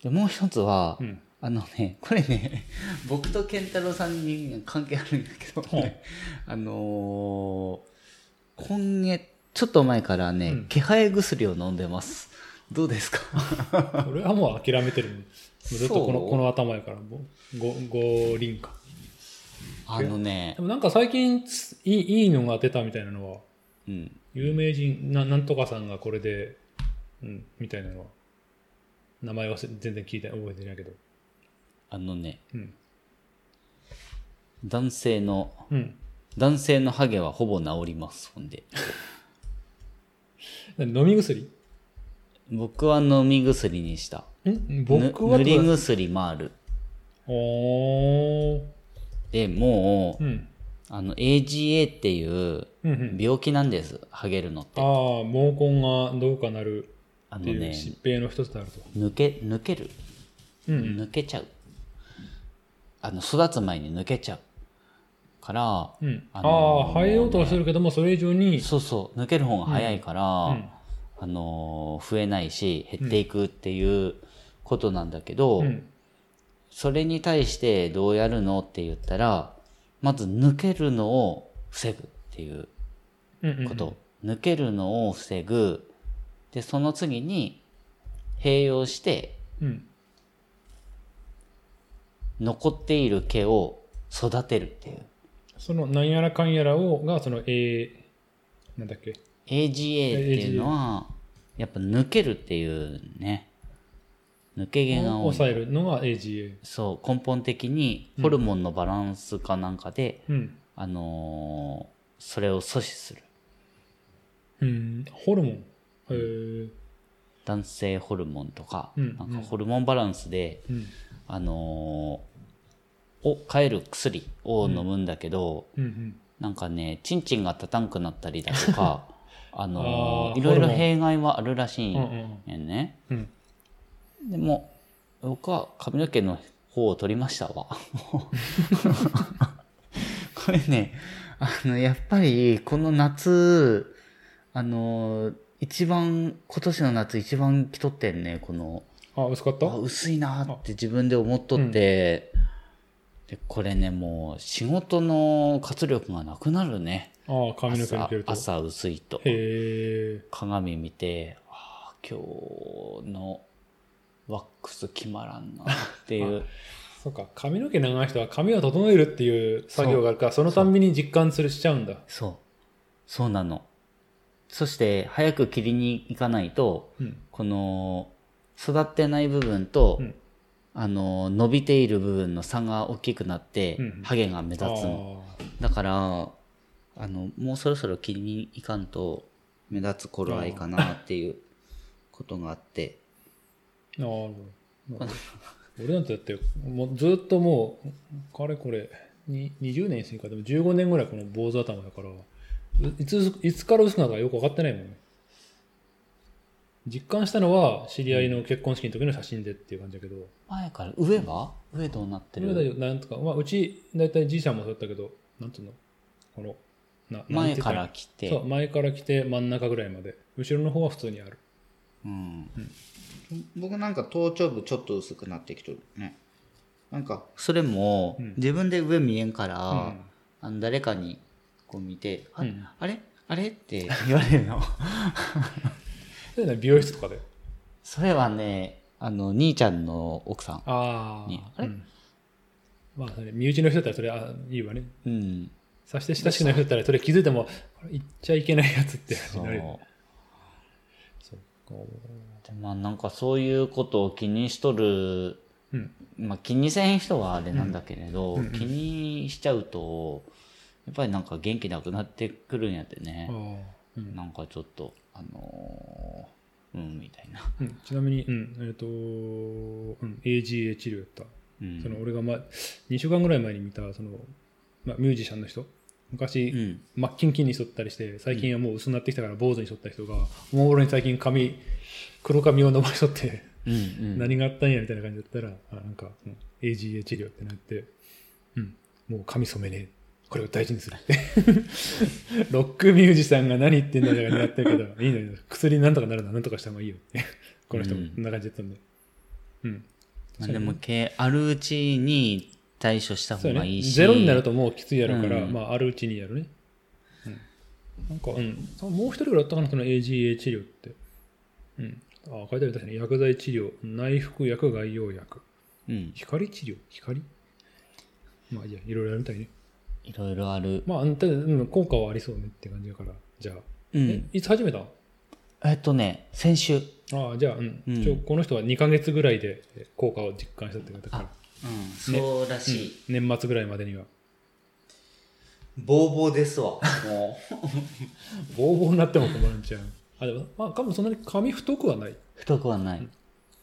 Speaker 2: で、もう一つは、
Speaker 1: うん
Speaker 2: あのね、これね、 (laughs) 僕と健太郎さんに関係あるんだけど、
Speaker 1: はい
Speaker 2: あのー今月、ちょっと前からね、
Speaker 1: うん
Speaker 2: 気配薬を飲んでます。どうですか
Speaker 1: 俺はもう諦めてるもんもうずっとこの
Speaker 2: そう
Speaker 1: この頭やからもうご五輪か
Speaker 2: あのね
Speaker 1: で、もなんか最近ついいいいのが出たみたいなのは
Speaker 2: うん、
Speaker 1: 有名人ななんとかさんがこれで、うん、みたいなのは名前は全然聞いて覚えてないけど
Speaker 2: あのね、
Speaker 1: うん
Speaker 2: 男性の、
Speaker 1: うん
Speaker 2: 男性のハゲはほぼ治りますほんで
Speaker 1: 飲み薬
Speaker 2: 僕は飲み薬にした
Speaker 1: ん
Speaker 2: ぬ
Speaker 1: 僕は
Speaker 2: 塗り薬もある
Speaker 1: おー
Speaker 2: でもう
Speaker 1: うん
Speaker 2: あの AGA っていう
Speaker 1: うんうん
Speaker 2: 病気なんですハゲるのっ
Speaker 1: あ
Speaker 2: て
Speaker 1: あ
Speaker 2: あ
Speaker 1: 毛根がどうかなるって
Speaker 2: の
Speaker 1: いう
Speaker 2: ね
Speaker 1: 疾病の一つであると、
Speaker 2: 抜け抜ける
Speaker 1: うん
Speaker 2: 抜けちゃうあの育つ前に抜けちゃうから
Speaker 1: うん、あ
Speaker 2: あのー
Speaker 1: あ生えようとはするけどもそれ以上に
Speaker 2: そうそう抜ける方が早いから、
Speaker 1: うん
Speaker 2: あのー増えないし減っていくっていうことなんだけど、
Speaker 1: うん
Speaker 2: それに対してどうやるのって言ったら、まず抜けるのを防ぐっていう
Speaker 1: うんうんうん
Speaker 2: こと。抜けるのを防ぐ。で、その次に併用して
Speaker 1: うん
Speaker 2: 残っている毛を育てるっていう。
Speaker 1: そのなんやらかんやらをがその A なんだっけ
Speaker 2: AGA っていうのは、やっぱ抜けるっていうね、抜け毛が多い。
Speaker 1: 抑えるのが AGA
Speaker 2: そう、根本的にホルモンのバランスかなんかで、
Speaker 1: うん、
Speaker 2: あのーそれを阻止する。
Speaker 1: うん、ホルモンへえ
Speaker 2: 男性ホルモンとか、
Speaker 1: うん
Speaker 2: なんかホルモンバランスで、
Speaker 1: うん
Speaker 2: あのーを変える薬を飲むんだけど、
Speaker 1: うんうん
Speaker 2: なんかね、チンチンが立たんくなったりだ
Speaker 1: (laughs)
Speaker 2: とか、あの
Speaker 1: あ
Speaker 2: ー
Speaker 1: ー
Speaker 2: いろい
Speaker 1: ホ
Speaker 2: ろ
Speaker 1: ルモン
Speaker 2: 弊害はあるらしいん
Speaker 1: うんう
Speaker 2: や
Speaker 1: ん
Speaker 2: ね。
Speaker 1: うん
Speaker 2: でも、僕は髪の毛の方を取りました
Speaker 1: (laughs)
Speaker 2: わ。これね、あの、やっぱり、この夏、あのー一番、今年の夏一番来とってんね、この、
Speaker 1: あ薄かった
Speaker 2: あ薄いなーって自分で思っとって、でこれねもう仕事の活力がなくなるね
Speaker 1: ああ髪の毛抜
Speaker 2: 朝
Speaker 1: けると
Speaker 2: 朝薄いと
Speaker 1: へえ
Speaker 2: 鏡見てあー今日のワックス決まらんなって
Speaker 1: (laughs)
Speaker 2: いう
Speaker 1: そうか髪の毛長い人は髪を整えるっていう作業があるからそのたんびに実感するしちゃうんだ
Speaker 2: そうそうなのそして早く切りに行かないと
Speaker 1: うん
Speaker 2: この育ってない部分と、
Speaker 1: うん
Speaker 2: あの伸びている部分の差が大きくなって、
Speaker 1: うん
Speaker 2: ハゲが目立
Speaker 1: あ
Speaker 2: つのだからあのもうそろそろ切りに行かんと目立つ頃合いかなっていうことがあって
Speaker 1: あなるほどまあ俺なんてだってもうずっともうかれこれに20年過ぎかでも15年ぐらいこの坊主頭だからういついつから薄くなるかよく分かってないもんね実感したのは知り合いの結婚式の時の写真でっていう感じだけど、
Speaker 2: 前から上は上どうなって
Speaker 1: それは大丈
Speaker 2: る
Speaker 1: 夫なんとか、まあ、うち大体じいちゃんもそうだったけどなんていうのこのななんて言
Speaker 2: 前
Speaker 1: った
Speaker 2: から
Speaker 1: い
Speaker 2: 来
Speaker 1: い
Speaker 2: て
Speaker 1: そう前から来て真ん中ぐらいまで後ろの方は普通にある
Speaker 2: うん、
Speaker 3: 僕なんか頭頂部ちょっと薄くなってきてるねなんか
Speaker 2: それも
Speaker 1: うん
Speaker 2: 自分で上見えんから、
Speaker 1: うん
Speaker 2: あの誰かにこう見て「あ,、
Speaker 1: うん
Speaker 2: あれあ
Speaker 3: (laughs)
Speaker 2: れ?」って言われるの
Speaker 1: それね美容室とかで
Speaker 2: それはねあの兄ちゃんの奥さん
Speaker 1: あ
Speaker 2: ねあ
Speaker 1: あ、
Speaker 2: れ
Speaker 1: うんまあそれ身内の人だったらそれあいいわね
Speaker 3: (laughs)
Speaker 2: うん
Speaker 1: さして親しくない人だったらそれ気づいてもこれ言っちゃいけないやつって話
Speaker 2: そ
Speaker 1: になるよ
Speaker 2: う
Speaker 1: ねそっか
Speaker 2: でまあなんかそういうことを気にしとる、
Speaker 1: うん
Speaker 2: まあ、気にせへん人はあれなんだけれど、
Speaker 1: うんうん
Speaker 2: 気にしちゃうとやっぱりなんか元気なくなってくるんやってね
Speaker 1: あ、ーうん
Speaker 2: なんかちょっとあのーうんみたいな、
Speaker 1: うんちなみに、うんえっとうん AGA 治療やった
Speaker 2: うん、
Speaker 1: その俺が、ま、2週間ぐらい前に見たその、ま、ミュージシャンの人昔、
Speaker 2: うん
Speaker 1: 真っキンキンに剃ったりして最近はもう薄くなってきたから坊主に剃った人がおもむろに最近髪黒髪を伸ばしとって、
Speaker 2: うんうん
Speaker 1: 何があったんやみたいな感じだったらあなんか、うん AGA 治療ってなって、うん、もう髪染めねえこれを大事にするって (laughs) ロックミュージシャンが何言ってんだみたいな感じになってるけど
Speaker 2: (laughs)
Speaker 1: いいのよ薬なんとかなるならなんとかした方がいいよってこの人も
Speaker 2: うん
Speaker 1: こんな感じだったんで、うん、
Speaker 2: まあ、でもけあるうちに対処した
Speaker 1: そう
Speaker 2: 方がい
Speaker 1: ね、
Speaker 2: いし、
Speaker 1: ゼロになるともうきついやろから、
Speaker 2: うん
Speaker 1: まあ、あるうちにやるね。うん、なんか、うん、多分もう一人ぐらいあったかな、その AGA 治療って。うん、あ書いてある確かに薬剤治療、内服薬、外用薬、
Speaker 2: うん、
Speaker 1: 光治療、光まあ、いいや、いろいろやるみたいね。
Speaker 2: いろいろある、
Speaker 1: まあ、うんただうん効果はありそうねって感じだから、じゃあ、
Speaker 2: う
Speaker 1: え
Speaker 2: ん、
Speaker 1: いつ始めた
Speaker 2: えっとね先週、
Speaker 1: ああ、じゃあ、うん
Speaker 2: うん
Speaker 1: ちょこの人は2ヶ月ぐらいでえ効果を実感したってことだから、
Speaker 2: うん、そうらしい、
Speaker 1: 年末ぐらいまでには。
Speaker 2: ボーボーですわもう
Speaker 1: ボーボーになっても困るんちゃう。あ、でも、まあ、多分そんなに髪太くはない。
Speaker 2: 太くはない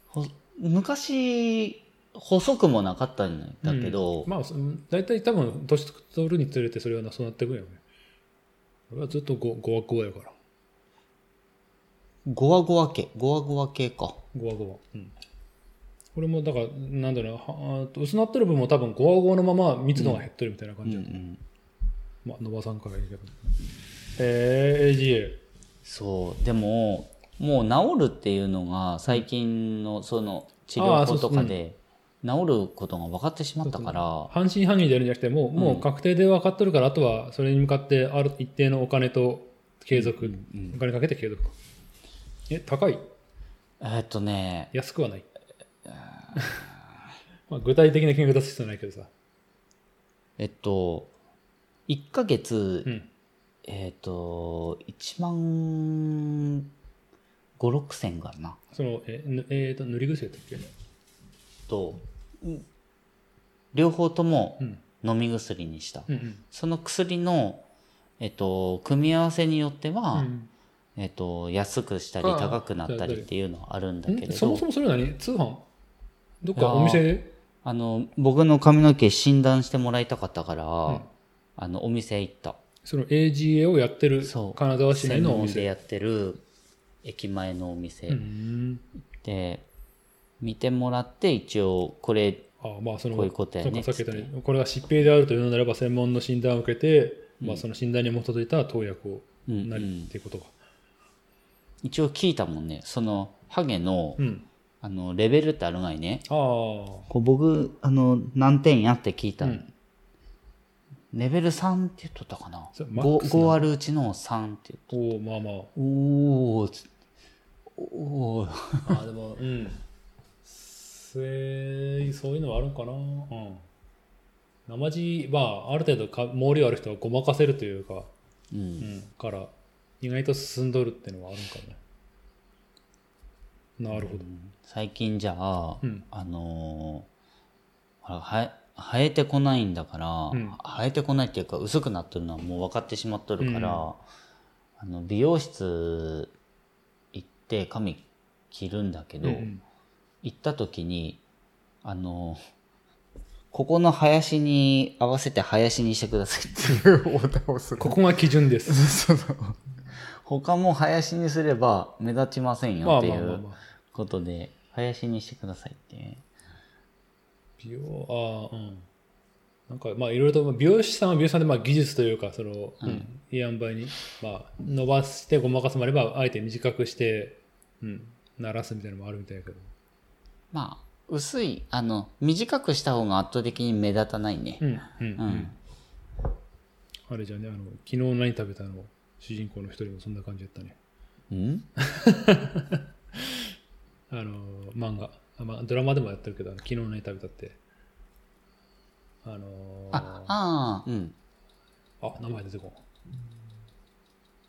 Speaker 2: ほ昔細くもなかったんだけど、
Speaker 1: うんまあそ大体多分年取るにつれてそれはなそうなってくるよね俺はずっとごごわごわやから
Speaker 2: ゴワゴワ系ゴワゴワ系か
Speaker 1: ごわごわうんこれもだからなんだろうなはあと薄なってる分も多分ごわごわのまま密度が減ってるみたいな
Speaker 2: う
Speaker 1: 感
Speaker 2: ん
Speaker 1: じ
Speaker 2: う
Speaker 1: だ、
Speaker 2: ん
Speaker 1: まあ伸ばさんからいいけどえー、
Speaker 2: そうでももう治るっていうのが最近のその治
Speaker 1: あ
Speaker 2: 療
Speaker 1: ーそう
Speaker 2: 法
Speaker 1: そ
Speaker 2: と
Speaker 1: う
Speaker 2: かで治ることが分かってしまったから
Speaker 1: AGA 半信半疑でやるんじゃなくてもうもう確定で分かっとるからあとはそれに向かってある一定のお金と継続、お金かけて継続え高い
Speaker 2: えーっとね
Speaker 1: 安くはない。 (laughs) まあ具体的な金額出す必要ないけどさ。
Speaker 2: えっと1ヶ月、
Speaker 1: うん。
Speaker 2: えーっと1万56千かな
Speaker 1: その、え、ぬえーと、塗り薬だったっ
Speaker 2: と、両方とも
Speaker 1: けうん。
Speaker 2: 飲み薬にした、
Speaker 1: うん
Speaker 2: その薬の、えっと、組み合わせによって
Speaker 1: う
Speaker 2: は、
Speaker 1: ん。
Speaker 2: えっと、安くしたり
Speaker 1: ああ
Speaker 2: 高くなったりっていうのはあるんだけれ
Speaker 1: ん
Speaker 2: ど
Speaker 1: そもそもそれは何通販どっかお店で
Speaker 2: あの僕の髪の毛診断してもらいたかったから、
Speaker 1: ん
Speaker 2: あのお店行った
Speaker 1: その AGA をやってる
Speaker 2: そう
Speaker 1: 金沢市内
Speaker 2: 専
Speaker 1: のお
Speaker 2: 門で
Speaker 1: 店。
Speaker 2: やってる駅前のお店、
Speaker 1: うん。
Speaker 2: で見てもらって一応これ
Speaker 1: ああまあその
Speaker 2: こういうことやね
Speaker 1: そうかさっき言った
Speaker 2: つ
Speaker 1: ようにこれが疾病であるというのならば専門の診断を受けて、まあ、その診断に基づいた投薬を
Speaker 2: うん
Speaker 1: な
Speaker 2: うん
Speaker 1: りっていうことか。
Speaker 2: 一応聞いたもんねそのハゲの,、
Speaker 1: うん。
Speaker 2: あのレベルってあるがいね
Speaker 1: ああ。
Speaker 2: こう僕あの何点やって聞いた、
Speaker 1: うん
Speaker 2: レベル3って言っとったかな
Speaker 1: それマッ
Speaker 2: 5,
Speaker 1: クスな
Speaker 2: あるうちの3って言っ
Speaker 1: おおまあまあ。
Speaker 2: とおーつおー
Speaker 1: あでもうんせいそういうのはあるんかなうん生地まあある程度か毛量ある人はごまかせるというか、(laughs)
Speaker 2: う
Speaker 1: うんん、から意外と進んどるっていうのはあるんかねなるほど
Speaker 2: 最近じゃあ、
Speaker 1: うん
Speaker 2: あのーほらはえ生えてこないんだから、
Speaker 1: ん
Speaker 2: 生えてこないっていうか薄くなってるのはもう分かってしまっとるから、あの美容室行って髪切るんだけど、
Speaker 1: うん
Speaker 2: 行った時にあのここの林に合わせて林にしてくださいっていうオーダーをする
Speaker 1: ここが基準です
Speaker 2: その他も林にすれば目立ちません
Speaker 1: ま
Speaker 2: よ
Speaker 1: あ
Speaker 2: ってい
Speaker 1: まあまあ
Speaker 2: う
Speaker 1: まあ。
Speaker 2: ことで、林にしてくださいっていう。
Speaker 1: 美容、ああ、うん。なんか、まあ、いろいろと、まあ美容師さんは美容師さんで、まあ、技術というか、その、うん、いい塩梅に、まあ、伸ばしてごまかすもあれば、あえて短くして、うん、鳴らすみたいなのもあるみたいだけど。
Speaker 2: まあ、薄い、あの、短くした方が圧倒的に目立たないね
Speaker 1: う。ん、うん、う。
Speaker 2: うんん。
Speaker 1: あれじゃね、あの、昨日何食べたの、主人公の一人もそんな感じだったね。
Speaker 2: うん
Speaker 1: あの、漫画。あまあ、ドラマでもやってるけど、あの昨日何食べたって。あのー
Speaker 2: あ、ああ、うん。
Speaker 1: あ、名前出てこん。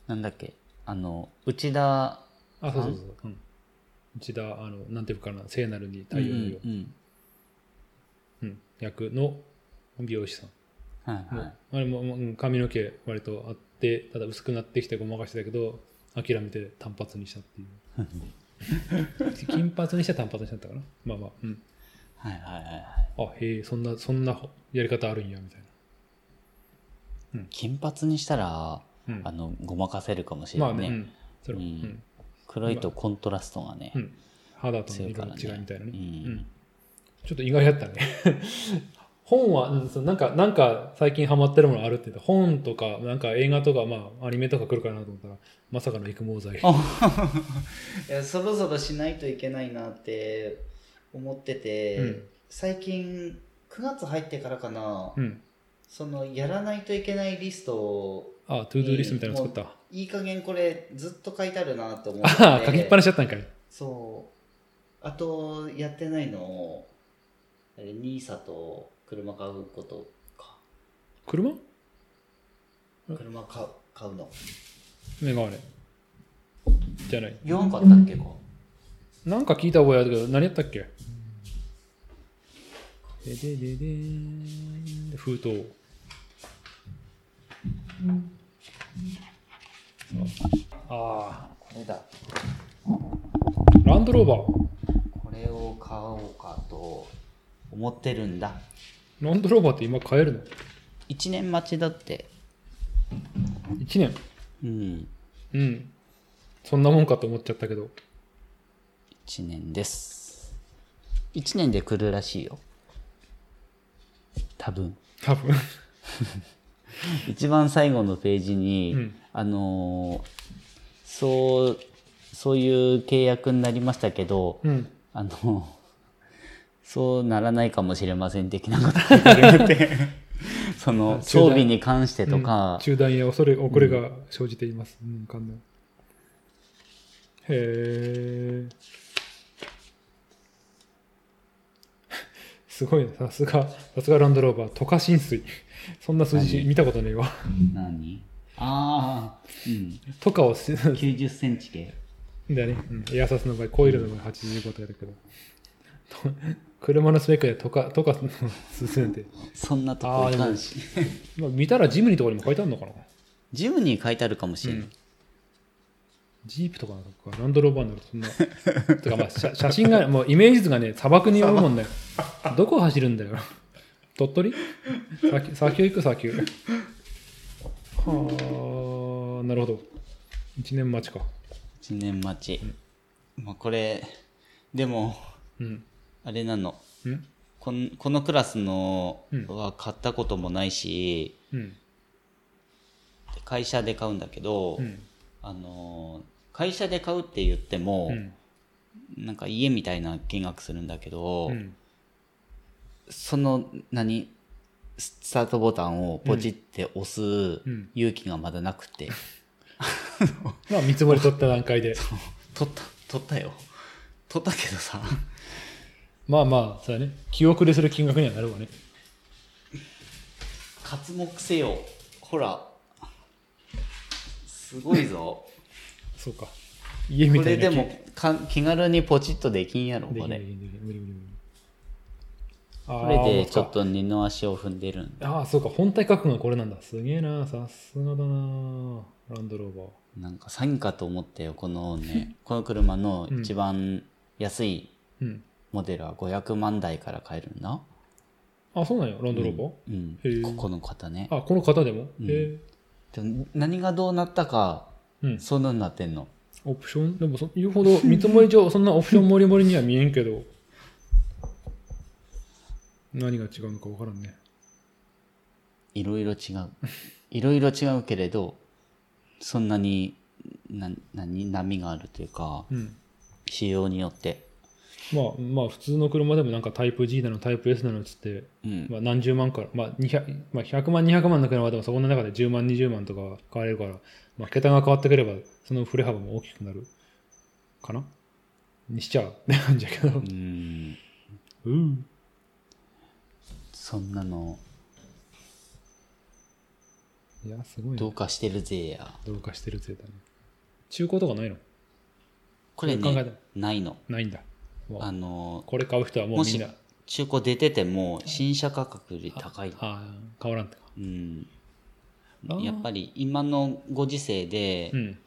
Speaker 2: なんだっけ。あの、内田、
Speaker 1: あ、そうそうそう。うん。内田、あの、なんていうかな、聖なるに太陽のよう
Speaker 2: う。ん。
Speaker 1: うん、役の美容師さん。
Speaker 2: うんはいはい。
Speaker 1: あれももううん髪の毛割とあって、ただ薄くなってきてごまかしてたけど、諦めて単髪にしたっていう。
Speaker 2: (laughs)
Speaker 1: 金髪にして単髪にしたったかな。まあまあ、うん。
Speaker 2: はいはいはいは
Speaker 1: あ、
Speaker 2: い。
Speaker 1: へえ、そんな、そんなやり方あるんや、みたいな。
Speaker 2: 金髪にしたら、
Speaker 1: うん
Speaker 2: あの、ごまかせるかもしれ
Speaker 1: ま
Speaker 2: な
Speaker 1: あ
Speaker 2: いね。
Speaker 1: ね、うん。それも、う
Speaker 2: うんん。黒いとコントラストがね。
Speaker 1: うん肌との
Speaker 2: 強いか
Speaker 1: 色の違
Speaker 2: らね。
Speaker 1: いみたいなね
Speaker 2: う。
Speaker 1: うんん。ちょっと意外だったね。 (laughs) 本は、うんそうなんか、なんか最近ハマってるものあるって言った本とか、なんか映画とか、まあ、アニメとか来るかなと思ったら、まさかの育毛剤。
Speaker 3: いやそろそろしないといけないなって思ってて、
Speaker 1: うん
Speaker 3: 最近9月入ってからかな、
Speaker 1: うん。
Speaker 3: そのやらないといけないリストを
Speaker 1: あ、トゥードゥーリストみたいなの作った。
Speaker 3: いい加減これずっと書いてあるなって思ってて
Speaker 1: (laughs) ああ、書きっぱなしだったんかい。
Speaker 3: そうあとやってないのあれニーサと車買うことか
Speaker 1: 車
Speaker 3: 車買う買うの
Speaker 1: メガネ。じゃない。
Speaker 3: 言わんかったっけか
Speaker 1: なんか聞いた覚えあるけど、何やったっけででででーん封筒。ああ、
Speaker 3: これだ
Speaker 1: ランドローバ
Speaker 3: これを買おうかと思ってるんだ
Speaker 1: ー。ランドローバーって今買えるの
Speaker 2: 1年待ちだって。
Speaker 1: ?1 年。
Speaker 2: うん。
Speaker 1: うん。そんなもんかと思っちゃったけど。
Speaker 2: 1年です。1年で来るらしいよ。多分。
Speaker 1: 多分。
Speaker 2: 一番最後のページに、
Speaker 1: うん
Speaker 2: あのーそう、そういう契約になりましたけど、
Speaker 1: うん。
Speaker 2: あの、そうならないかもしれません的なこと書いてあるってその
Speaker 1: あ
Speaker 2: 装備に関してとか、
Speaker 1: 中断や恐れ遅れが生じています。うん、関連。へえ。 (laughs) すごいね、さすが、さすがランドローバー、渡河浸水。 (laughs) そんな数字見たことねえわ。 (laughs)
Speaker 2: 何ああ、うん、
Speaker 1: 渡河を (laughs) し、
Speaker 2: 90センチ系。
Speaker 1: だね、うん、エアサスの場合、コイルの場合85とやるけど。と車のスペックで渡河、渡河の進んで。
Speaker 2: そんなとこいかんし。
Speaker 1: まあ、見たらジムニーとかにも書いてあるのかな
Speaker 2: ジムに書いてあるかもしれない。
Speaker 1: ジープとかなんかランドローバーになるとそんな。てかまあ写写真が、もうイメージ図がね、砂漠によるもんだよ。どこ走るんだよ。鳥取砂丘砂丘行く砂丘。はあ、なるほど。1年待ちか。
Speaker 2: 1年待ち。まあこれ、でも、
Speaker 1: うん。
Speaker 2: あれなの。
Speaker 1: うん
Speaker 2: こんこのクラスの
Speaker 1: うん
Speaker 2: は買ったこともないし、
Speaker 1: うん。
Speaker 2: 会社で買うんだけど、
Speaker 1: うん。
Speaker 2: あのー会社で買うって言っても、
Speaker 1: うん。
Speaker 2: なんか家みたいな金額するんだけど、
Speaker 1: うん。
Speaker 2: その何ススタートボタンをポチって押す
Speaker 1: うん
Speaker 2: 勇気がまだなくて、
Speaker 1: まあ、見積もり取った段階で。
Speaker 2: 取った取ったよ取ったけどさ
Speaker 1: まあまあ、そうだね。気遅れする金額にはなるわね。
Speaker 2: 活目せよほらすご
Speaker 1: (laughs)
Speaker 2: いぞ
Speaker 1: そうか。家み
Speaker 2: こ
Speaker 1: たい
Speaker 2: れ
Speaker 1: な
Speaker 2: で
Speaker 1: 金
Speaker 2: もか気軽にポチッとできんやろ
Speaker 1: でき
Speaker 2: こ
Speaker 1: ない
Speaker 2: れ
Speaker 1: できないできない無理無理無理。
Speaker 2: こ
Speaker 1: こ
Speaker 2: れでちょっと二の足を踏んでるんだ
Speaker 1: ああ、そうか、本体価格がこれなんだ。すげえな、さすがだな、ランドローバー。
Speaker 2: なんか詐欺かと思ったよこ
Speaker 1: (laughs)
Speaker 2: のねこの車の一番安い
Speaker 1: うん。
Speaker 2: モデルは500万台から買えるんだ
Speaker 1: あ、そうなんや、ランドローバー。
Speaker 2: うん
Speaker 1: へえ
Speaker 2: ここの方ね
Speaker 1: あ、この方でも、
Speaker 2: うん
Speaker 1: へえ
Speaker 2: でも何がどうなったか
Speaker 1: うん。
Speaker 2: そんなんなってんの。
Speaker 1: オプションでもそ、言うほど、見積もり上、そんなオプションもりもりには見えんけど、何が違うのか分からんね。
Speaker 2: いろいろ違う。いろいろ違うけれど、そんなに、な、何、波があるというか、
Speaker 1: うん。
Speaker 2: 仕様によって。
Speaker 1: まあ、まあ、普通の車でもなんかタイプ G なの、タイプ S なのっつって、
Speaker 2: うん。
Speaker 1: まあ、何十万から、まあ200まあ、100万、200万の車でもそこの中で10万、20万とか買われるから、まあ、桁が変わってくれば、その振れ幅も大きくなるかなにしちゃう (laughs) って感じだけど
Speaker 2: う。ん。
Speaker 1: うん。
Speaker 2: そんなの、
Speaker 1: いや、すごいね
Speaker 2: どうかしてるぜや。
Speaker 1: どうかしてるぜだね。中古とかないの
Speaker 2: これ
Speaker 1: 考え
Speaker 2: ね、ないの。
Speaker 1: たないんだ。もう
Speaker 2: あの、
Speaker 1: これ買う人はもう
Speaker 2: も
Speaker 1: みん
Speaker 2: し
Speaker 1: な、
Speaker 2: 中古出てても、新車価格より高い。
Speaker 1: ああ、変わらんとか。
Speaker 2: うん。
Speaker 1: あー
Speaker 2: やっぱり今のご時世で
Speaker 1: う、ん。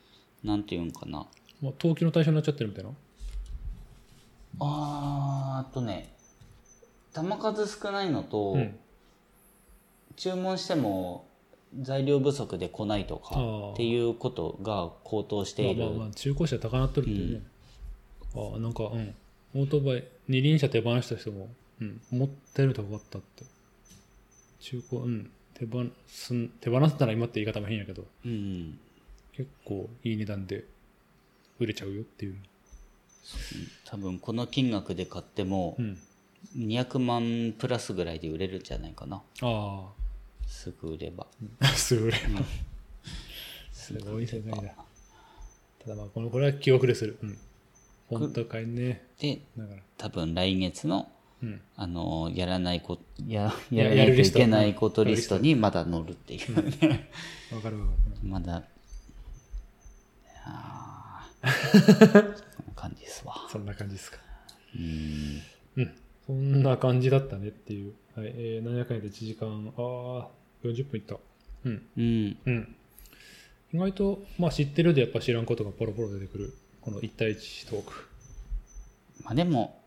Speaker 2: なんていうんかな。
Speaker 1: もう投機の対象になっちゃってるみたいな。
Speaker 2: あーっとね、玉数少ないのと、
Speaker 1: うん。
Speaker 2: 注文しても材料不足で来ないと
Speaker 1: あ
Speaker 2: か
Speaker 1: ー
Speaker 2: っていうことが高騰して
Speaker 1: まあ
Speaker 2: い
Speaker 1: まあ
Speaker 2: る
Speaker 1: まあ、中古車高なっとるっていうね。ああ、なんか、うん。オートバイ、二輪車手放した人も、うん、持ってると分かったって。中古、うん。手放すん、手放すなら今って言い方も変やけど、
Speaker 2: うん
Speaker 1: 結構いい値段で売れちゃうよっていう。
Speaker 2: 多分この金額で買っても
Speaker 1: うん。
Speaker 2: 200万プラスぐらいで売れるんじゃないかな
Speaker 1: あ
Speaker 2: すぐ売れば
Speaker 1: あ、 (laughs) すごい。すごい世代だ。ただまあ、この、これは気遅れする。うん。本当買えんね。
Speaker 2: で
Speaker 1: だから。
Speaker 2: 多分来月の
Speaker 1: うん。
Speaker 2: あのやらないこや
Speaker 1: や
Speaker 2: やら
Speaker 1: や
Speaker 2: な
Speaker 1: る
Speaker 2: いと
Speaker 1: リ
Speaker 2: い
Speaker 1: スト
Speaker 2: けないことリストにまだ乗るっていう
Speaker 1: わかるわかる。
Speaker 2: (laughs) まだあーそんな感じですわ
Speaker 1: そんな感じですか。
Speaker 2: うん
Speaker 1: うん。そんな感じだったねっていう。はい。えー、何百円で1時間、ああ、40分いった。うん。
Speaker 2: うん
Speaker 1: うん。意外と、まあ知ってるでやっぱ知らんことがポロポロ出てくる。この1対1トーク。
Speaker 2: まあでも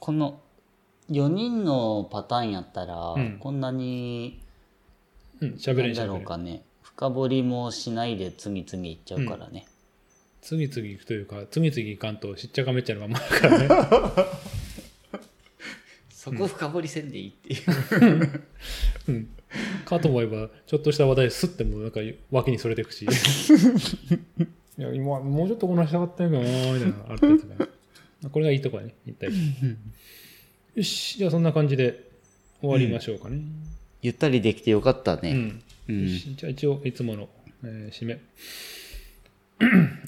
Speaker 2: この4人のパターンやったら、
Speaker 1: うん
Speaker 2: こんなに
Speaker 1: うん。喋
Speaker 2: な
Speaker 1: れん
Speaker 2: ん
Speaker 1: しゃ
Speaker 2: だ
Speaker 1: べ
Speaker 2: ろ
Speaker 1: れ。
Speaker 2: うんかね深掘りもしないで次々いっちゃうからね、
Speaker 1: 次々行くというか、次々行かんとしっちゃかめっちゃのまんまだからね。
Speaker 2: そこ深掘りせんでいいっていう、
Speaker 1: うん。かと思えば、ちょっとした話題すってもなんか脇にそれてく (laughs) し。いや、今、もうちょっとお話したかったんやけどな、みたいなのあるやつが (laughs) これがいいとこやね、一 (laughs) 体。よし、じゃあそんな感じで終わりましょうかね。
Speaker 2: (laughs) ゆったりできてよかった
Speaker 1: う
Speaker 2: ね
Speaker 1: ん。
Speaker 2: うん、
Speaker 1: よしじゃあ一応、いつもの、えー締め。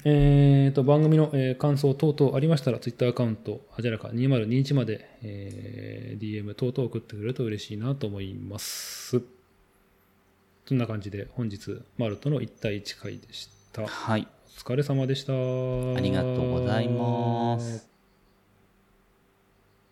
Speaker 1: えーと、番組の、えー感想等々ありましたら、ツイッターアカウント、あじゃらか2021まで、えー DM 等々送ってくれると嬉しいなと思います。そんな感じで、本日、マルとの1対1回でした。お
Speaker 2: はい
Speaker 1: 疲れ様でした。
Speaker 2: ありがとうございます